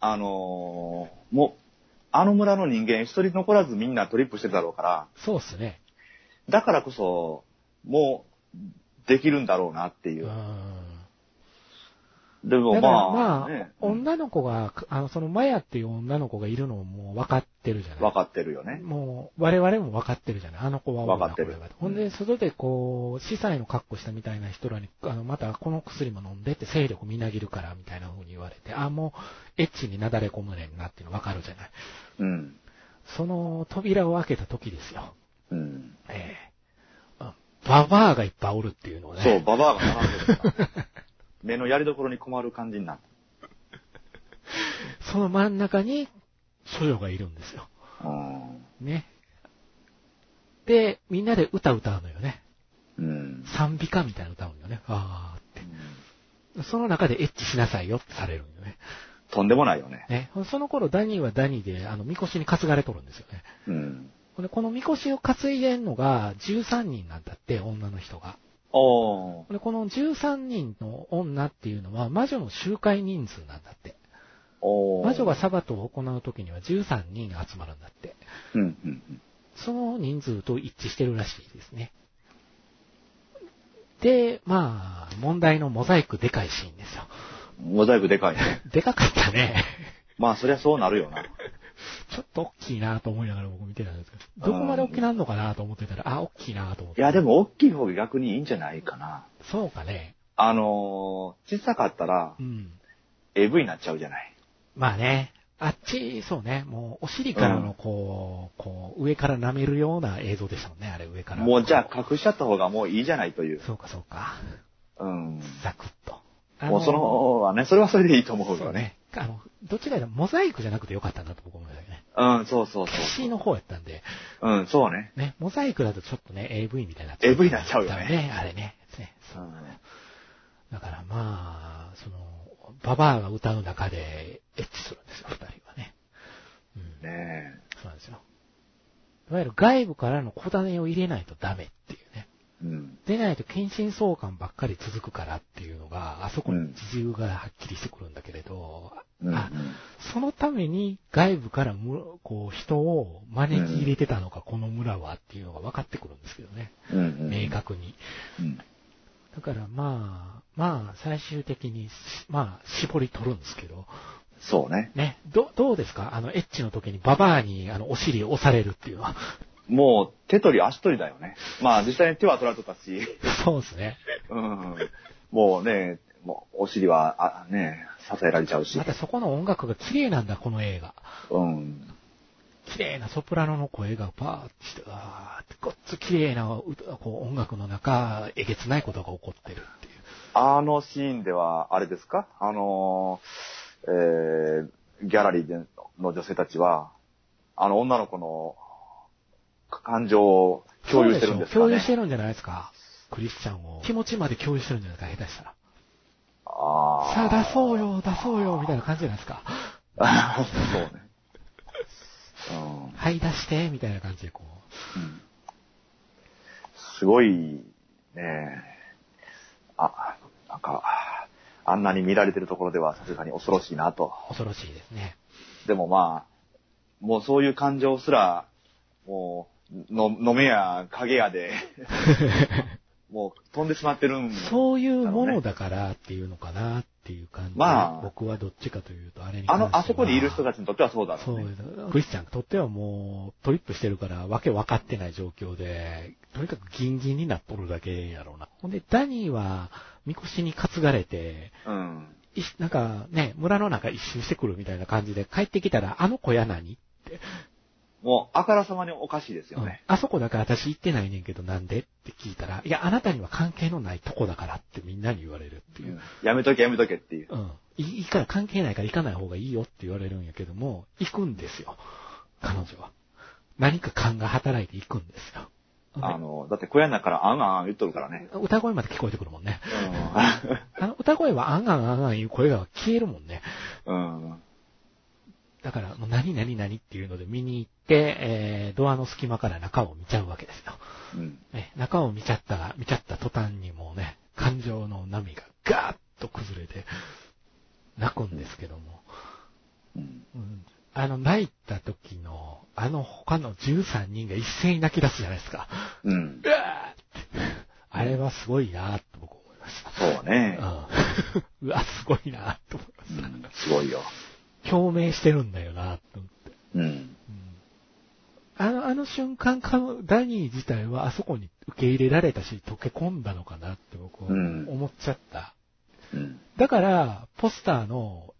Speaker 2: あのーもう、あの村の人間一人残らずみんなトリップしてるだろうから、
Speaker 1: そうっすね。
Speaker 2: だからこそ、もう、できるんだろうなっていうう。
Speaker 1: ん。
Speaker 2: でも
Speaker 1: だか
Speaker 2: ま
Speaker 1: ら
Speaker 2: あ、
Speaker 1: まあ、
Speaker 2: ね、
Speaker 1: 女の子が、あの、そのマヤっていう女の子がいるのももう分かってるじゃない
Speaker 2: 分かってるよね。
Speaker 1: もう、我々も分かってるじゃない。あの子は女
Speaker 2: 分かって
Speaker 1: こ
Speaker 2: る
Speaker 1: れはほんで、外でこう、司祭の格好したみたいな人らに、あの、またこの薬も飲んでって勢力みなぎるから、みたいな風に言われて、あ、もう、エッチになだれ込むねんなっていうの分かるじゃない。
Speaker 2: うん。
Speaker 1: その扉を開けた時ですよ。
Speaker 2: うん。
Speaker 1: ええあババアがいっぱいおるっていうのをね。
Speaker 2: そう、ババアが並んでるから。 目のやりどころに困る感じになる。
Speaker 1: その真ん中に、処女がいるんですよ。
Speaker 2: うん。
Speaker 1: ね。で、みんなで歌歌うのよね。
Speaker 2: うん。
Speaker 1: 賛美歌みたいなの歌うのよね。あーって。その中でエッチしなさいよってされるんよね。
Speaker 2: とんでもないよね。
Speaker 1: ね。その頃、ダニーはダニーで、あの、みこしに担がれとるんですよね。
Speaker 2: うん。
Speaker 1: これこのみこしを担いでんのが13人なんだって、女の人が。
Speaker 2: おー。
Speaker 1: これこの13人の女っていうのは、魔女の集会人数なんだって。
Speaker 2: おー。
Speaker 1: 魔女がサバトを行う時には13人集まるんだって。
Speaker 2: うん、うん、うん。
Speaker 1: その人数と一致してるらしいですね。で、まあ、問題のモザイクでかいシーンですよ。
Speaker 2: モザイクでかいね。
Speaker 1: でかかったね。
Speaker 2: まあ、そりゃそうなるよな。
Speaker 1: ちょっと大きいなと思いながら僕見てたんですけど、どこまで大きなんのかなと思ってたら、あ、大きいなと思っ
Speaker 2: い
Speaker 1: て。
Speaker 2: や、で。も大きい方が逆にいいんじゃないかな。
Speaker 1: そうかね。
Speaker 2: あのー小さかったら
Speaker 1: う、ん。
Speaker 2: AV になっちゃうじゃない。
Speaker 1: まあね。あっち、そうね。もう、お尻からの、こう、こう、上から舐めるような映像でしたもんね、あれ、上から。
Speaker 2: もうじゃあ隠しちゃった方がもういいじゃないという。
Speaker 1: そうか、そうか。
Speaker 2: うん。
Speaker 1: ザクッと。あ
Speaker 2: もうその方はね、それはそれでいいと思う
Speaker 1: そ
Speaker 2: よ
Speaker 1: う
Speaker 2: ね。
Speaker 1: ね。あの、どちらでもモザイクじゃなくてよかったなと僕思いましたけどね。
Speaker 2: うん、そうそう
Speaker 1: キシ
Speaker 2: そ
Speaker 1: ー
Speaker 2: う。
Speaker 1: の方やったんで、
Speaker 2: うん、そうね。
Speaker 1: ね、モザイクだとちょっとね、AV みたいになっちゃう。
Speaker 2: AV になっちゃうよね
Speaker 1: あれね。ね
Speaker 2: う
Speaker 1: そうんだからまあ、その、ババアが歌う中でエッチするんですよ、二人はね。うん。
Speaker 2: ねえ。
Speaker 1: そうなんですよ。いわゆる外部からの小種を入れないとダメっていうね。
Speaker 2: うん。
Speaker 1: でないと近親相関ばっかり続くからっていうのが、あそこに自由がはっきりしてくるんだけれど、
Speaker 2: うん。
Speaker 1: あそのために外部からむこう人を招き入れてたのか、この村はっていうのが分かってくるんですけどね。
Speaker 2: うん。うん
Speaker 1: 明。確に。
Speaker 2: うん。
Speaker 1: だからまあ、まあ、最終的に、まあ、絞り取るんですけど、
Speaker 2: そうね。
Speaker 1: ね、ど、どうですかあの、エッチの時にババアに、あの、お尻を押されるっていうのは。
Speaker 2: もう手取り足取りだよね。まあ実際に手は取られとったし、
Speaker 1: そうですね。
Speaker 2: うん、もうね、もうお尻は、あね、支えられちゃうし
Speaker 1: ま、たそこの音楽が綺麗なんだ、この映画。
Speaker 2: うん、
Speaker 1: 綺麗なソプラノの声がバーッて、あーって、ごっつ綺麗な歌こう音楽の中、えげつないことが起こってるっていう。
Speaker 2: あのシーンでは、あれですかあのー、えー、ギャラリーでの女性たちは、あの女の子の感情を共有してるんですか
Speaker 1: そうしょ共
Speaker 2: ね。
Speaker 1: 有してるんじゃないですか。クリスチャンを。気持ちまで共有してるんじゃないですか、下手したら。
Speaker 2: あ
Speaker 1: さあ、出そう
Speaker 2: よ。
Speaker 1: よ、出そうよ、みたいな感じじゃないですか。
Speaker 2: そうね。うん
Speaker 1: はい、出して、みたいな感じでこう。
Speaker 2: うんすごい、ねえ、あ、なんか、あんなに見られてるところではさすがに恐ろしいなと。
Speaker 1: 恐ろしいですね。
Speaker 2: でもまあ、もうそういう感情すら、もう、の、飲めや、影 やで、もう飛んでしまってるん。
Speaker 1: そういうものだからっていうのかなっていう感じで、
Speaker 2: まあ
Speaker 1: 僕はどっちかというと、あれに
Speaker 2: あ
Speaker 1: 関しては
Speaker 2: の、あそこにいる人たちにとってはそうだろ
Speaker 1: そう
Speaker 2: ね。
Speaker 1: う、クリスチャンにとってはもうトリップしてるからわけ分かってない状況で、とにかくギンギンになっとるだけやろうな。ほんで、ダニーは、みこしに担がれて、
Speaker 2: うん。
Speaker 1: いなんかね、村の中一周してくるみたいな感じで帰ってきたら、あの小屋何、
Speaker 2: もう、あからさまにおかしいですよね。
Speaker 1: あそこだから私行ってないねんけどなんでって聞いたら、いや、あなたには関係のないとこだからってみんなに言われるっていう。
Speaker 2: やめとけやめとけっていう。
Speaker 1: うん。いいいいから関係ないから行かない方がいいよって言われるんやけども、行くんですよ。彼女は。何か勘が働いて行くんですよ。
Speaker 2: あの、だって小屋の中からあんあん言っとるからね。
Speaker 1: 歌声まで聞こえてくるもんね。
Speaker 2: うん。
Speaker 1: あの歌声はあんあんあんあんいう声が消えるもんね。
Speaker 2: うん。
Speaker 1: だから、もう何々何っていうので見に行って、えー、ドアの隙間から中を見ちゃうわけですよ。
Speaker 2: うん。
Speaker 1: ね、中を見ちゃったら、見ちゃった途端にもうね、感情の波がガーッと崩れて、泣くんですけども、
Speaker 2: うん。
Speaker 1: うんあの、泣いた時の、あの他の13人が一斉に泣き出すじゃないですか。
Speaker 2: う
Speaker 1: う。
Speaker 2: ん
Speaker 1: わーってあれはすごいなーって僕思いました。
Speaker 2: そうね。
Speaker 1: うん。う わ、すごいなーって思いま
Speaker 2: う
Speaker 1: し
Speaker 2: ん。すごいよ。
Speaker 1: た。共鳴してるんだよなーって思って。
Speaker 2: うん。
Speaker 1: あの、あの瞬間、かダニー自体はあそこに受け入れられたし、溶け込んだのかなって僕は
Speaker 2: うん
Speaker 1: 思っちゃった。
Speaker 2: うん。
Speaker 1: だから、ポスターの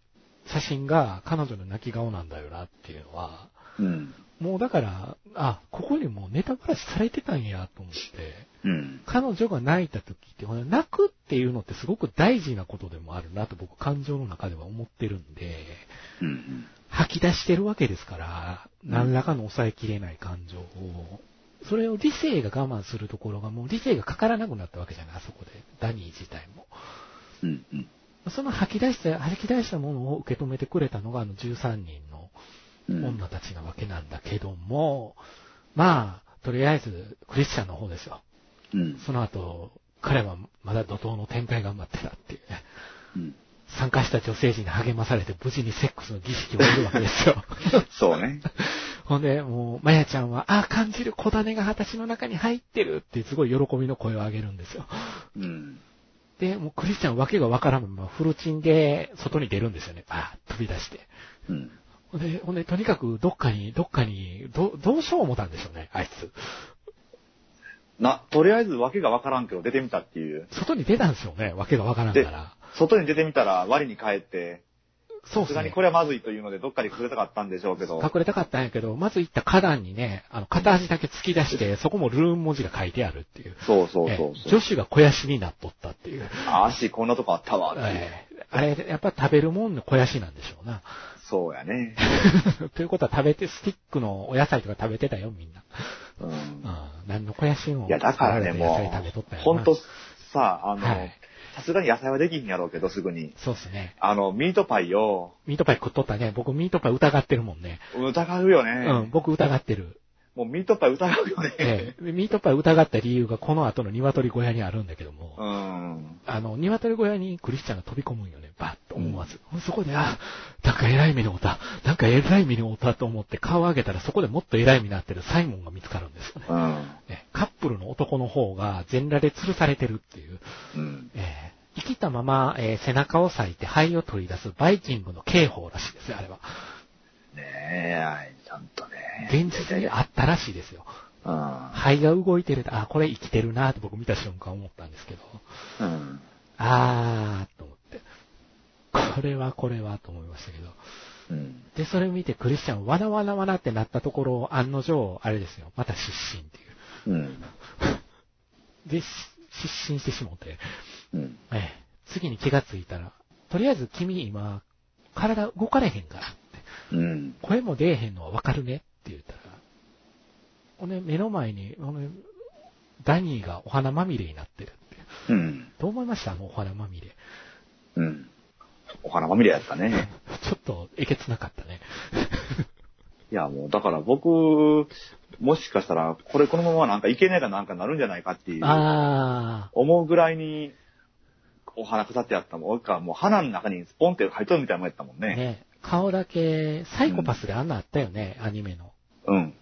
Speaker 1: 写真が彼女の泣き顔なんだよなっていうのは、
Speaker 2: うん。
Speaker 1: もうだから、あ、ここにもうネタバラシされてたんやと思って、
Speaker 2: うん。
Speaker 1: 彼女が泣いた時って、ほら泣くっていうのってすごく大事なことでもあるなと僕感情の中では思ってるんで、
Speaker 2: うん。
Speaker 1: 吐き出してるわけですから、
Speaker 2: うん
Speaker 1: 何らかの抑えきれない感情を、それを理性が我慢するところがもう理性がかからなくなったわけじゃない、あそこで。ダニー自体も。
Speaker 2: うん。うん。
Speaker 1: その吐き出した、吐き出したものを受け止めてくれたのがあの13人の
Speaker 2: うん。
Speaker 1: 女たちなわけなんだけども、まあ、とりあえずクリスチャンの方ですよ。
Speaker 2: うん。
Speaker 1: その後、彼はまだ怒涛の展開が待ってたっていうね。
Speaker 2: うん。
Speaker 1: 参加した女性陣に励まされて無事にセックスの儀式を終えるわけです よ。
Speaker 2: そうね。
Speaker 1: ほんで、もう、まやちゃんは、あ、感じる、小種が私の中に入ってるって、すごい喜びの声を上げるんですよ。
Speaker 2: うん。
Speaker 1: で、もうクリスチャンわけがわからんまま、フルチンで外に出るんですよね。あー飛び出して。
Speaker 2: うん。
Speaker 1: ほんで、ほんで、とにかく、どっかに、どっかに、ど、どうしよう思ったんでしょうね、あいつ。
Speaker 2: な、とりあえずわけがわからんけど出てみたっていう。
Speaker 1: 外に出たんですよね、わけがわからんから。
Speaker 2: 外に出てみたら我に返って、
Speaker 1: そう
Speaker 2: さ
Speaker 1: ですす
Speaker 2: がに
Speaker 1: ね
Speaker 2: こ。れはまずいというのでどっかに隠れたかったんでしょうけど。
Speaker 1: 隠れたかったんやけど、まず行った花壇にね、あの、片足だけ突き出して、そこもルーン文字が書いてあるっていう。
Speaker 2: そうそうそう
Speaker 1: ええ
Speaker 2: そう
Speaker 1: 女。子が肥やしになっとったっていう。
Speaker 2: あ足こんなとこあったわっていう。
Speaker 1: ええあれ、やっぱ食べるもんの肥やしなんでしょうな。
Speaker 2: そうやね。
Speaker 1: ということは食べて、スティックのお野菜とか食べてたよ、みんな。う
Speaker 2: う。
Speaker 1: んん。何の肥やしも。
Speaker 2: いや、だからね、
Speaker 1: 取られて野
Speaker 2: も
Speaker 1: 菜食べとった
Speaker 2: う、
Speaker 1: よな
Speaker 2: ほんとさ、あの、
Speaker 1: はい
Speaker 2: さすがに野菜はできひんやろうけど、すぐに。
Speaker 1: そうですね。
Speaker 2: あの、ミートパイを
Speaker 1: ミートパイ食っとったね。僕ミートパイ疑ってるもんね。
Speaker 2: 疑うよね。
Speaker 1: うん、僕疑ってる。
Speaker 2: もうミートパイ疑うよね。
Speaker 1: ええ、ミートパイ疑った理由がこの後の鶏小屋にあるんだけど
Speaker 2: う
Speaker 1: も、
Speaker 2: ん。
Speaker 1: あの、鶏小屋にクリスチャンが飛び込むんよね、バッと思わず。そこで、あ、なんか偉い目に遭うた、なんか偉い目に遭うたと思って顔を上げたらそこでもっと偉い目になってるサイモンが見つかるんですよね。
Speaker 2: うん。
Speaker 1: ええカップルの男の方が全裸で吊るされてるっていう、
Speaker 2: うん。
Speaker 1: えー生きたまま、えー背中を裂いて肺を取り出すバイキングの刑法らしいですよ、あれは。
Speaker 2: ねえ、あいちゃんとね。
Speaker 1: 現実にあったらしいですよ。
Speaker 2: うん。
Speaker 1: 肺が動いてると、あ、これ生きてるなって僕見た瞬間思ったんですけど、
Speaker 2: うん。
Speaker 1: あーと思って、これはこれはと思いましたけど。
Speaker 2: うん。
Speaker 1: で、それを見てクリスチャン、わなわなわなってなったところ、案の定、あれですよ、また失神ってい
Speaker 2: うん。
Speaker 1: う。で、し失神してしもって、
Speaker 2: うん。
Speaker 1: ええ次に気がついたら、とりあえず君今、体動かれへんからって。
Speaker 2: うん。
Speaker 1: 声も出えへんのはわかるねって言ったら、ほんで目の前に、ほんでダニーがお花まみれになってるって。
Speaker 2: うん。
Speaker 1: どう思いましたあのお花まみれ。
Speaker 2: うん。お花まみれやったね。
Speaker 1: ちょっとえげつなかったね。
Speaker 2: いや、もう、だから僕、もしかしたら、これこのままなんかいけねえかなんかなるんじゃないかっていう、
Speaker 1: あ
Speaker 2: 思うぐらいに、お花飾ってやったもん。おいか、もう花の中にスポンって入っとるみたいなもんやったもん
Speaker 1: ー、
Speaker 2: ね。
Speaker 1: ね、顔だけ、サイコパスであんなあったよね、アニメの。
Speaker 2: うん。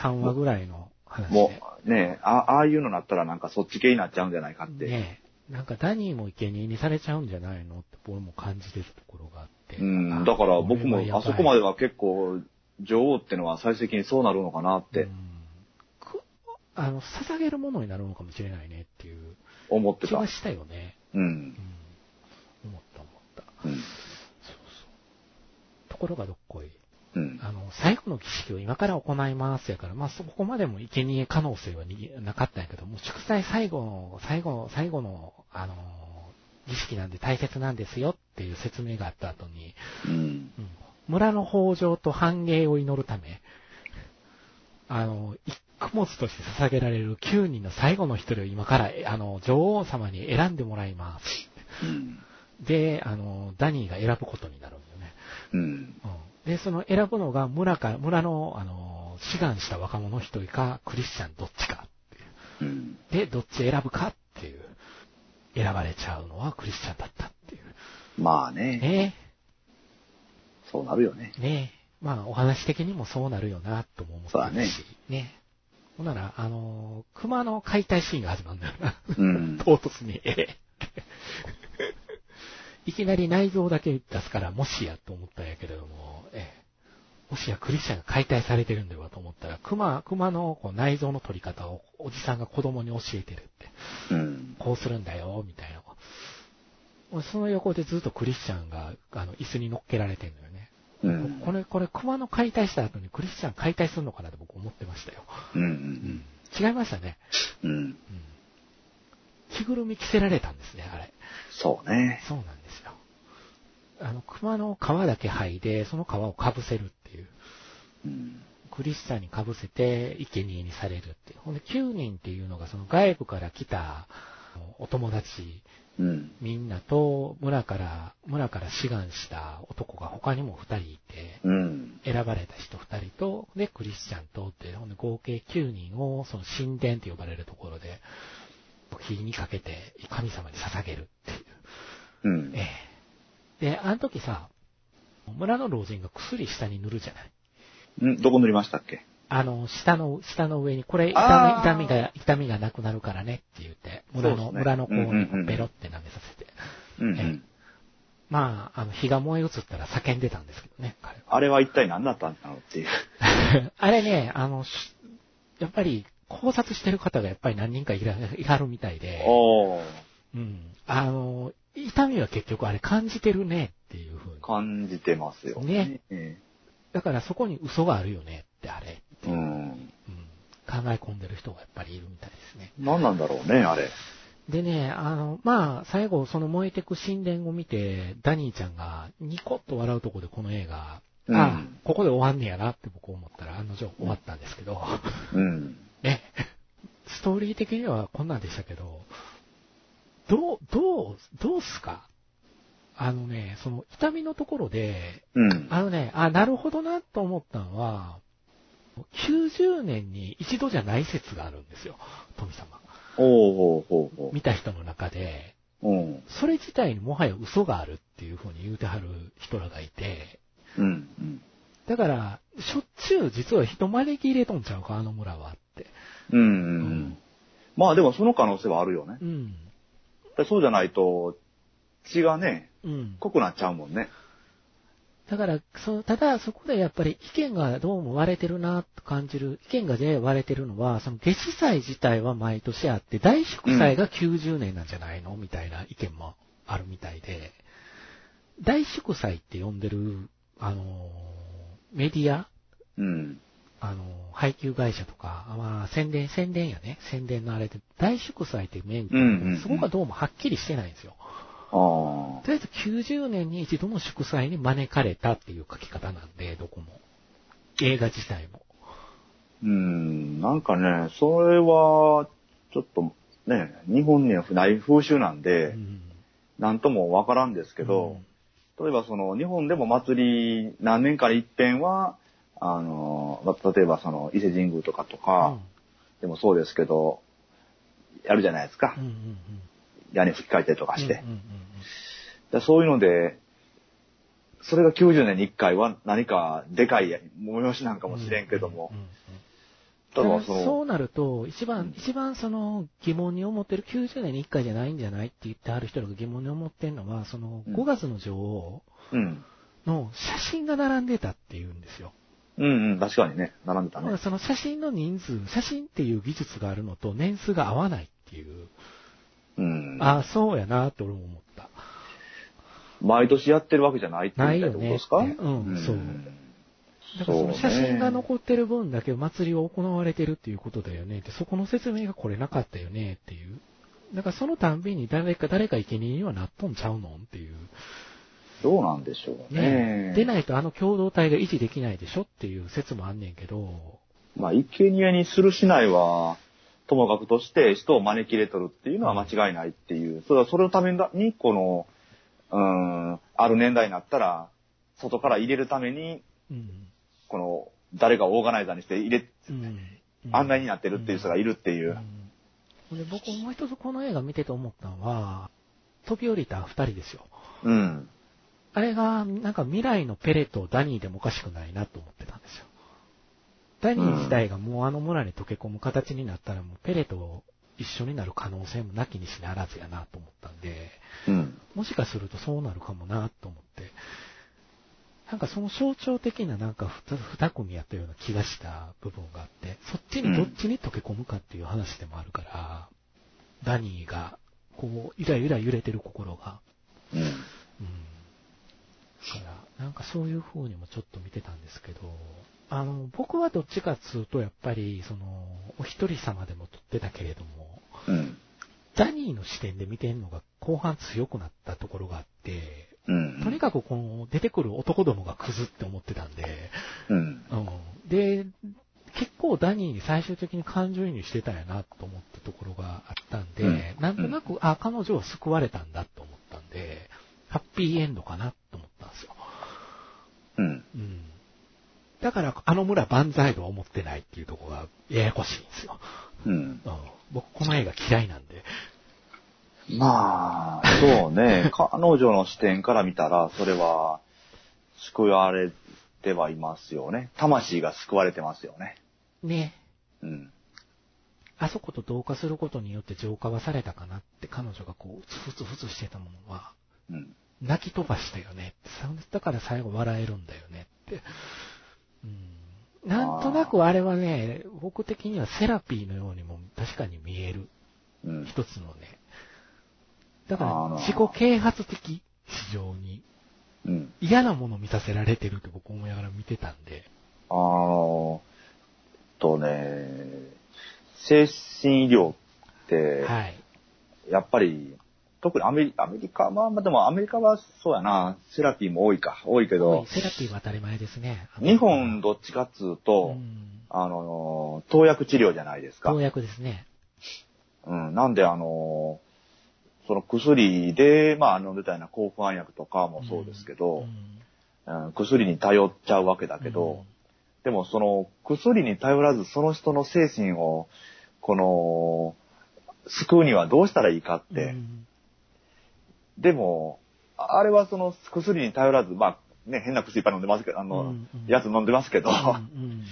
Speaker 1: 3話ぐらいの話で。
Speaker 2: もう、ねえ、あああいうのなったらなんかそっち系になっちゃうんじゃないかって。
Speaker 1: ねなんかダニーも生贄にされちゃうんじゃないのって僕も感じてるところがあって。
Speaker 2: うん、だから僕もあそこま
Speaker 1: で
Speaker 2: では結構、女王ってのは最終的にそうなるのかなっ
Speaker 1: う
Speaker 2: て
Speaker 1: んくあの、捧げるものになるのかもしれないねっていう
Speaker 2: 思って
Speaker 1: 気
Speaker 2: た
Speaker 1: が。したよね。
Speaker 2: う。
Speaker 1: うんん。思った思った。
Speaker 2: うん。
Speaker 1: そうそう。ところがどっこい。
Speaker 2: うん。
Speaker 1: あの、最後の儀式を今から行いますやから、まあ、そこまでも生贄可能性はになかったんやけど、もう祝祭最後の、最後の、最後の、あのー、儀式なんで大切なんですよっていう説明があった後に、
Speaker 2: うん。
Speaker 1: うん村の豊穣と繁栄を祈るため、あの、一供物として捧げられる9人の最後の一人を今から、えあの、女王様に選んでもらいます。
Speaker 2: うん。
Speaker 1: で、あの、ダニーが選ぶことになるんだよね。
Speaker 2: うん。
Speaker 1: うん。で、その選ぶのが村か、村の、あの、志願した若者一人か、クリスチャンどっちかっていう。
Speaker 2: うん。
Speaker 1: で、どっち選ぶかっていう。選ばれちゃうのはクリスチャンだったっていう。
Speaker 2: まあね、
Speaker 1: ね
Speaker 2: そうなるよね。
Speaker 1: ねえ。まあ、お話的にもそうなるよな、とも思って
Speaker 2: そうだ
Speaker 1: る
Speaker 2: ね
Speaker 1: し。ねほんなら、あのー熊の解体シーンが始まるんだよ な。
Speaker 2: うん。
Speaker 1: 唐突に、ええって。 いきなり内臓だけ出すから、もしやと思ったんやけれども、ええ。もしやクリスチャンが解体されてるんではと思ったら、熊、熊のこう内臓の取り方をおじさんが子供に教えてるって。
Speaker 2: うん。
Speaker 1: こうするんだよ、みたいな。俺その横でずっとクリスチャンが、あの、椅子に乗っけられてるのよね。
Speaker 2: うん。
Speaker 1: これ、これ、熊の解体した後にクリスチャン解体するのかなって僕思ってましたよ。
Speaker 2: うん。
Speaker 1: 違いましたね。
Speaker 2: うん。
Speaker 1: うん。着ぐるみ着せられたんですね、あれ。
Speaker 2: そうね。
Speaker 1: そうなんですよ。あの、熊の皮だけ剥いで、その皮をかぶせるっていう。
Speaker 2: うん。
Speaker 1: クリスチャンにかぶせて、生贄にされるっていう。ほんで、9人っていうのが、その外部から来た、あのお友達
Speaker 2: うん。
Speaker 1: みんなと村から、村から志願した男が他にも2人いて、
Speaker 2: うん。
Speaker 1: 選ばれた人2人と、で、クリスチャンとって、ほんで合計9人を、その神殿って呼ばれるところで、火にかけて神様に捧げるっていう。
Speaker 2: うん。
Speaker 1: ええ。で、あの時さ、村の老人が薬下に塗るじゃない。
Speaker 2: うん。どこ塗りましたっけ
Speaker 1: あの、下の、下の上に、これ痛
Speaker 2: あー
Speaker 1: み、痛みが、痛みがなくなるからねって言って、村の、
Speaker 2: そうですね
Speaker 1: 村の子
Speaker 2: うんうん
Speaker 1: に
Speaker 2: うん
Speaker 1: ベロって舐めさせて。
Speaker 2: うんうん。
Speaker 1: まあ、あの、火が燃え移ったら叫んでたんですけどね、彼
Speaker 2: あれは一体何だったんだろうって いう。
Speaker 1: は。あれね、あの、しやっぱり考察してる方がやっぱり何人かいらいはるみたいで、
Speaker 2: おー。
Speaker 1: うん。あの、痛みは結局あれ感じてるねっていう風に。
Speaker 2: 感じてますよ。
Speaker 1: ね
Speaker 2: え
Speaker 1: だからそこに嘘があるよねってあれ、
Speaker 2: え。うん。
Speaker 1: うん。考え込んでる人がやっぱりいるみたいですね。
Speaker 2: 何なんだろうね、あれ。
Speaker 1: でね、あの、まあ、最後、その燃えてく神殿を見て、ダニーちゃんがニコッと笑うとこでこの映画、
Speaker 2: うん
Speaker 1: ああ、ここで終わんねやなって僕思ったら、案の定終わったんですけど、
Speaker 2: うん。
Speaker 1: ね、 ストーリー的にはこんなんでしたけど、どう、どう、どうすかあのね、その痛みのところで、
Speaker 2: うん。
Speaker 1: あのね、あ、なるほどなと思ったのは、 90年に一度じゃない説があるんですよ、富様。
Speaker 2: おうほうほうほ
Speaker 1: 見た人の中で、
Speaker 2: う。うん。
Speaker 1: それ自体にもはや嘘があるっていう風に言うてはる人らがいて、
Speaker 2: うん。うん
Speaker 1: だから、しょっちゅう実は人招き入れとんちゃうか、あの村はって。
Speaker 2: うん。う。。
Speaker 1: うん
Speaker 2: まあでもその可能性はあるよね。
Speaker 1: うん。
Speaker 2: だってそうじゃないと、血がね、
Speaker 1: うん。
Speaker 2: 濃くなっちゃうもんね。
Speaker 1: だから、その、ただそこでやっぱり意見がどうも割れてるなと感じる、意見がで割れてるのは、その夏至祭自体は毎年あって、大祝祭が90年なんじゃないのみたいな意見もあるみたいで、大祝祭って呼んでる、あのー、メディア
Speaker 2: うん。
Speaker 1: あのー、配給会社とか、あまあ、宣伝、宣伝やね。宣伝のあれで、大祝祭っていう名打ってるんだけど
Speaker 2: うんうんうん
Speaker 1: そこがどうもはっきりしてないんですよ。
Speaker 2: ああ。
Speaker 1: とりあえず90年に一度の祝祭に招かれたっていう書き方なんで、どこも。映画自体も。
Speaker 2: うん。なんかね、それは、ちょっと、ね、日本にはない風習なん
Speaker 1: う
Speaker 2: で、
Speaker 1: ん。
Speaker 2: なんともわからんですけど、例えばその日本でも祭り何年かに一遍は、あの、ま例えばその伊勢神宮とかと
Speaker 1: うん、
Speaker 2: か、でもそうですけど、やるじゃないですか
Speaker 1: うん。うん。うんうん。
Speaker 2: 屋根吹き替えたりとかして。
Speaker 1: うんうんうん
Speaker 2: だそういうので、それが90年に1回は何かでかい催しなんかもしれんけども
Speaker 1: う、んうんうん
Speaker 2: ただそ
Speaker 1: ただそ
Speaker 2: の、
Speaker 1: うなると、一
Speaker 2: う
Speaker 1: 番
Speaker 2: ん、
Speaker 1: 一番その疑問に思ってる、90年に1回じゃないんじゃないって言ってある人が疑問に思ってるのは、その
Speaker 2: うん
Speaker 1: 5月の女王
Speaker 2: うん、
Speaker 1: の写真が並んでたっていうんですよ。
Speaker 2: うんうん、確かにね、並んでた
Speaker 1: まあ
Speaker 2: ね。
Speaker 1: その写真の人数、写真っていう技術があるのと年数が合わないっていう。
Speaker 2: うん。
Speaker 1: ああ、そうやなって俺も思った。
Speaker 2: 毎年やってるわけじゃないって
Speaker 1: ない
Speaker 2: 言
Speaker 1: よ
Speaker 2: ってこと
Speaker 1: ね
Speaker 2: ですか
Speaker 1: ってうんそうだからその
Speaker 2: そうね
Speaker 1: 写真が残ってる分だけ祭りは行われてるっていうことだよねって、そこの説明がこれなかったよねっていう。だからそのたんびに誰か、誰か生贄にはなっとんちゃうのんっていう。
Speaker 2: どうなんでしょう
Speaker 1: ね
Speaker 2: ね。
Speaker 1: でないとあの共同体が維持できないでしょっていう説もあんねんけど、
Speaker 2: まあ、生贄にするしないは、ともかくとして人を招き入れとるっていうのは間違いないっていう。それはそれのために、この、うーん、ある年代になったら、外から入れるために、
Speaker 1: うん。
Speaker 2: この、誰がオーガナイザーにして入れ、
Speaker 1: うん。うん
Speaker 2: 案内になってるっていう人がいるっていう。
Speaker 1: うんで僕もう一つこの映画見てて思ったのは、飛び降りた二人ですよ。
Speaker 2: うん。
Speaker 1: あれが、なんか未来のペレとダニーでもおかしくないなと思ってたんですよ。ダニー自体がもうあの村に溶け込む形になったら、もうペレと一緒になる可能性もなきにしならずやなと思ったんで、
Speaker 2: うん。
Speaker 1: もしかするとそうなるかもなと思って、なんかその象徴的ななんか二二組やったような気がした部分があって、そっちにどっちに溶け込むかっていう話でもあるから、ダニーが、こう、ゆらゆら揺れてる心が、
Speaker 2: うん。
Speaker 1: うん。だから、なんかそういう風にもちょっと見てたんですけど、あの、僕はどっちかっつうと、やっぱり、その、お一人様でも撮ってたけれども、
Speaker 2: うん。
Speaker 1: ダニーの視点で見てんのが後半強くなったところがあって、
Speaker 2: うん。
Speaker 1: とにかくこの出てくる男どもがクズって思ってたんで、
Speaker 2: うん。
Speaker 1: うん。で、結構ダニーに最終的に感情移入してたんやなと思ったところがあったんで、
Speaker 2: うん
Speaker 1: なんとなく、あ、彼女は救われたんだと思ったんで、ハッピーエンドかなと思ったんですよ。
Speaker 2: うん。
Speaker 1: うん。だから、あの村万歳とは思ってないっていうところがややこしいんですよ。
Speaker 2: うん。
Speaker 1: うん。僕、この映画嫌いなんで。
Speaker 2: まあ、そ うね。彼女の視点から見たら、それは、救われてはいますよね。魂が救われてますよね。
Speaker 1: ね。
Speaker 2: うん。
Speaker 1: あそこと同化することによって浄化はされたかなって彼女がこう、ふつふつふつしてたものは、
Speaker 2: うん。
Speaker 1: 泣き飛ばしたよねってさだから最後笑えるんだよねって。うん。なんとなくあれはね、僕的にはセラピーのようにも確かに見える。
Speaker 2: うん。
Speaker 1: 一つのね。だから
Speaker 2: あ、の
Speaker 1: 自己啓発的、非常に。
Speaker 2: うん。
Speaker 1: 嫌なもの見させられてるって僕思いながら見てたんで。
Speaker 2: あの、とね、精神医療って、
Speaker 1: はい。
Speaker 2: やっぱり、特にアメリアメリカ、まあまあでもアメリカはそうやな、セラピーも多いか、多いけ
Speaker 1: は
Speaker 2: ど
Speaker 1: い、セラピーは当たり前ですね。
Speaker 2: 日本どっちかっつう
Speaker 1: う
Speaker 2: と、
Speaker 1: ん。
Speaker 2: あの、投薬治療じゃないですか
Speaker 1: 投。薬ですね。
Speaker 2: うん、なんであの、その薬で、まあ、飲んでたような抗不安薬とかもそうですけど、
Speaker 1: ん
Speaker 2: うん薬に頼っちゃうわけだけど、でもその薬に頼らずその人の精神を、この、救うにはどうしたらいいかって、
Speaker 1: うん
Speaker 2: でも、あれはその薬に頼らず、まあ、ね、変な薬いっぱい飲んでますけど、あの、
Speaker 1: うんうん
Speaker 2: やつ飲んでますけど、
Speaker 1: うん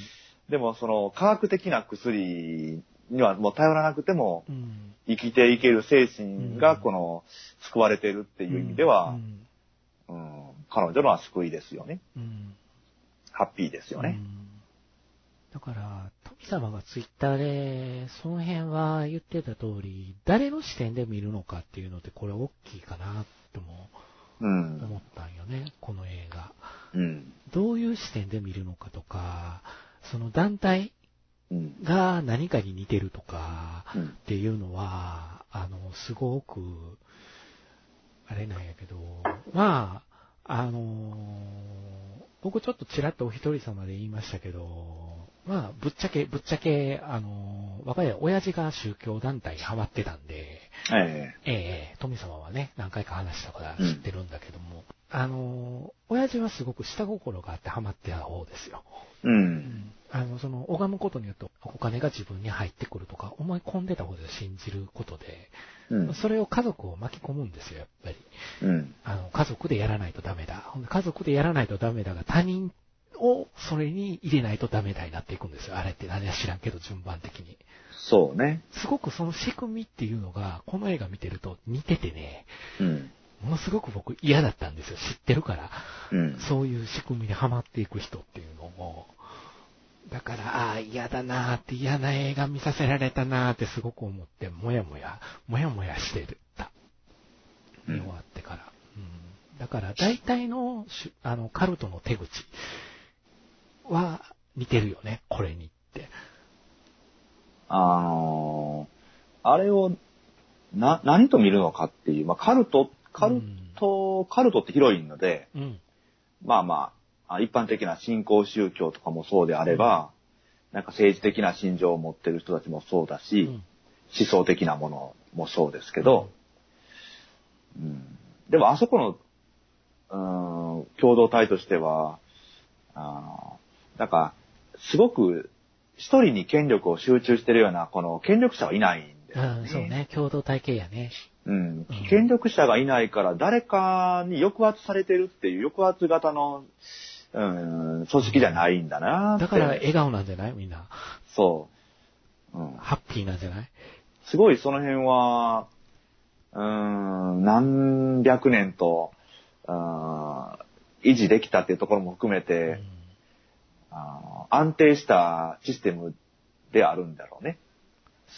Speaker 2: でもその科学的な薬にはもう頼らなくても
Speaker 1: うんうん
Speaker 2: 生きていける精神が
Speaker 1: うん
Speaker 2: この救われてるっていう意味では、
Speaker 1: うん
Speaker 2: うん彼女のは救いですよね。
Speaker 1: うん
Speaker 2: ハッピーですよ
Speaker 1: う
Speaker 2: ね。
Speaker 1: んだから、富様がツイッターで、その辺は言ってた通り、誰の視点で見るのかっていうのって、これ大きいかなとも
Speaker 2: うん。
Speaker 1: 思ったんよね、この映画。
Speaker 2: うん。
Speaker 1: どういう視点で見るのかとか、その団体
Speaker 2: うん。
Speaker 1: が何かに似てるとか、
Speaker 2: うん
Speaker 1: っていうのは、あの、すごく、あれなんやけど、まあ、あの、僕ちょっとちらっとお一人様で言いましたけど、まあ、ぶっちゃけ、ぶっちゃけ、あの、我が家、親父が宗教団体にハマってたんで、
Speaker 2: え
Speaker 1: ええ、富様はね、何回か話したから知ってるんだけども、あの、親父はすごく下心があってハマってた方ですよ。
Speaker 2: えうん。
Speaker 1: あの、その、拝むことによってお金が自分に入ってくるとか思い込んでたことで信じることで、
Speaker 2: うん。
Speaker 1: それを家族を巻き込むんですよ、やっぱり。
Speaker 2: うん。
Speaker 1: あの、家族でやらないとダメだ。ほんで家族でやらないとダメだが、他人をそれに入れないとダメだになっていくんですよ。あれって何や知らんけど、順番的に。
Speaker 2: そうね。
Speaker 1: すごくその仕組みっていうのが、この映画見てると似ててね、
Speaker 2: うん。
Speaker 1: ものすごく僕嫌だったんですよ。知ってるから。
Speaker 2: うん。
Speaker 1: そういう仕組みにはまっていく人っていうのも、だから、ああ、嫌だなーって、嫌な映画見させられたなーってすごく思って、もやもや、もやもやしてた。
Speaker 2: うん
Speaker 1: 見終わってから。うん、だから、大体のしゅ、あの、カルトの手口は似てるよね、これにって。
Speaker 2: あのーあれを、な、何と見るのかっていう、まあ、カルト、カルト、カルトって広いので、
Speaker 1: うん。
Speaker 2: まあまあ、あ一般的な信仰宗教とかもそうであれば、なんか政治的な信条を持ってる人たちもそうだ
Speaker 1: う
Speaker 2: し、
Speaker 1: ん。
Speaker 2: 思想的なものもそうですけど、うん、でもあそこの、うん、共同体としては、あの、なんか、すごく一人に権力を集中してるような、この権力者はいないんです
Speaker 1: う
Speaker 2: よ
Speaker 1: ん、そう。ね、共同体系やね。
Speaker 2: うん、権力者がいないから誰かに抑圧されてるっていう抑圧型の、うん、組織じゃないんだなって
Speaker 1: だから、笑顔なんじゃないみんな。
Speaker 2: そう、うん。
Speaker 1: ハッピーなんじゃない
Speaker 2: すごいその辺は、うーん、何百年と、うーん維持できたっていうところも含め
Speaker 1: う
Speaker 2: て、
Speaker 1: ん
Speaker 2: あの安定したシステムであるんだろうね。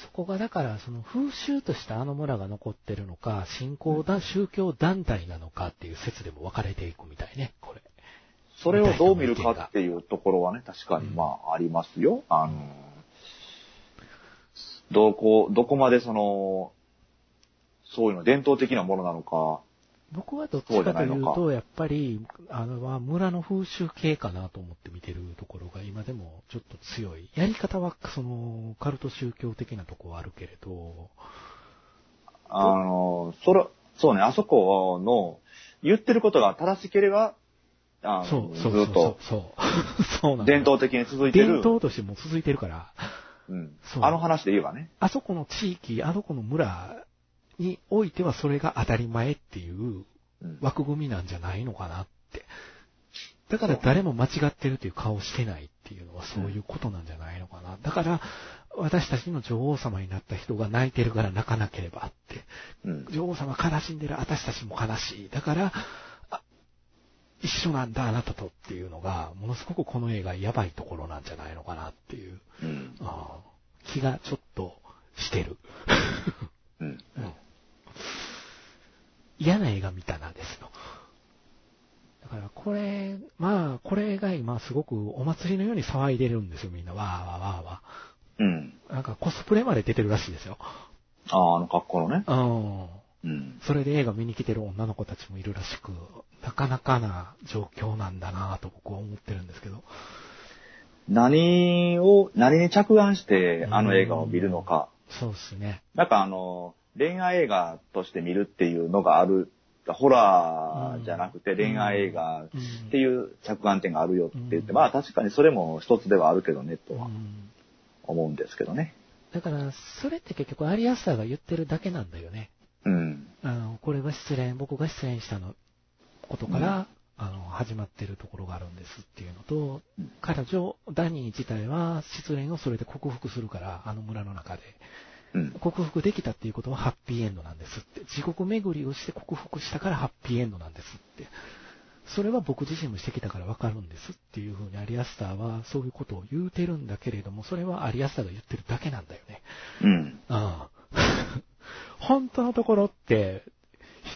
Speaker 1: そこがだから、その風習としてあの村が残ってるのか、信仰だ、宗教団体なのかっていう説でも分かれていくみたいね、これ。
Speaker 2: それをどう見るかっていうところはね、確かにまあありますよ。あの、どこ、どこまでその、そういうの伝統的なものなのか、
Speaker 1: 僕はどっちかというと、やっぱり、あの、まあ村の風習系かなと思って見てるところが今でもちょっと強い。やり方は、その、カルト宗教的なとこはあるけれど、
Speaker 2: あの、それ、そうね、あそこの、言ってることが正しければ、あ
Speaker 1: そ
Speaker 2: の
Speaker 1: う、
Speaker 2: ず
Speaker 1: そ
Speaker 2: っ
Speaker 1: うそうそ
Speaker 2: と
Speaker 1: う、 そう。そうなんだ
Speaker 2: 伝統的に続いて
Speaker 1: 伝
Speaker 2: る、
Speaker 1: 統としてもう続いてるから、
Speaker 2: うん
Speaker 1: そう
Speaker 2: あの話で言えばね。
Speaker 1: あそこの地域、あそこの村においてはそれが当たり前っていう
Speaker 2: うん
Speaker 1: 枠組みなんじゃないのかなって。だから誰も間違ってるという顔してないっていうのはそういうことなんじゃないのかな。だから、私たちの女王様になった人が泣いてるから泣かなければって。
Speaker 2: うん
Speaker 1: 女王様悲しんでる私たちも悲しい。だから、あ一緒なんだあなたとっていうのが、ものすごくこの映画やばいところなんじゃないのかなっていう、
Speaker 2: うん
Speaker 1: あー気がちょっとしてる。
Speaker 2: うん
Speaker 1: うん嫌な映画見たなですよ。だからこれ、まあ、これが今すごくお祭りのように騒いでるんですよ、みんな。わーわーわーわ
Speaker 2: うん
Speaker 1: ー。なんかコスプレまで出てるらしいですよ。
Speaker 2: ああ、あの格好のね。
Speaker 1: うん。
Speaker 2: うん
Speaker 1: それで映画見に来てる女の子たちもいるらしく、なかなかな状況なんだなぁと僕は思ってるんですけど。
Speaker 2: 何を、何に着眼してあの映画を見るのか。
Speaker 1: そうっすね。
Speaker 2: なんかあの、恋愛映画として見るっていうのがあるホラーじゃなくて恋愛映画
Speaker 1: うん
Speaker 2: っていう着眼点があるよって言っ
Speaker 1: う
Speaker 2: て、
Speaker 1: ん
Speaker 2: まあ確かにそれも一つではあるけどね、と
Speaker 1: う
Speaker 2: は
Speaker 1: ん
Speaker 2: 思うんですけどね。
Speaker 1: だから、それって結局、アリアスターが言ってるだけなんだよね。
Speaker 2: うん。
Speaker 1: あの、これが失恋、僕が失恋したのことから、あの、始まってるところがあるんですっていうのと
Speaker 2: うん、
Speaker 1: 彼女、ダニー自体は失恋をそれで克服するから、あの村の中で。
Speaker 2: うん。
Speaker 1: 克服できたっていうことはハッピーエンドなんですって。地獄巡りをして克服したからハッピーエンドなんですって。それは僕自身もしてきたからわかるんですっていうふうにアリアスターはそういうことを言うてるんだけれども、それはアリアスターが言ってるだけなんだよね。
Speaker 2: うん。
Speaker 1: うん。 本当のところって、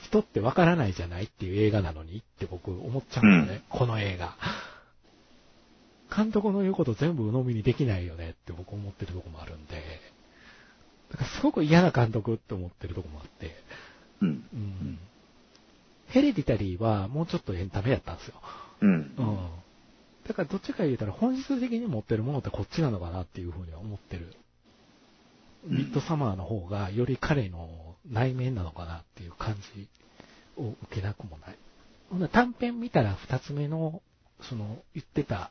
Speaker 1: 人ってわからないじゃないっていう映画なのにって僕思っちゃうんだよね、この映画。監督の言うこと全部鵜呑みにできないよねって僕思ってるとこもあるんで、だからすごく嫌な監督って思ってるとこもあって、
Speaker 2: うん。
Speaker 1: うん。ヘレディタリーはもうちょっとエンタメやったんですよ。
Speaker 2: うん。
Speaker 1: うん。だからどっちか言うたら本質的に持ってるものってこっちなのかなっていうふうには思ってる。
Speaker 2: うん
Speaker 1: ミッドサマーの方がより彼の内面なのかなっていう感じを受けなくもない。ほな短編見たら二つ目の、その言ってた、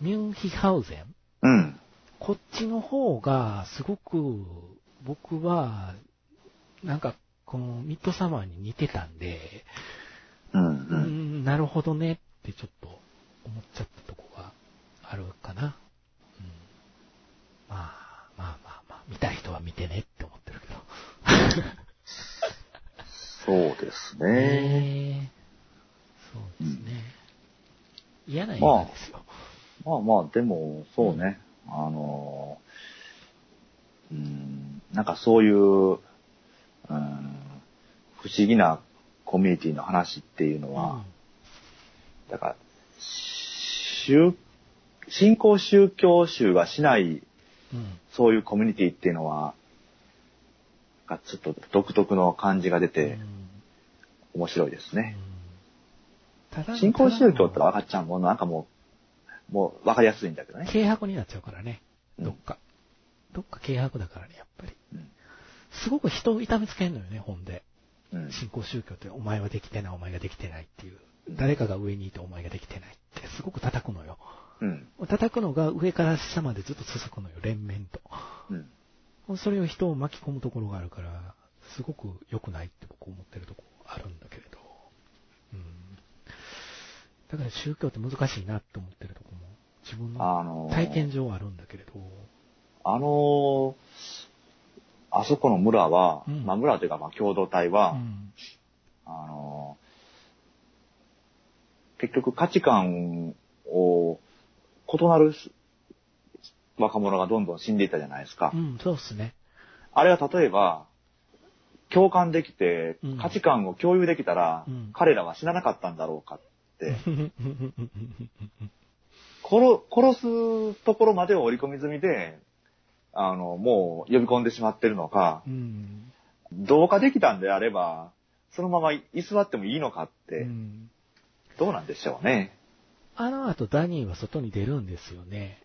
Speaker 1: ミュンヒハウゼン。
Speaker 2: うん。
Speaker 1: こっちの方がすごく僕はなんかこのミッドサマーに似てたんで、
Speaker 2: うん。
Speaker 1: う
Speaker 2: うんん。
Speaker 1: なるほどねってちょっと思っちゃったとこがあるかな。うん、まあ、まあまあまあ、見たい人は見てねって思ってるけど。
Speaker 2: そうです ね。
Speaker 1: えそうですね。嫌な映画ですよ。
Speaker 2: まあまあ、でも、そうね。あの、うん、なんかそういう、うん、不思議なコミュニティの話っていうのは、だから、宗、信仰宗教集がしない、
Speaker 1: うん。うん
Speaker 2: そういうコミュニティっていうのは、なんかちょっと独特の感じが出て面白いですね。
Speaker 1: うんただ
Speaker 2: 信仰宗教って
Speaker 1: た
Speaker 2: のは
Speaker 1: だ
Speaker 2: 分かっちゃうもんなんかもう、もう分かりやすいんだけどね。
Speaker 1: 軽薄になっちゃうからね。
Speaker 2: うん
Speaker 1: どっか。どっか軽薄だからね、やっぱり
Speaker 2: うん。
Speaker 1: すごく人を痛めつけんのよね、本で。
Speaker 2: うん
Speaker 1: 信仰宗教ってお前はできてない、お前ができてないっていう。誰かが上にいてお前ができてないってすごく叩くのよ。
Speaker 2: うん。
Speaker 1: 叩くのが上から下までずっと続くのよ、連綿
Speaker 2: うん。
Speaker 1: と。それを人を巻き込むところがあるから、すごく良くないって僕思ってるとこあるんだけれど。うん。だから宗教って難しいなって思ってるとこも、自分の
Speaker 2: あのー、
Speaker 1: 体験上はあるんだけれど。
Speaker 2: あのーあそこの村は、
Speaker 1: うん
Speaker 2: まあ村というかまあ共同体
Speaker 1: う
Speaker 2: は、
Speaker 1: ん。
Speaker 2: あのー結局価値観を異なる若者がどんどん死んでいったじゃないですか。
Speaker 1: うん、そうっすね。
Speaker 2: あれは例えば、共感できて
Speaker 1: うん、
Speaker 2: 価値観を共有できたら、
Speaker 1: うん
Speaker 2: 彼らは死ななかったんだろう かって、
Speaker 1: う
Speaker 2: 殺殺すところまでを織り込み済みで、あの、もう呼び込んでしまってるのか、
Speaker 1: ん。
Speaker 2: 同化できたんであれば、そのまま居座ってもいいのかって、
Speaker 1: うん
Speaker 2: どうなんでしょうね。
Speaker 1: あの後ダニーは外に出るんですよね。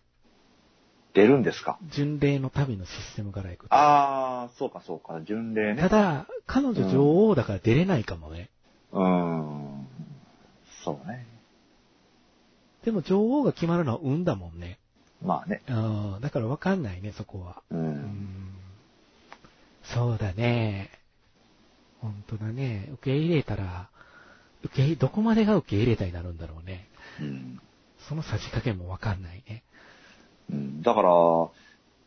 Speaker 2: 出るんですか
Speaker 1: 巡礼の旅のシステムから行くと。
Speaker 2: あー、そうかそうか、巡礼
Speaker 1: た
Speaker 2: ね。
Speaker 1: だ、彼女女王だから出れないかもね。
Speaker 2: うーん。そうね。
Speaker 1: でも女王が決まるのは運だもんね。
Speaker 2: まあね。
Speaker 1: うん、だからわかんないね、そこは。
Speaker 2: う。
Speaker 1: うんん。そうだね。本当だね。受け入れたら、受け入れ、どこまでが受け入れたになるんだろうね。
Speaker 2: うん。
Speaker 1: その差し加減もわかんないね。
Speaker 2: うんだから、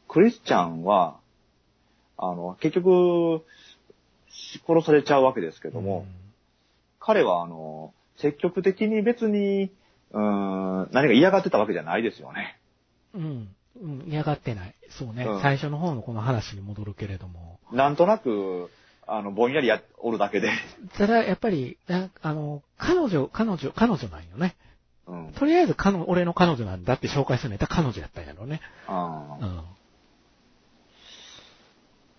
Speaker 2: クリスチャンは、あの、結局、し殺されちゃうわけですけども、彼は、あの、積極的に別に、うーん、何か嫌がってたわけじゃないですよね。
Speaker 1: うん。うん、嫌がってない。そうね、
Speaker 2: うん
Speaker 1: 最初の方のこの話に戻るけれども。
Speaker 2: なんとなく、あの、ぼんやりやおるだけで。
Speaker 1: ただ、やっぱり、なあの、彼女、彼女、彼女なんよね。
Speaker 2: うん。
Speaker 1: とりあえず、彼女、俺の彼女なんだって紹介するネタ彼女やったんやろうね。う
Speaker 2: あ
Speaker 1: ん。
Speaker 2: ー
Speaker 1: だ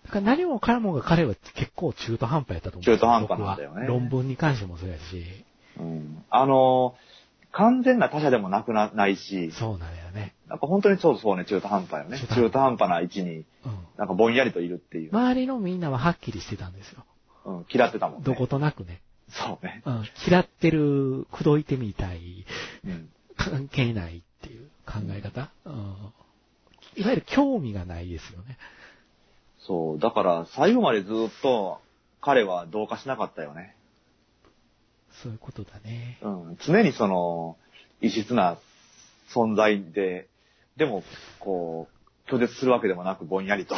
Speaker 1: から何もかもが彼は結構中途半端やったと思う。
Speaker 2: 中途半端なんだよね
Speaker 1: 僕は論文に関してもそうやし。
Speaker 2: うん。あの、完全な他者でもなくな、ないし、
Speaker 1: そうなんだよね。
Speaker 2: なんか本当にそうそうね、中途半端よね。
Speaker 1: 中途半端
Speaker 2: 中途半端な位置に、
Speaker 1: うん。
Speaker 2: なんかぼんやりといるっていう。
Speaker 1: 周りのみんなははっきりしてたんですよ。
Speaker 2: うん、嫌ってたもんね。
Speaker 1: どことなくね、
Speaker 2: そうね。
Speaker 1: うん、嫌ってる、口説いてみたい、
Speaker 2: うん。
Speaker 1: 関係ないっていう考え方、うん、いわゆる興味がないですよね。
Speaker 2: そう、だから最後までずっと彼は同化しなかったよね。
Speaker 1: そういうことだね。
Speaker 2: うん、常にその、異質な存在で、でも、こう、拒絶するわけでもなくぼんや りと。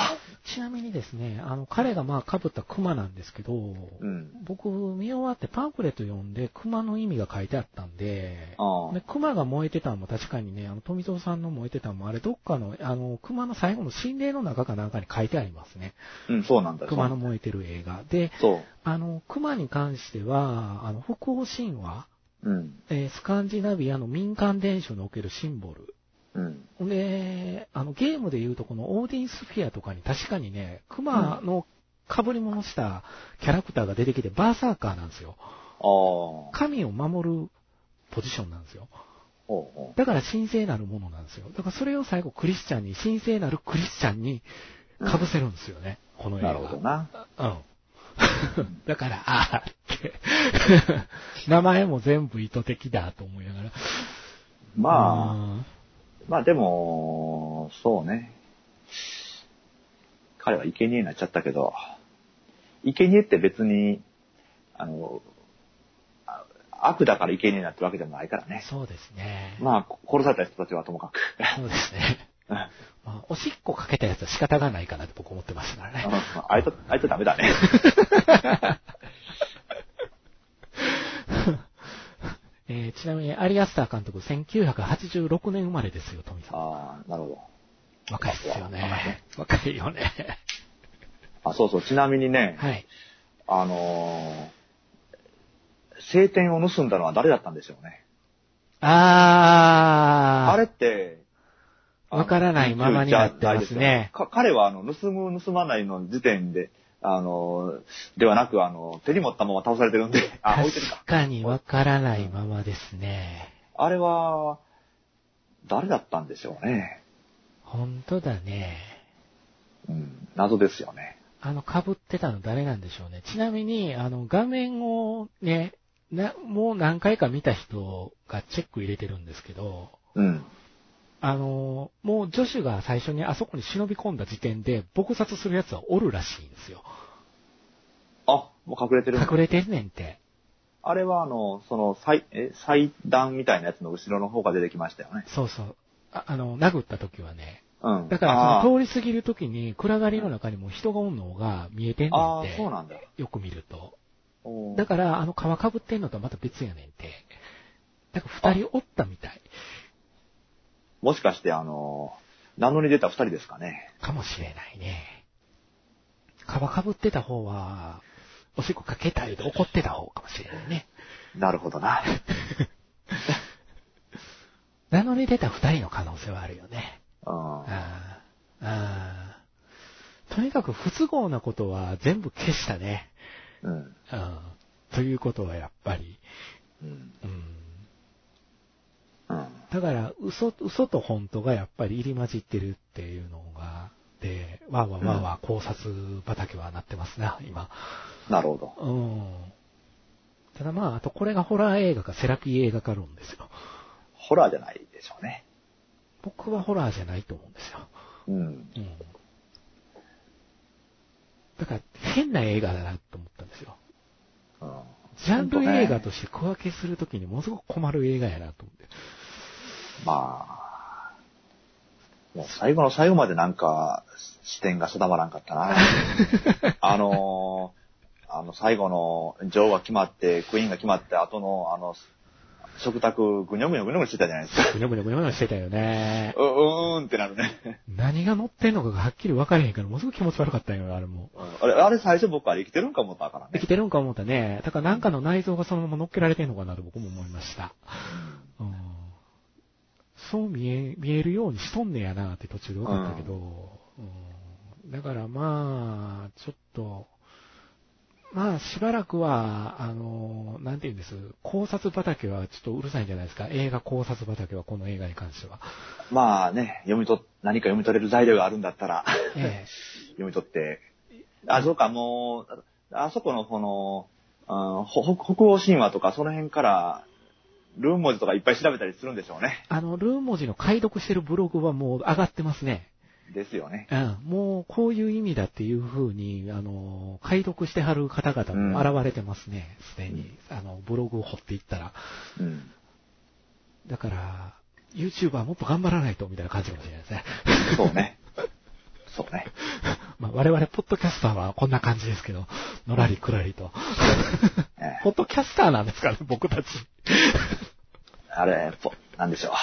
Speaker 1: ちなみにですね、あの、彼がまあ被った熊なんですけど、
Speaker 2: うん。
Speaker 1: 僕見終わってパンフレット読んで熊の意味が書いてあったんで、
Speaker 2: ああ
Speaker 1: で、熊が燃えてたんも確かにね、あの、富蔵さんの燃えてたんもあれ、どっかの、あの、熊の最後の心霊の中かなんかに書いてありますね。
Speaker 2: うん、そうなんだよ
Speaker 1: 熊の燃えてる映画。で、
Speaker 2: そ
Speaker 1: あの、熊に関しては、あの、北欧神話、
Speaker 2: う。うん。
Speaker 1: えースカンジナビアの民間伝承におけるシンボル。
Speaker 2: うん。
Speaker 1: で、あの、ゲームでいうとこのオーディンスフィアとかに確かにね、熊の被り物したキャラクターが出てきて、バーサーカーなんですよ。
Speaker 2: ああ。ほう
Speaker 1: 神を守るポジションなんですよ。
Speaker 2: ほ
Speaker 1: だから神聖なるものなんですよ。だからそれを最後クリスチャンに、神聖なるクリスチャンに被せるんですよね、この
Speaker 2: う。
Speaker 1: 映画。
Speaker 2: なるほどな。
Speaker 1: うん。 だから、ああって。 名前も全部意図的だと思いながら。
Speaker 2: まあ、
Speaker 1: あ。
Speaker 2: まあでも、そうね。彼は生贄になっちゃったけど、生贄って別に、あの、あ悪だから生贄になってるわけでもないからね。
Speaker 1: そうですね。
Speaker 2: まあ、殺された人たちはともかく。
Speaker 1: そうですね。
Speaker 2: あ
Speaker 1: まあ、おしっこかけたやつは仕方がないかなって僕思ってますからね。
Speaker 2: あいつ、あいつダメだね。
Speaker 1: えーちなみに、アリアスター監督、1986年生まれですよ、富さん。
Speaker 2: ああ、なるほど。
Speaker 1: 若いっすよね。若いよ ね。
Speaker 2: あ、そうそう、ちなみにね、
Speaker 1: はい。
Speaker 2: あのー、聖典を盗んだのは誰だったんでしょうね。
Speaker 1: あ
Speaker 2: あ
Speaker 1: ー。
Speaker 2: れって、あの
Speaker 1: わからないままになってますね
Speaker 2: じゃないですよか彼は、あの、盗む、盗まないの時点で、あのー、ではなく、あの、手に持ったまま倒されてるんで、 あ、置いてるか
Speaker 1: 確。かにわからないままですね。
Speaker 2: あれは、誰だったんでしょうね。
Speaker 1: 本当だね。
Speaker 2: うん、謎ですよね。
Speaker 1: あの、被ってたの誰なんでしょうね。ちなみに、あの、画面をね、な、もう何回か見た人がチェック入れてるんですけど、
Speaker 2: うん。
Speaker 1: あの、もう女子が最初にあそこに忍び込んだ時点で、撲殺する奴はおるらしいんですよ。
Speaker 2: あ、も う隠れてるんだ
Speaker 1: 隠れてんねんって。
Speaker 2: あれはあの、その祭、え、祭壇みたいなやつの後ろの方が出てきましたよね。
Speaker 1: そうそう。ああの、殴った時はね。
Speaker 2: うん。
Speaker 1: だから、
Speaker 2: あ
Speaker 1: そ
Speaker 2: ー
Speaker 1: の通り過ぎる時に、暗がりの中にも人がおんのが見えてんねん
Speaker 2: あ
Speaker 1: っ
Speaker 2: ー、そう
Speaker 1: て。
Speaker 2: なんだ。
Speaker 1: よく見ると。
Speaker 2: おー
Speaker 1: だから、あの、皮かぶってんのとはまた別やねんて。だから、二人おったみたい。
Speaker 2: もしかして、あの、名乗り出た二人ですかね。
Speaker 1: かもしれないね。皮かぶってた方は、おしっこかけたいで怒ってた方かもしれないね。
Speaker 2: なるほどな。
Speaker 1: 名乗り出た二人の可能性はあるよね。
Speaker 2: うん。
Speaker 1: あーあーとにかく不都合なことは全部消したね。
Speaker 2: うん。
Speaker 1: うん。ということはやっぱり、
Speaker 2: うん。
Speaker 1: うん。
Speaker 2: うん。
Speaker 1: だから、嘘、嘘と本当がやっぱり入り混じってるっていうのが、で、わーわーわーわー考察畑はなってますな、今。
Speaker 2: なるほど。
Speaker 1: うん。ただまあ、あとこれがホラー映画かセラピー映画か論ですよ。
Speaker 2: ホラーじゃないでしょうね。
Speaker 1: 僕はホラーじゃないと思うんですよ。
Speaker 2: うん。
Speaker 1: うん。だから、変な映画だなと思ったんですよ。
Speaker 2: うん。
Speaker 1: ジャンル映画として小分けするときにものすごく困る映画やなと思って。
Speaker 2: まあ、もう最後の最後までなんか、視点が定まらんかったな。あのー、あの最後の女王が決まって、クイーンが決まって後の、あの、食卓、ぐにょぐにょぐにょぐにょしてたじゃないですか。
Speaker 1: ぐにょぐにょぐにょぐにょしてたよね。
Speaker 2: ううーんってなるね。
Speaker 1: 何が乗ってんのかがはっきり分からへんから、ものすごく気持ち悪かったんよ、あれも。
Speaker 2: うんあれ、あれ最初僕あれ生きてるんか思ったから
Speaker 1: 生き
Speaker 2: ね。
Speaker 1: てるんか思ったね。だからなんかの内臓がそのまま乗っけられてんのかなと僕も思いました。うん、そう見え、見えるようにしとんねやなって途中で分かったけど、うんだからまあ、ちょっと、まあしばらくは、あの、なんて言うんです、考察畑はちょっとうるさいんじゃないですか。映画考察畑はこの映画に関しては。
Speaker 2: まあね、読み取っ、何か読み取れる材料があるんだったら、
Speaker 1: ええ
Speaker 2: 読み取って。あ、そうか、もう、あそこのこの、うんほ北北欧神話とかその辺から、ルーン文字とかいっぱい調べたりするんでしょうね。
Speaker 1: あの、ルーン文字の解読してるブログはもう上がってますね。
Speaker 2: ですよね。
Speaker 1: うん、もうこういう意味だっていう風に、あの、解読してはる方々も現れてますね、すでに。あの、ブログを掘っていったら。
Speaker 2: うん。
Speaker 1: だから、YouTuber もっと頑張らないと、みたいな感じかもしれないですね。
Speaker 2: そうね。そうね。
Speaker 1: まあ、我々、ポッドキャスターはこんな感じですけど、のらりくらりと。
Speaker 2: え
Speaker 1: ポッドキャスターなんですかね、僕たち。
Speaker 2: えあれ、ぽ、なんでしょう。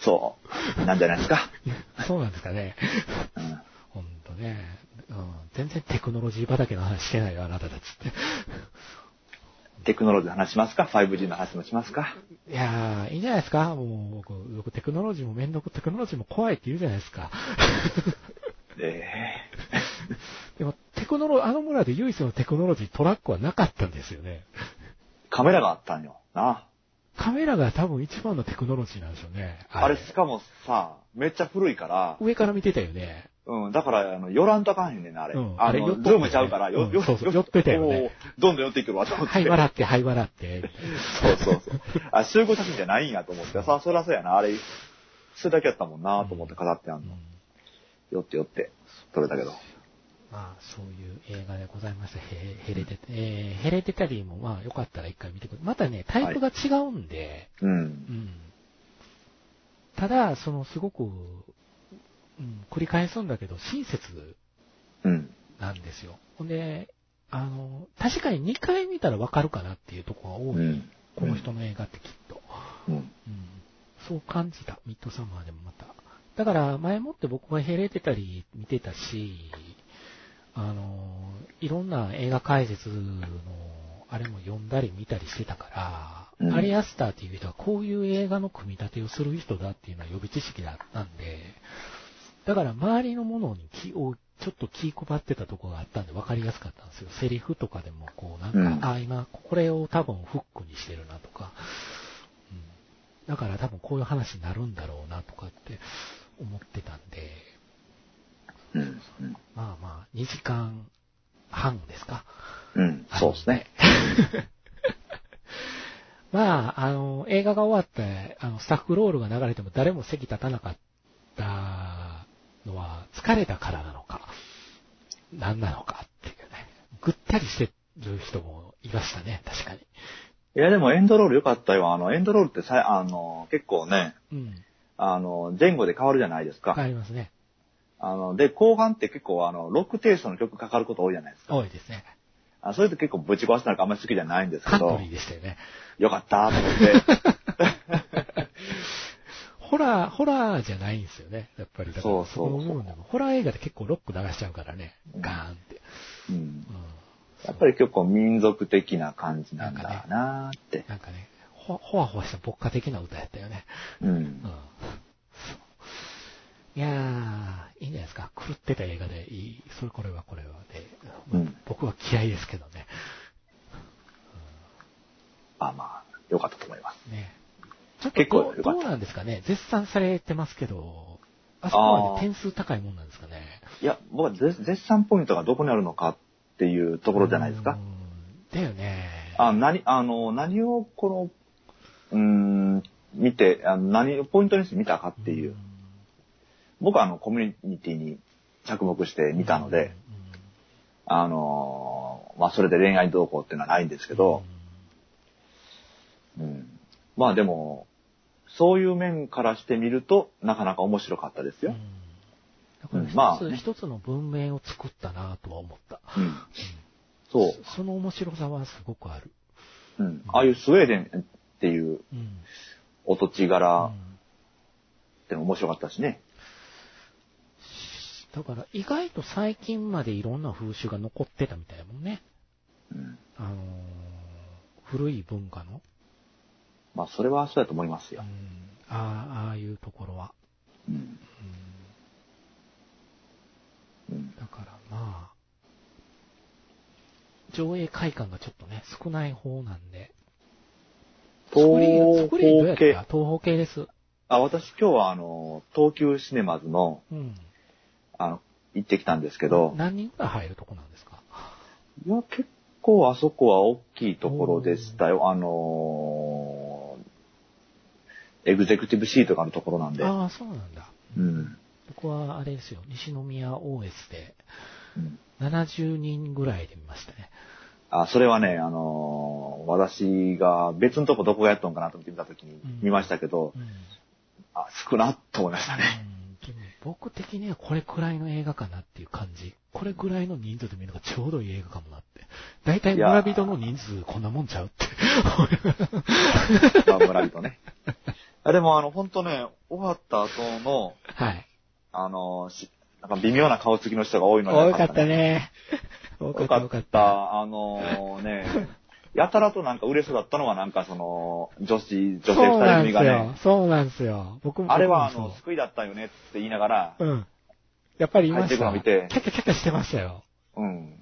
Speaker 2: そう。なんじゃないですか。
Speaker 1: そうなんですかね。
Speaker 2: うん。
Speaker 1: ほんとね。うん、全然テクノロジー畑の話してないよ、あなたたちっ
Speaker 2: テクノロジーの話しますか ?5G の話もしますか
Speaker 1: て。いやー、いいんじゃないですかもう僕、僕テクノロジーもめんどく、テクノロジーも怖いって言うじゃないです か。
Speaker 2: え
Speaker 1: でも、テクノロ、あの村で唯一のテクノロジートラックはなかったんですよね。
Speaker 2: えカメラがあったんよ。な。
Speaker 1: カメラが多分一番のテクノロジーなんでしょうね。
Speaker 2: あれ、しかもさ、めっちゃ古いから、
Speaker 1: 上から見てたよね。
Speaker 2: うん、だから、あの、寄らんとあかんへんねんな、あれ。
Speaker 1: うん
Speaker 2: あ
Speaker 1: あれ寄っ
Speaker 2: の、
Speaker 1: とった
Speaker 2: ズームちゃうから、
Speaker 1: うんそうそう寄ってたよね。
Speaker 2: おーどんどん寄っていくわ、と思って。
Speaker 1: はい、笑って、はい、笑 って。
Speaker 2: そうそうそう。あ、集合写真じゃないんやと思って、さ、そらそうやな、あれ、それだけやったもんな、と思って飾ってあ
Speaker 1: うん
Speaker 2: の。
Speaker 1: ん
Speaker 2: 寄って寄って、撮れたけど。
Speaker 1: まあ、そういう映画でございました。ヘヘレテ、えーヘレテタリーも、まあ、よかったら一回見てください。またね、タイプが違うんで、
Speaker 2: うん。
Speaker 1: うん。ただ、その、すごく、うん、繰り返すんだけど、親切
Speaker 2: うん。
Speaker 1: なんですよ。ほんで、あの、確かに2回見たらわかるかなっていうところが多い。
Speaker 2: うん
Speaker 1: この人の映画ってきっと。
Speaker 2: うん。
Speaker 1: うんそう感じた、ミッドサマーでもまた。だから、前もって僕はヘレてたり見てたし、あの、いろんな映画解説の、あれも読んだり見たりしてたから、
Speaker 2: うん
Speaker 1: アリアスターっていう人はこういう映画の組み立てをする人だっていうのは予備知識だったんで、だから周りのものに気を、ちょっと気配ってたところがあったんで分かりやすかったんですよ。セリフとかでもこうなんか、
Speaker 2: うん
Speaker 1: あ、今これを多分フックにしてるなとか、うんだから多分こういう話になるんだろうなとかって思ってたんで、
Speaker 2: うん。うん
Speaker 1: まあまあ、2時間半ですか。
Speaker 2: うん。そうですね。
Speaker 1: まあ、あの、映画が終わって、あの、スタッフロールが流れても誰も席立たなかったのは疲れたからなのか、何なのかっていうね。ぐったりしてる人もいましたね、確かに。
Speaker 2: いや、でもエンドロール良かったよ。あの、エンドロールってさ、あの、結構ね、
Speaker 1: うん。
Speaker 2: あの、前後で変わるじゃないですか。
Speaker 1: ありますね。
Speaker 2: あの、で、後半って結構、あの、ロックテイストの曲かかること多いじゃないですか。
Speaker 1: 多いですね。
Speaker 2: あそういうと結構ぶち壊したのがあんまり好きじゃないんです
Speaker 1: カ
Speaker 2: け
Speaker 1: ント
Speaker 2: ど
Speaker 1: リ、ーでしたよね。
Speaker 2: よかったと思って。
Speaker 1: ホラー、ホラーじゃないんですよね。やっぱり。だから
Speaker 2: そうそうそう
Speaker 1: この部分でもホラー映画で結構ロック流しちゃうからね。
Speaker 2: うん
Speaker 1: ガーンって。
Speaker 2: うん
Speaker 1: うん、
Speaker 2: やっぱり結構民族的な感じなんだなーって。
Speaker 1: なんかね、ほ、ほわほわした牧歌的な歌やったよね。
Speaker 2: う
Speaker 1: うん。そう
Speaker 2: ん。
Speaker 1: いやー、いいんじゃないですか。狂ってた映画でいい。それ、これは、これは。で、まあ
Speaker 2: うん
Speaker 1: 僕は嫌いですけどね。
Speaker 2: まあまあ、よかったと思います。
Speaker 1: ね。ちょっと
Speaker 2: 結構
Speaker 1: どう
Speaker 2: よかった
Speaker 1: どうなんですかね。絶賛されてますけど、あそこまで点数高いもんなんですかね。
Speaker 2: いや、僕は絶絶賛ポイントがどこにあるのかっていうところじゃないです
Speaker 1: う
Speaker 2: か。
Speaker 1: ん。だよね。
Speaker 2: あ、何、あの、何をこの、うーん、見て、あの何をポイントにして見たかっていう。
Speaker 1: ん
Speaker 2: 僕はあの、コミュニティに着目して見たので、あのーまあ、それで恋愛動向っていうのはないんですけど、うん。まあでも、そういう面からしてみると、なかなか面白かったです
Speaker 1: うん、
Speaker 2: よ。
Speaker 1: うん、だ
Speaker 2: うん
Speaker 1: か
Speaker 2: ま
Speaker 1: ら
Speaker 2: あ
Speaker 1: 一つ、
Speaker 2: ね
Speaker 1: 一つの文明を作ったなとは思った、
Speaker 2: うん。そう。
Speaker 1: そその面白さはすごくある。
Speaker 2: うん。ああいうスウェーデンっていう
Speaker 1: うん。
Speaker 2: お土地
Speaker 1: う
Speaker 2: 柄
Speaker 1: ん
Speaker 2: ってのも面白かったしね。
Speaker 1: だから意外と最近までいろんな風習が残ってたみたいだもんね。
Speaker 2: うん。
Speaker 1: あのー古い文化の。
Speaker 2: まあ、それはそうだと思います
Speaker 1: うん
Speaker 2: よ。、
Speaker 1: ああああいうところは。
Speaker 2: うん。
Speaker 1: うん、
Speaker 2: うん。
Speaker 1: だからまあ、上映会館がちょっとね、少ない方なんで。
Speaker 2: 東
Speaker 1: スクリーンどうや
Speaker 2: 方
Speaker 1: っ
Speaker 2: 系
Speaker 1: た。東方系です。
Speaker 2: あ、私今日はあの、東急シネマズの、
Speaker 1: うん。
Speaker 2: あの、行ってきたんですけど、
Speaker 1: 何人くらい入るとこなんですか
Speaker 2: いや、結構あそこは大きいところでしたよ。あのーエグゼクティブシートがあるところなんで。
Speaker 1: ああ、そうなんだ。
Speaker 2: うん。
Speaker 1: 僕はあれですよ、西宮 OS で
Speaker 2: うん
Speaker 1: 70人ぐらいで見ましたね。
Speaker 2: あ、それはね、あのー私が別のとこどこがやっとんかなと思って見たとき
Speaker 1: う
Speaker 2: に
Speaker 1: ん
Speaker 2: 見ましたけど、
Speaker 1: うん。
Speaker 2: あ、少なっと思いました ね。
Speaker 1: うんでも僕的にはこれくらいの映画かなっていう感じ。これくらいの人数で見るのがちょうどいい映画かもなって。大体村人の人数こんなもんちゃうって。
Speaker 2: まあ、村人ね。あでも、あの、ほんとね、終わった後の、
Speaker 1: はい。
Speaker 2: あのーしなんか微妙な顔つきの人が多いのが
Speaker 1: 多
Speaker 2: 良
Speaker 1: かった。ね。多かっ
Speaker 2: 多
Speaker 1: た、
Speaker 2: か
Speaker 1: 多か
Speaker 2: っ
Speaker 1: った。
Speaker 2: た。あのーね、やたらとなんか嬉しそうだったのは、なんかその、女子、女性
Speaker 1: そう
Speaker 2: 二人
Speaker 1: なんで
Speaker 2: 組
Speaker 1: す
Speaker 2: が
Speaker 1: よ
Speaker 2: ね、。
Speaker 1: そうなんですよ。僕も。
Speaker 2: あれはあ
Speaker 1: 僕も
Speaker 2: の
Speaker 1: そ、
Speaker 2: 救いだったよねって言いながら、
Speaker 1: ううん。やっぱりいました。
Speaker 2: 入ってくの見て
Speaker 1: キャッキャキャッキャしてましたよ。
Speaker 2: うん。う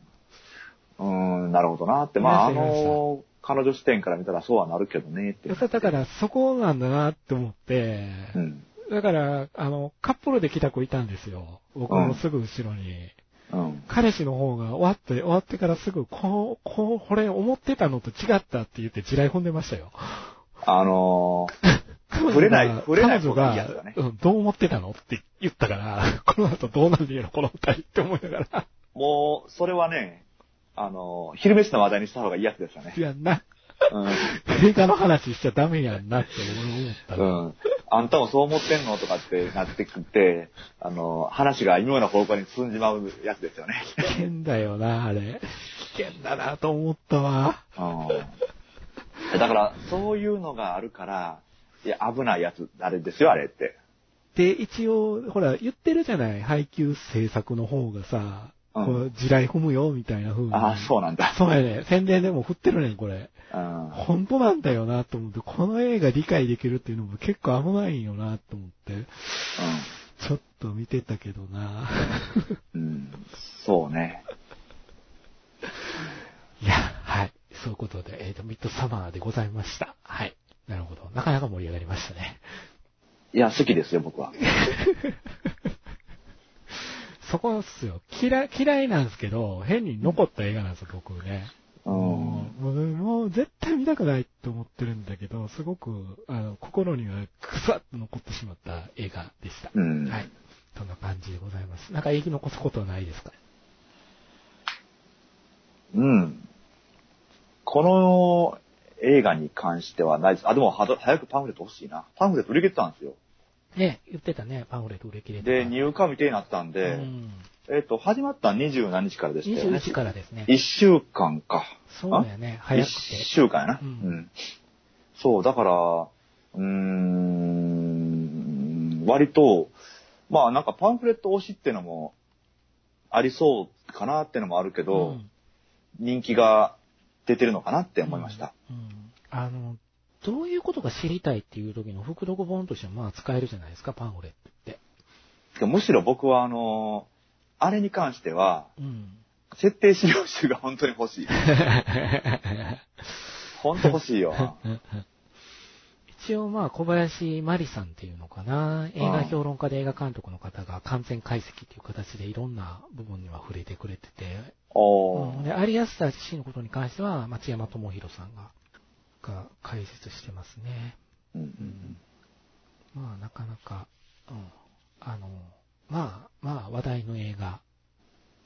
Speaker 2: ーん、なるほどなって。まあ、あ
Speaker 1: いましたいました
Speaker 2: の、彼女視点から見たらそうはなるけどねって。
Speaker 1: だから、そこなんだなって思って、
Speaker 2: うん。
Speaker 1: だから、あの、カップルで来た子いたんですよ。僕のすぐ後ろに。
Speaker 2: うん。
Speaker 1: 彼氏の方が終わって、終わってからすぐ、こう、こう、これ思ってたのと違ったって言って地雷踏んでましたよ。
Speaker 2: あの
Speaker 1: 彼女が
Speaker 2: 触れない触れない
Speaker 1: 彼女
Speaker 2: 方
Speaker 1: が
Speaker 2: がいいやつだね
Speaker 1: うん、どう思ってたのって言ったから、この後どうなんでいいのこの二人って思いながら。
Speaker 2: ーもう、それはね、あの昼飯の話題にした方がいいやつで したね
Speaker 1: い。や、な、
Speaker 2: う
Speaker 1: 映画の話しちゃダメやんなって俺思っ
Speaker 2: ん。うん。あんたもそう思ってんのとかってなってくって、あの話が妙な方向に進んじまうやつですよね。
Speaker 1: た。危険だよな、あれ。危険だなと思ったわ。
Speaker 2: うん。だから、そういうのがあるから、いや、危ないやつ、あれですよ、あれって。
Speaker 1: で、一応、ほら、言ってるじゃない配給制作の方がさ、
Speaker 2: うん
Speaker 1: こう地雷踏むよ、みたいな風に。
Speaker 2: ああ、そうなんだ。
Speaker 1: そうやね。宣伝でも振ってるねん、これ。
Speaker 2: うん。
Speaker 1: 本当なんだよな、と思って。この映画理解できるっていうのも結構危ないよな、と思って。ちょっと見てたけどな。
Speaker 2: うん。うん。そうね。
Speaker 1: いや、はい。そういうことで、えっ、と、ミッドサマーでございました。はい。なるほど。なかなか盛り上がりましたね。
Speaker 2: いや、好きですよ、僕は。
Speaker 1: そこっすよ。嫌い、嫌いなんですけど、変に残った映画なんですよ、僕ね。
Speaker 2: う
Speaker 1: も
Speaker 2: ん。
Speaker 1: うもう絶対見たくないと思ってるんだけど、すごく、あの、心にはくさっと残ってしまった映画でした。
Speaker 2: うん。
Speaker 1: はい。そんな感じでございます。なんか生き残すことはないですか
Speaker 2: うん。この映画に関してはないです。あ、でも、はど早くパンフレット欲しいな。パンフレット売り切ってたんですよ。
Speaker 1: ね、言ってたね、パンフレット売り切れて
Speaker 2: で、
Speaker 1: た
Speaker 2: 入荷未定になったんで、
Speaker 1: うん、
Speaker 2: えっ、と、始まったの20何日からでしたよね。
Speaker 1: 21からですね。
Speaker 2: 1週間か。
Speaker 1: そうだよね、早くて。
Speaker 2: 1週間やな。
Speaker 1: う
Speaker 2: うんん。そう、だから、うーん、割と、まあなんかパンフレット推しってのもありそうかなってのもあるけど、
Speaker 1: うん
Speaker 2: 人気が出てるのかなって思いました。
Speaker 1: うん。うんあの、どういうことが知りたいっていう時の副読本としてはまあ使えるじゃないですか、パンフレットって。
Speaker 2: むしろ僕はあのーあれに関しては、
Speaker 1: うん。
Speaker 2: 設定資料集が本当に欲しい。本当欲しいよ。
Speaker 1: 一応まあ小林まりさんっていうのかな、映画評論家で映画監督の方が完全解析っていう形でいろんな部分には触れてくれてて、
Speaker 2: お
Speaker 1: うん、
Speaker 2: ー。
Speaker 1: で、アリアスター自身のことに関しては松山智博さんが、が解説してますね。
Speaker 2: うん
Speaker 1: うんまあなかなか、うん、あの、まあ、まあ話題の映画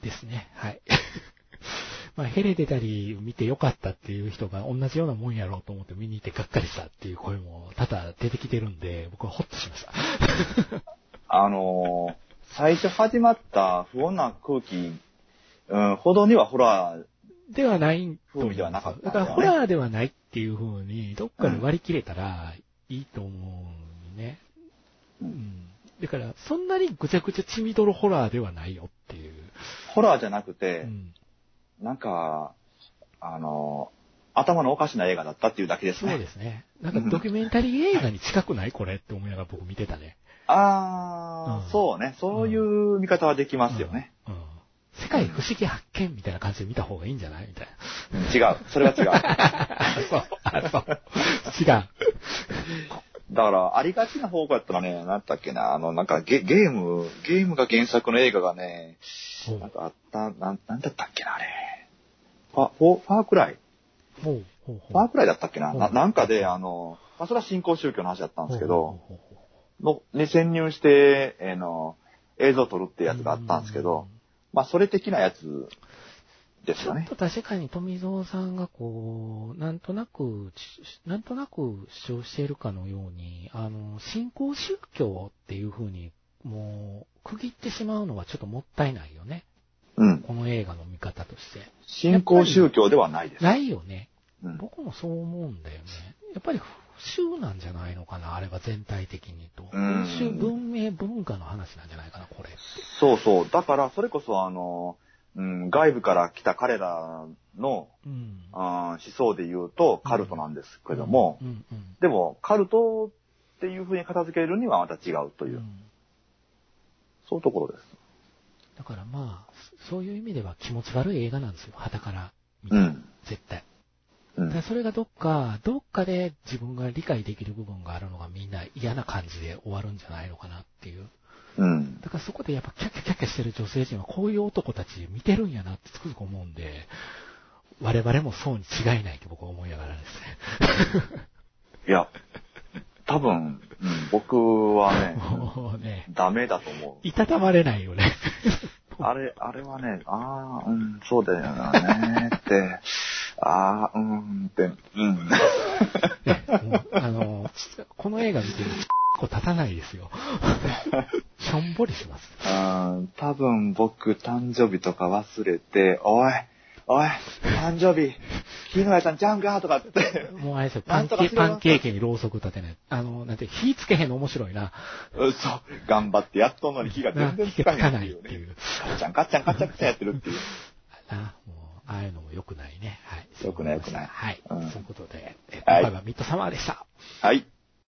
Speaker 1: ですね。はい。 まあヘレデタリー見てよかったっていう人が同じようなもんやろうと思って見に行ってがっかりしたっていう声も多々出てきてるんで、僕はホッとしました。
Speaker 2: あのー最初始まった不穏な空気、うん、ほどにはホラー、
Speaker 1: ではないと思
Speaker 2: 風
Speaker 1: い
Speaker 2: 味では
Speaker 1: ま
Speaker 2: なかっ
Speaker 1: す。
Speaker 2: た
Speaker 1: だからホラーではないっていう風に、どっかで割り切れたらいいと思うね。う
Speaker 2: うん
Speaker 1: ん。だから、そんなにぐちゃぐちゃ血みどろホラーではないよっていう。
Speaker 2: ホラーじゃなく
Speaker 1: う
Speaker 2: て、
Speaker 1: ん。
Speaker 2: なんか、あのー頭のおかしな映画だったっていうだけです
Speaker 1: そう
Speaker 2: ね。
Speaker 1: ですね。なんかドキュメンタリー映画に近くないこれって思いながら僕見てたね。
Speaker 2: あー、
Speaker 1: うん
Speaker 2: そうね。そういう見方はできますよね。
Speaker 1: うん。世界不思議発見みたいな感じで見た方がいいんじゃないみたい
Speaker 2: 違う。それは違 う。だか
Speaker 1: な。 そう、あそう。違 う。
Speaker 2: ら、ありがちな方向やったらね、なんだっけな、あの、なんかゲゲーム、ゲームが原作の映画がね、
Speaker 1: お
Speaker 2: なんかあった、なんなんだったっけな、あれ。ファ、フォーファークライ
Speaker 1: ほうほうほう。
Speaker 2: ファークライだったっけなな
Speaker 1: うん
Speaker 2: なんかで、あの、まあ、それは新興宗教の話だったんですけど、
Speaker 1: ほうほうほうほ
Speaker 2: の、に潜入して、えーの、映像を撮るって
Speaker 1: う、
Speaker 2: やつがあったんですけど、まあ、それ的なやつで
Speaker 1: ち
Speaker 2: す
Speaker 1: ょ
Speaker 2: よ
Speaker 1: っ
Speaker 2: ね。
Speaker 1: と確かに富蔵さんがこう、なんとなく、ちなんとなく主張しているかのように、あの、信仰宗教っていう風に、もう、区切ってしまうのはちょっともったいないよね。
Speaker 2: うん。
Speaker 1: この映画の見方として。
Speaker 2: 信仰宗教ではないです。
Speaker 1: ないよね。
Speaker 2: うん。
Speaker 1: 僕もそう思うんだよね。やっぱり、風習なんじゃないのかな、あれは全体的にと。
Speaker 2: うん
Speaker 1: 風習、文明、文化の話なんじゃないかな、これ。
Speaker 2: そうそう。だから、それこそ、あの、うん、外部から来た彼らの、
Speaker 1: うん。
Speaker 2: あー思想で言うと、カルトなんですけども、
Speaker 1: うんうん。
Speaker 2: でも、カルトっていうふうに片付けるにはまた違うという、
Speaker 1: ん
Speaker 2: そういうところです。
Speaker 1: だからまあ、そういう意味では気持ち悪い映画なんですよ、旗から見て。
Speaker 2: うん。
Speaker 1: 絶対。
Speaker 2: う
Speaker 1: だから
Speaker 2: ん。
Speaker 1: それがどっか、どっかで自分が理解できる部分があるのがみんな嫌な感じで終わるんじゃないのかなっていう。
Speaker 2: うん。
Speaker 1: だからそこでやっぱキャッキャキャッキャしてる女性陣はこういう男たち見てるんやなってつくづく思うんで、我々もそうに違いないと僕は思いながらですね。
Speaker 2: いや、多分、うん僕はね、
Speaker 1: もうね、
Speaker 2: ダメだと思う。
Speaker 1: いたたまれないよ ね。
Speaker 2: あれ、あれはね、ああ、うん、そうだよね、って、 ああ、うん、って、うん。
Speaker 1: ねもうあの、ちこの映画見てると、こう立たないですよ。しょんぼりします。
Speaker 2: うん多分僕誕生日とか忘れて、おい、おい、誕生日、昨日やったんちゃうんかとかって、
Speaker 1: もうあれですよ、パ
Speaker 2: なん
Speaker 1: ンケ
Speaker 2: とかしろよ
Speaker 1: パンケーキにろうそく立てない。あの、なんて、火つけへんの面白いな。
Speaker 2: そう、頑張ってやっとんのに 火が全然つか
Speaker 1: な
Speaker 2: ない
Speaker 1: い
Speaker 2: っ
Speaker 1: ってて
Speaker 2: い
Speaker 1: いう
Speaker 2: ね。
Speaker 1: う。
Speaker 2: カッチャンカッチャンカッチャンカッチャンやってるっていう。
Speaker 1: な、もう、ああいうのも良くないね。はい。
Speaker 2: 良くない良くない
Speaker 1: はい。
Speaker 2: うん
Speaker 1: そういうことで、え
Speaker 2: はい
Speaker 1: 今回はミッドサマーでした。
Speaker 2: はい。